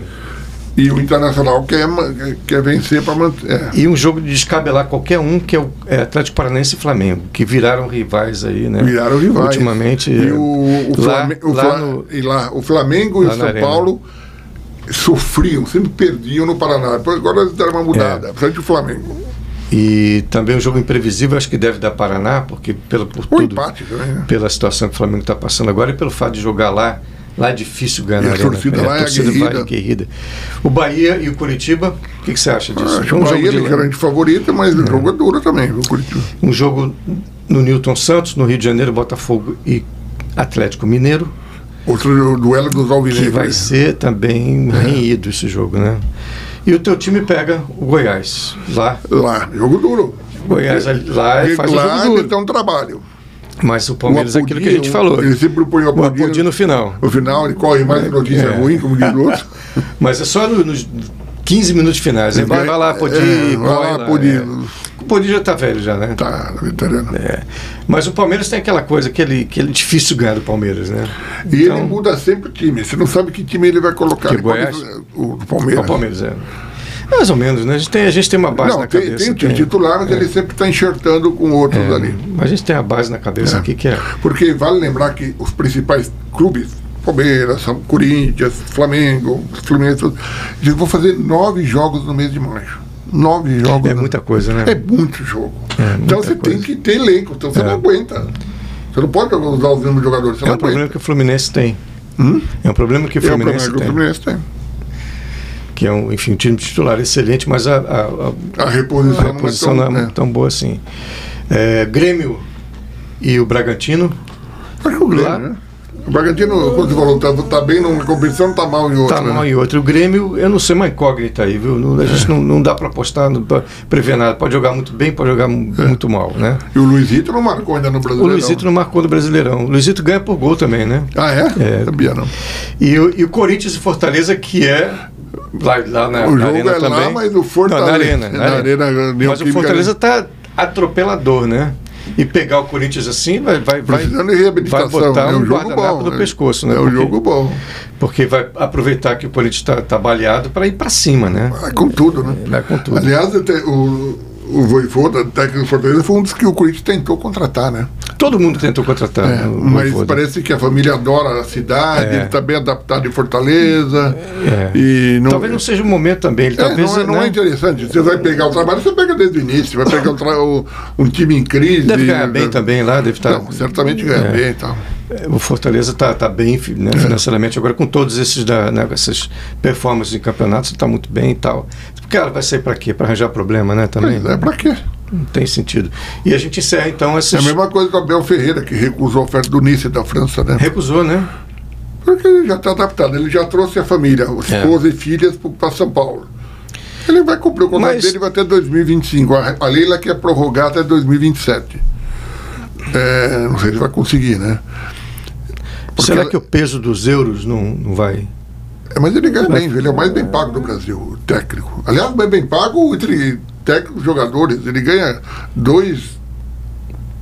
S2: e o Internacional quer, ma- quer vencer para manter. É.
S1: E um jogo de descabelar qualquer um, que é o é, Atlético Paranaense e Flamengo, que viraram rivais aí, né?
S2: Viraram rivais.
S1: Ultimamente.
S2: E
S1: é,
S2: o, o,
S1: lá-
S2: Flame- o
S1: lá
S2: Fla-
S1: no-
S2: e lá, o Flamengo e
S1: Lá
S2: o
S1: na
S2: São
S1: Arena.
S2: Paulo sofriam, sempre perdiam no Paraná. Depois Agora eles deram uma
S1: É.
S2: mudada, frente do Flamengo.
S1: E também um jogo imprevisível, acho que deve dar Paraná, porque pelo, por
S2: Ou
S1: tudo,
S2: empate também, né?
S1: pela situação que o Flamengo está passando agora e pelo fato de jogar lá, lá é difícil ganhar
S2: E a
S1: na arena, né?
S2: torcida
S1: cara.
S2: lá é
S1: lá
S2: aguerrida.
S1: aguerrida. O Bahia e o Curitiba, o que, que você acha disso?
S2: Acho que o Bahia é
S1: um de-
S2: grande favorito, mas o jogo é duro também, viu, Curitiba?
S1: um jogo no Newton Santos, no Rio de Janeiro, Botafogo e Atlético Mineiro,
S2: Outro duelo dos
S1: que vai
S2: alvinegros.
S1: ser também renhido esse jogo, né? E o teu time pega o Goiás. Lá,
S2: Lá, jogo duro.
S1: Goiás lá
S2: Porque
S1: faz o
S2: lá
S1: jogo duro.
S2: então um trabalho.
S1: Mas o
S2: O
S1: Palmeiras é aquilo que a
S2: Apodi,
S1: gente falou.
S2: Ele sempre põe o
S1: O Apodi
S2: Apodi
S1: no final.
S2: no final, ele corre mais notícia
S1: É.
S2: ruim, como diz o outro.
S1: Mas é só no- nos 15 minutos finais. né? Vai, vai lá, Apodi.
S2: É,
S1: corre
S2: vai lá,
S1: lá,
S2: Apodi.
S1: é. O Apodi já tá velho já, né?
S2: Tá, veterano.
S1: É. Mas o Palmeiras tem aquela coisa, aquele, aquele difícil ganhar do Palmeiras, né?
S2: E
S1: Então-
S2: ele muda sempre o time. Você não sabe que time ele vai colocar.
S1: Que
S2: Ele pode-
S1: Goiás?
S2: o do Palmeiras.
S1: O Palmeiras é. Mais ou menos, né? A gente tem, a gente tem uma base
S2: Não,
S1: na
S2: tem,
S1: cabeça.
S2: tem o time titular, mas ele sempre está enxertando com outros
S1: É,
S2: ali.
S1: mas a gente tem a base na cabeça aqui que é.
S2: Porque vale lembrar que os principais clubes, Palmeiras, São Corinthians, Flamengo, Fluminense, todos, eles vão fazer nove jogos no mês de março. Nove jogos.
S1: É
S2: no-
S1: muita coisa, né?
S2: É muito jogo.
S1: É, muita
S2: então você
S1: coisa.
S2: tem que ter elenco, então você não aguenta. Você não pode usar os mesmos jogadores, você
S1: É
S2: não
S1: um problema
S2: aguenta.
S1: que o Fluminense tem.
S2: Hum?
S1: É um problema que o
S2: É o problema
S1: Fluminense
S2: que o
S1: tem.
S2: Fluminense tem.
S1: Que é um, enfim, um time titular excelente, mas a, a- a-
S2: A reposição,
S1: a reposição não é,
S2: né?
S1: tão boa assim. É, Grêmio e o Bragantino.
S2: é. Acho que o Grêmio,
S1: Lá-
S2: né? O Bragantino, quando você falou, tá, tá bem numa competição, tá mal em outra.
S1: Tá mal
S2: né?
S1: e outro. O Grêmio, eu não sei, uma incógnita aí, viu? Não- a gente não, não dá para apostar, não pra prever nada. Pode jogar muito bem, pode jogar mu- muito mal, né?
S2: E o Luizito não marcou ainda no
S1: É. O
S2: Brasileirão.
S1: Luizito não marcou do Brasileirão. O Luizito ganha por gol também, né?
S2: Ah, é?
S1: É.
S2: Sabia, não.
S1: E, o- e o Corinthians e Fortaleza, que é lá, lá na,
S2: O
S1: na
S2: jogo
S1: Arena
S2: é
S1: também.
S2: lá, mas o
S1: Não,
S2: Fortaleza.
S1: na Arena.
S2: na
S1: É, na Arena.
S2: Arena,
S1: Mas o
S2: Neoquímica
S1: Fortaleza tá atropelador, né? E pegar o Corinthians assim vai, vai, vai,
S2: Precisando de reabilitação.
S1: vai botar
S2: é
S1: um
S2: um jogo
S1: guardanapo
S2: bom.
S1: no
S2: né?
S1: pescoço, né?
S2: É um
S1: Porque-
S2: jogo bom.
S1: porque vai aproveitar que o Corinthians está tá baleado para ir para cima, né?
S2: É com tudo, né?
S1: Vai com tudo.
S2: Aliás, até o, o Voivoda, técnico do Fortaleza, foi um dos que o Corinthians tentou contratar, né?
S1: Todo mundo tentou contratar.
S2: É,
S1: né, o
S2: mas
S1: Voivoda.
S2: parece que a família adora a cidade,
S1: É.
S2: ele está bem adaptado em Fortaleza.
S1: É.
S2: E não,
S1: Talvez não seja o momento também. Ele
S2: É,
S1: talvez
S2: não, é, não
S1: né,
S2: é interessante. Você vai pegar o trabalho, você pega desde o início, vai pegar o tra- o- um time em crise.
S1: deve ganhar bem também lá, deve estar.
S2: né? Não, certamente ganha
S1: É.
S2: bem e tal.
S1: O Fortaleza está tá bem fi-
S2: É.
S1: né, financeiramente agora com todos esses da, né, com essas performances em campeonatos, está muito bem e tal. Cara, vai sair para quê? Para arranjar problema, né? Também
S2: Mas é pra quê?
S1: não tem sentido. E a gente encerra então
S2: É a
S1: esses.
S2: mesma coisa com o Abel Ferreira, que recusou a oferta do Nice da França, né?
S1: Recusou, né?
S2: Porque ele já está adaptado, ele já trouxe a família,
S1: É.
S2: esposa e filhas para São Paulo. Ele vai cumprir o contrato
S1: Mas-
S2: dele vai até 2025. A, a Leila quer prorrogar até 2027. É, não sei se vai conseguir, né? Porque
S1: Será
S2: ela-
S1: que o peso dos euros não, não vai.
S2: É, mas ele ganha bem, ele é o mais bem pago do Brasil, o técnico. Aliás, mais bem pago entre técnicos e jogadores. Ele ganha dois-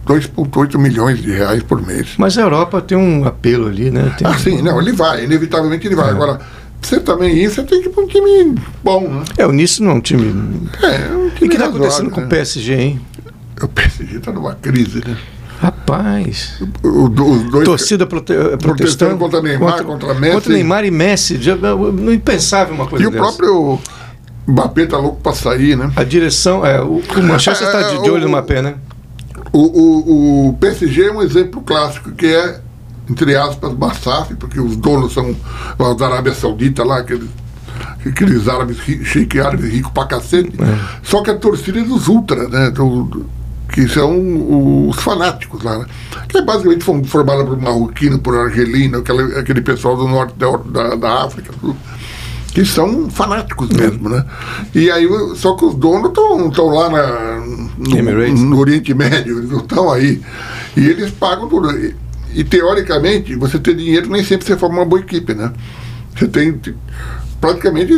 S2: 2,8 milhões de reais por mês.
S1: Mas a Europa tem um apelo ali, né? Tem-
S2: Ah, sim, não, ele vai, inevitavelmente
S1: É.
S2: ele vai. Agora, você também ir, você tem que ir para um time bom, né?
S1: É, o Nice não é um time.
S2: É, um
S1: E o
S2: time
S1: que está
S2: razoável,
S1: acontecendo com
S2: né?
S1: o PSG, hein?
S2: O PSG está numa crise, né?
S1: Rapaz.
S2: O- o- os dois.
S1: Torcida prote eh, protestando
S2: contra Neymar, contra Messi.
S1: Contra Neymar e Messi. Já, não é impensável uma coisa
S2: E o
S1: dessa.
S2: próprio Mbappé tá louco para sair, né?
S1: A direção. É, o, o Manchester está de, de olho numa pé, né?
S2: O, o, o PSG é um exemplo clássico, que é, entre aspas, Massaf, porque os donos são lá da Arábia Saudita, lá, aqueles, aqueles árabes, ri- chique árabes ricos pra cacete. Só que a torcida é dos ultras, né? do- do- que são os fanáticos lá, né? Que é basicamente fom- formada por marroquino, por argelino, aquele, aquele pessoal do norte da, Euro- da, da África, tudo. que são fanáticos mesmo, né? E aí, o- só que os donos estão lá na, no-
S1: Emirates.
S2: no Oriente Médio, eles não estão aí. E eles pagam tudo. E, e, teoricamente, você ter dinheiro nem sempre você forma uma boa equipe, né? Você tem te- praticamente,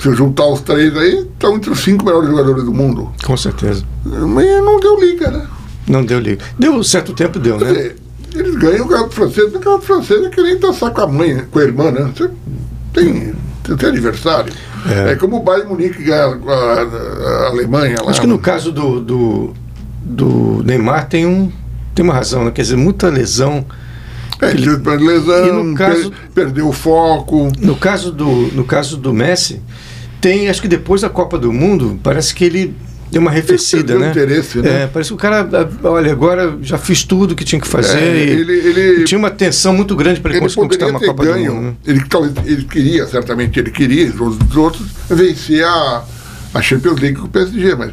S2: se eu juntar os três aí, estão entre os cinco melhores jogadores do mundo.
S1: Com certeza.
S2: Mas não deu liga, né?
S1: Não deu liga. Deu certo tempo, deu,
S2: Quer
S1: né?
S2: dizer, Eles ganham o campeonato francês, mas o campeonato francês é que nem dançar com a mãe, né? com a irmã, né? Você tem, você tem aniversário.
S1: É.
S2: É. como o Bayern Munique ganha com a, a Alemanha lá.
S1: Acho que no caso do, do, do Neymar tem um. Tem uma razão, né? Quer dizer, muita lesão.
S2: É, ele teve lesão,
S1: E no caso-
S2: per- perdeu o foco.
S1: No caso do, no caso do Messi, tem, acho que depois da Copa do Mundo, parece que ele deu uma arrefecida,
S2: Ele perdeu
S1: né?
S2: o interesse, né?
S1: É, parece que o cara, ah, olha, agora já fiz tudo que tinha que fazer.
S2: É,
S1: e-
S2: ele- ele-
S1: e tinha uma tensão muito grande para ele,
S2: Ele
S1: conseguir conquistar
S2: poderia
S1: uma
S2: ter
S1: Copa
S2: ganho.
S1: do Mundo. né?
S2: Ele, talvez, ele queria, certamente, ele queria, os os outros, vencer a, a Champions League com o PSG, mas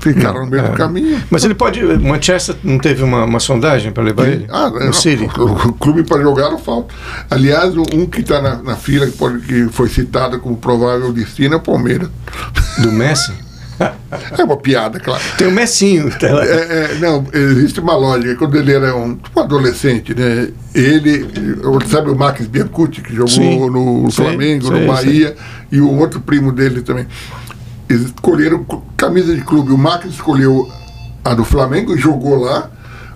S2: ficaram no meio
S1: É.
S2: do caminho.
S1: Mas ele pode. Manchester não teve uma, uma sondagem para levar ele?
S2: Ah,
S1: no
S2: não,
S1: City.
S2: o o clube para jogar não falta. Aliás, um- um que está na, na fila, que, pode- que foi citado como provável destino, é o Palmeiras.
S1: Do Messi?
S2: É uma piada, claro.
S1: Tem o Messinho. tá lá.
S2: É, é, não, existe uma lógica. Quando ele era um, tipo, adolescente, né? Ele, sabe o Max Biancucci, que jogou
S1: Sim.
S2: no
S1: Sei,
S2: Flamengo,
S1: sei,
S2: no Bahia, e o outro primo dele também. Eles escolheram cu- camisa de clube. O Max escolheu a do Flamengo e jogou lá.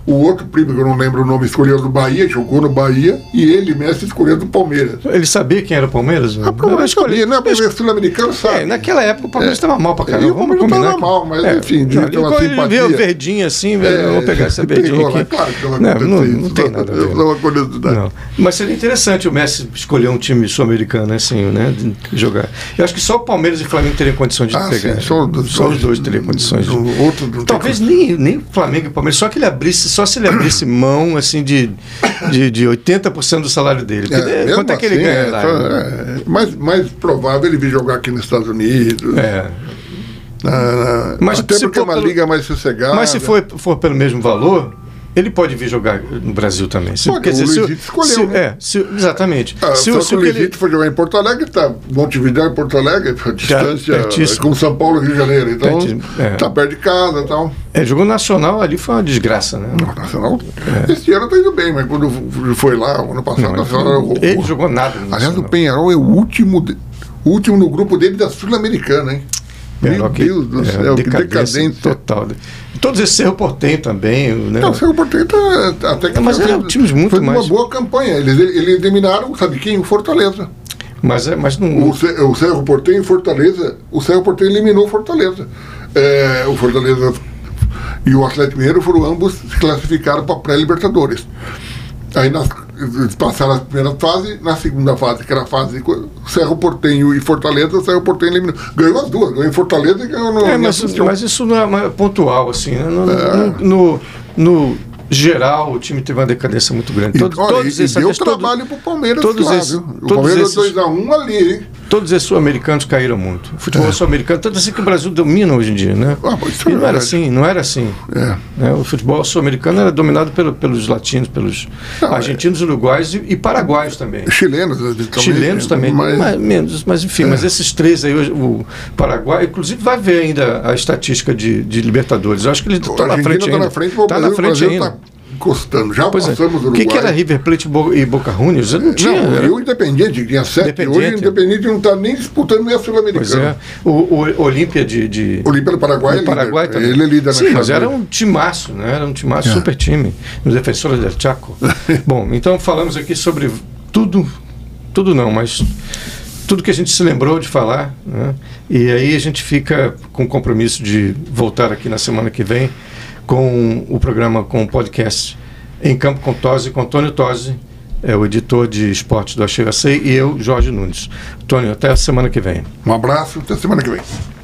S2: O outro primo, que eu não lembro o nome, escolheu a do Bahia, jogou no Bahia. E ele, Messi, escolheu a do Palmeiras.
S1: Ele sabia quem era o Palmeiras? Ah,
S2: Eu escolhi, né? Porque sul-americano sabe.
S1: É, naquela época o Palmeiras
S2: É.
S1: estava mal pra
S2: E
S1: caramba.
S2: o
S1: Vamos
S2: Palmeiras
S1: combinar. É.
S2: tava mal, mas, enfim, devia
S1: não,
S2: ter uma
S1: ele- ele veio
S2: simpatia. É,
S1: verdinha assim, velho. eu vou pegar essa verdinha
S2: pegou
S1: aqui.
S2: lá, é Claro que
S1: não,
S2: vai
S1: não,
S2: acontecer isso.
S1: não tem nada a ver.
S2: É uma curiosidade.
S1: Não. Mas seria interessante o Messi escolher um time sul-americano assim, né? De jogar. Eu acho que só o Palmeiras e o Flamengo teriam condições de
S2: Ah,
S1: pegar.
S2: sim, só os dois.
S1: Só os dois teriam condições. de-
S2: O outro não tem
S1: Talvez nem, nem o Flamengo e o Palmeiras, só que ele abrisse, só se ele abrisse mão assim de, de, de 80% do salário dele. Porque, eh,
S2: mesmo
S1: quanto é que ele
S2: assim,
S1: ganha
S2: é,
S1: lá?
S2: só- é, mais, mais provável ele vir jogar aqui nos Estados Unidos.
S1: É.
S2: na- na-
S1: Mas
S2: até
S1: se
S2: porque é
S1: for
S2: uma
S1: pelo-
S2: liga mais sossegada.
S1: Mas se for, for pelo mesmo valor, Ele pode vir jogar no Brasil também. Se,
S2: Pode,
S1: quer
S2: o
S1: dizer, se,
S2: Luizito escolheu,
S1: se-
S2: né?
S1: é, se- exatamente.
S2: Ah,
S1: se,
S2: só
S1: o- se
S2: que o
S1: o que ele-
S2: Legito foi jogar em Porto Alegre, tá Montevidéu e Porto Alegre, a distância
S1: pertíssimo.
S2: é como São Paulo e Rio de Janeiro. Então,
S1: Pertíssimo, é.
S2: tá perto de casa e tal.
S1: é, jogou no nacional ali foi uma desgraça, né?
S2: O Nacional,
S1: É.
S2: esse ano tá indo bem, mas quando foi lá, o ano passado, o Nacional era o-
S1: Ele
S2: o-
S1: jogou nada. No
S2: Aliás, o
S1: Nacional.
S2: Penharol é o último, de- o último no grupo dele da Sul-Americana, hein? Meu
S1: Penharol que-
S2: Deus do
S1: é,
S2: céu, que
S1: decadência
S2: decadente.
S1: total. Todos esses erros portem também, né?
S2: Não, o Cerro Porteiro tá- até que
S1: Mas
S2: fez-
S1: eram times muito
S2: fez
S1: mais-
S2: uma boa campanha. Eles, eles eliminaram, sabe quem? O Fortaleza.
S1: mas é, mas não
S2: O, Ce- o Cerro Porteiro e Fortaleza. O Cerro Porteiro eliminou o Fortaleza. É, o Fortaleza e o Atlético Mineiro foram ambos se classificaram para pré-Libertadores. Aí nas, eles passaram a primeira fase, na segunda fase, que era a fase co- Cerro Portenho e Fortaleza, o Cerro Portenho eliminou. Ganhou as duas, ganhou em Fortaleza e É. ganhou no.
S1: É,
S2: na
S1: mas,
S2: Assunção.
S1: mas isso não é mais pontual, assim. né? No, no- no- no geral, o time teve uma decadência muito grande.
S2: E,
S1: Todo-
S2: olha,
S1: todos
S2: e, e
S1: esses,
S2: deu
S1: aliás, todo-
S2: trabalho pro Palmeiras
S1: todos
S2: lá,
S1: esses-
S2: viu? O
S1: todos
S2: Palmeiras
S1: esses-
S2: 2x1 ali, hein?
S1: todos esses sul-americanos caíram muito. O futebol sul-americano, tanto assim que o Brasil domina hoje em dia, né?
S2: É. Ah, mas isso
S1: e
S2: é
S1: não era
S2: verdade.
S1: assim, não era assim.
S2: É.
S1: né? O futebol sul-americano era dominado pelo- pelos latinos, pelos
S2: Não, é.
S1: argentinos, uruguaios e, e paraguaios também.
S2: Chilenos, às vezes, também,
S1: Chilenos
S2: né?
S1: também,
S2: Mas, É.
S1: mas menos, mas enfim, mas esses três aí, hoje, o Paraguai, inclusive vai ver ainda a estatística de, de Libertadores. Eu acho que ele
S2: a
S1: está Tá na
S2: Argentina
S1: frente
S2: está
S1: ainda.
S2: na frente, o
S1: Tá na
S2: Brasil,
S1: frente
S2: Brasil
S1: ainda.
S2: está encostando. Já
S1: Pois é.
S2: passamos o
S1: O
S2: Uruguai.
S1: que, que era River Plate e Bo- e Boca Juniors? Eu Não tinha. né?
S2: Não,
S1: era-
S2: e o Independiente, que tinha sete. Hoje o
S1: Independiente.
S2: Independiente não está nem disputando nem a
S1: Pois é.
S2: Sul-Americana.
S1: O, o Olímpia de, de
S2: O Olímpia do Paraguai,
S1: do
S2: é
S1: Paraguai
S2: líder.
S1: também.
S2: Ele é líder
S1: Sim,
S2: na
S1: mas
S2: chave.
S1: era um timaço, né? Era um timaço,
S2: É.
S1: super time. Os defensores del Chaco. Bom, então falamos aqui sobre tudo, tudo não, mas tudo que a gente se lembrou de falar, né? E aí a gente fica com o compromisso de voltar aqui na semana que vem com o programa, com o podcast Em Campo com Tosi, com Antônio Tosi, é o editor de esportes do Achei Acei, e eu, Jorge Nunes. Antônio, até a semana que vem.
S2: Um abraço, até semana que vem.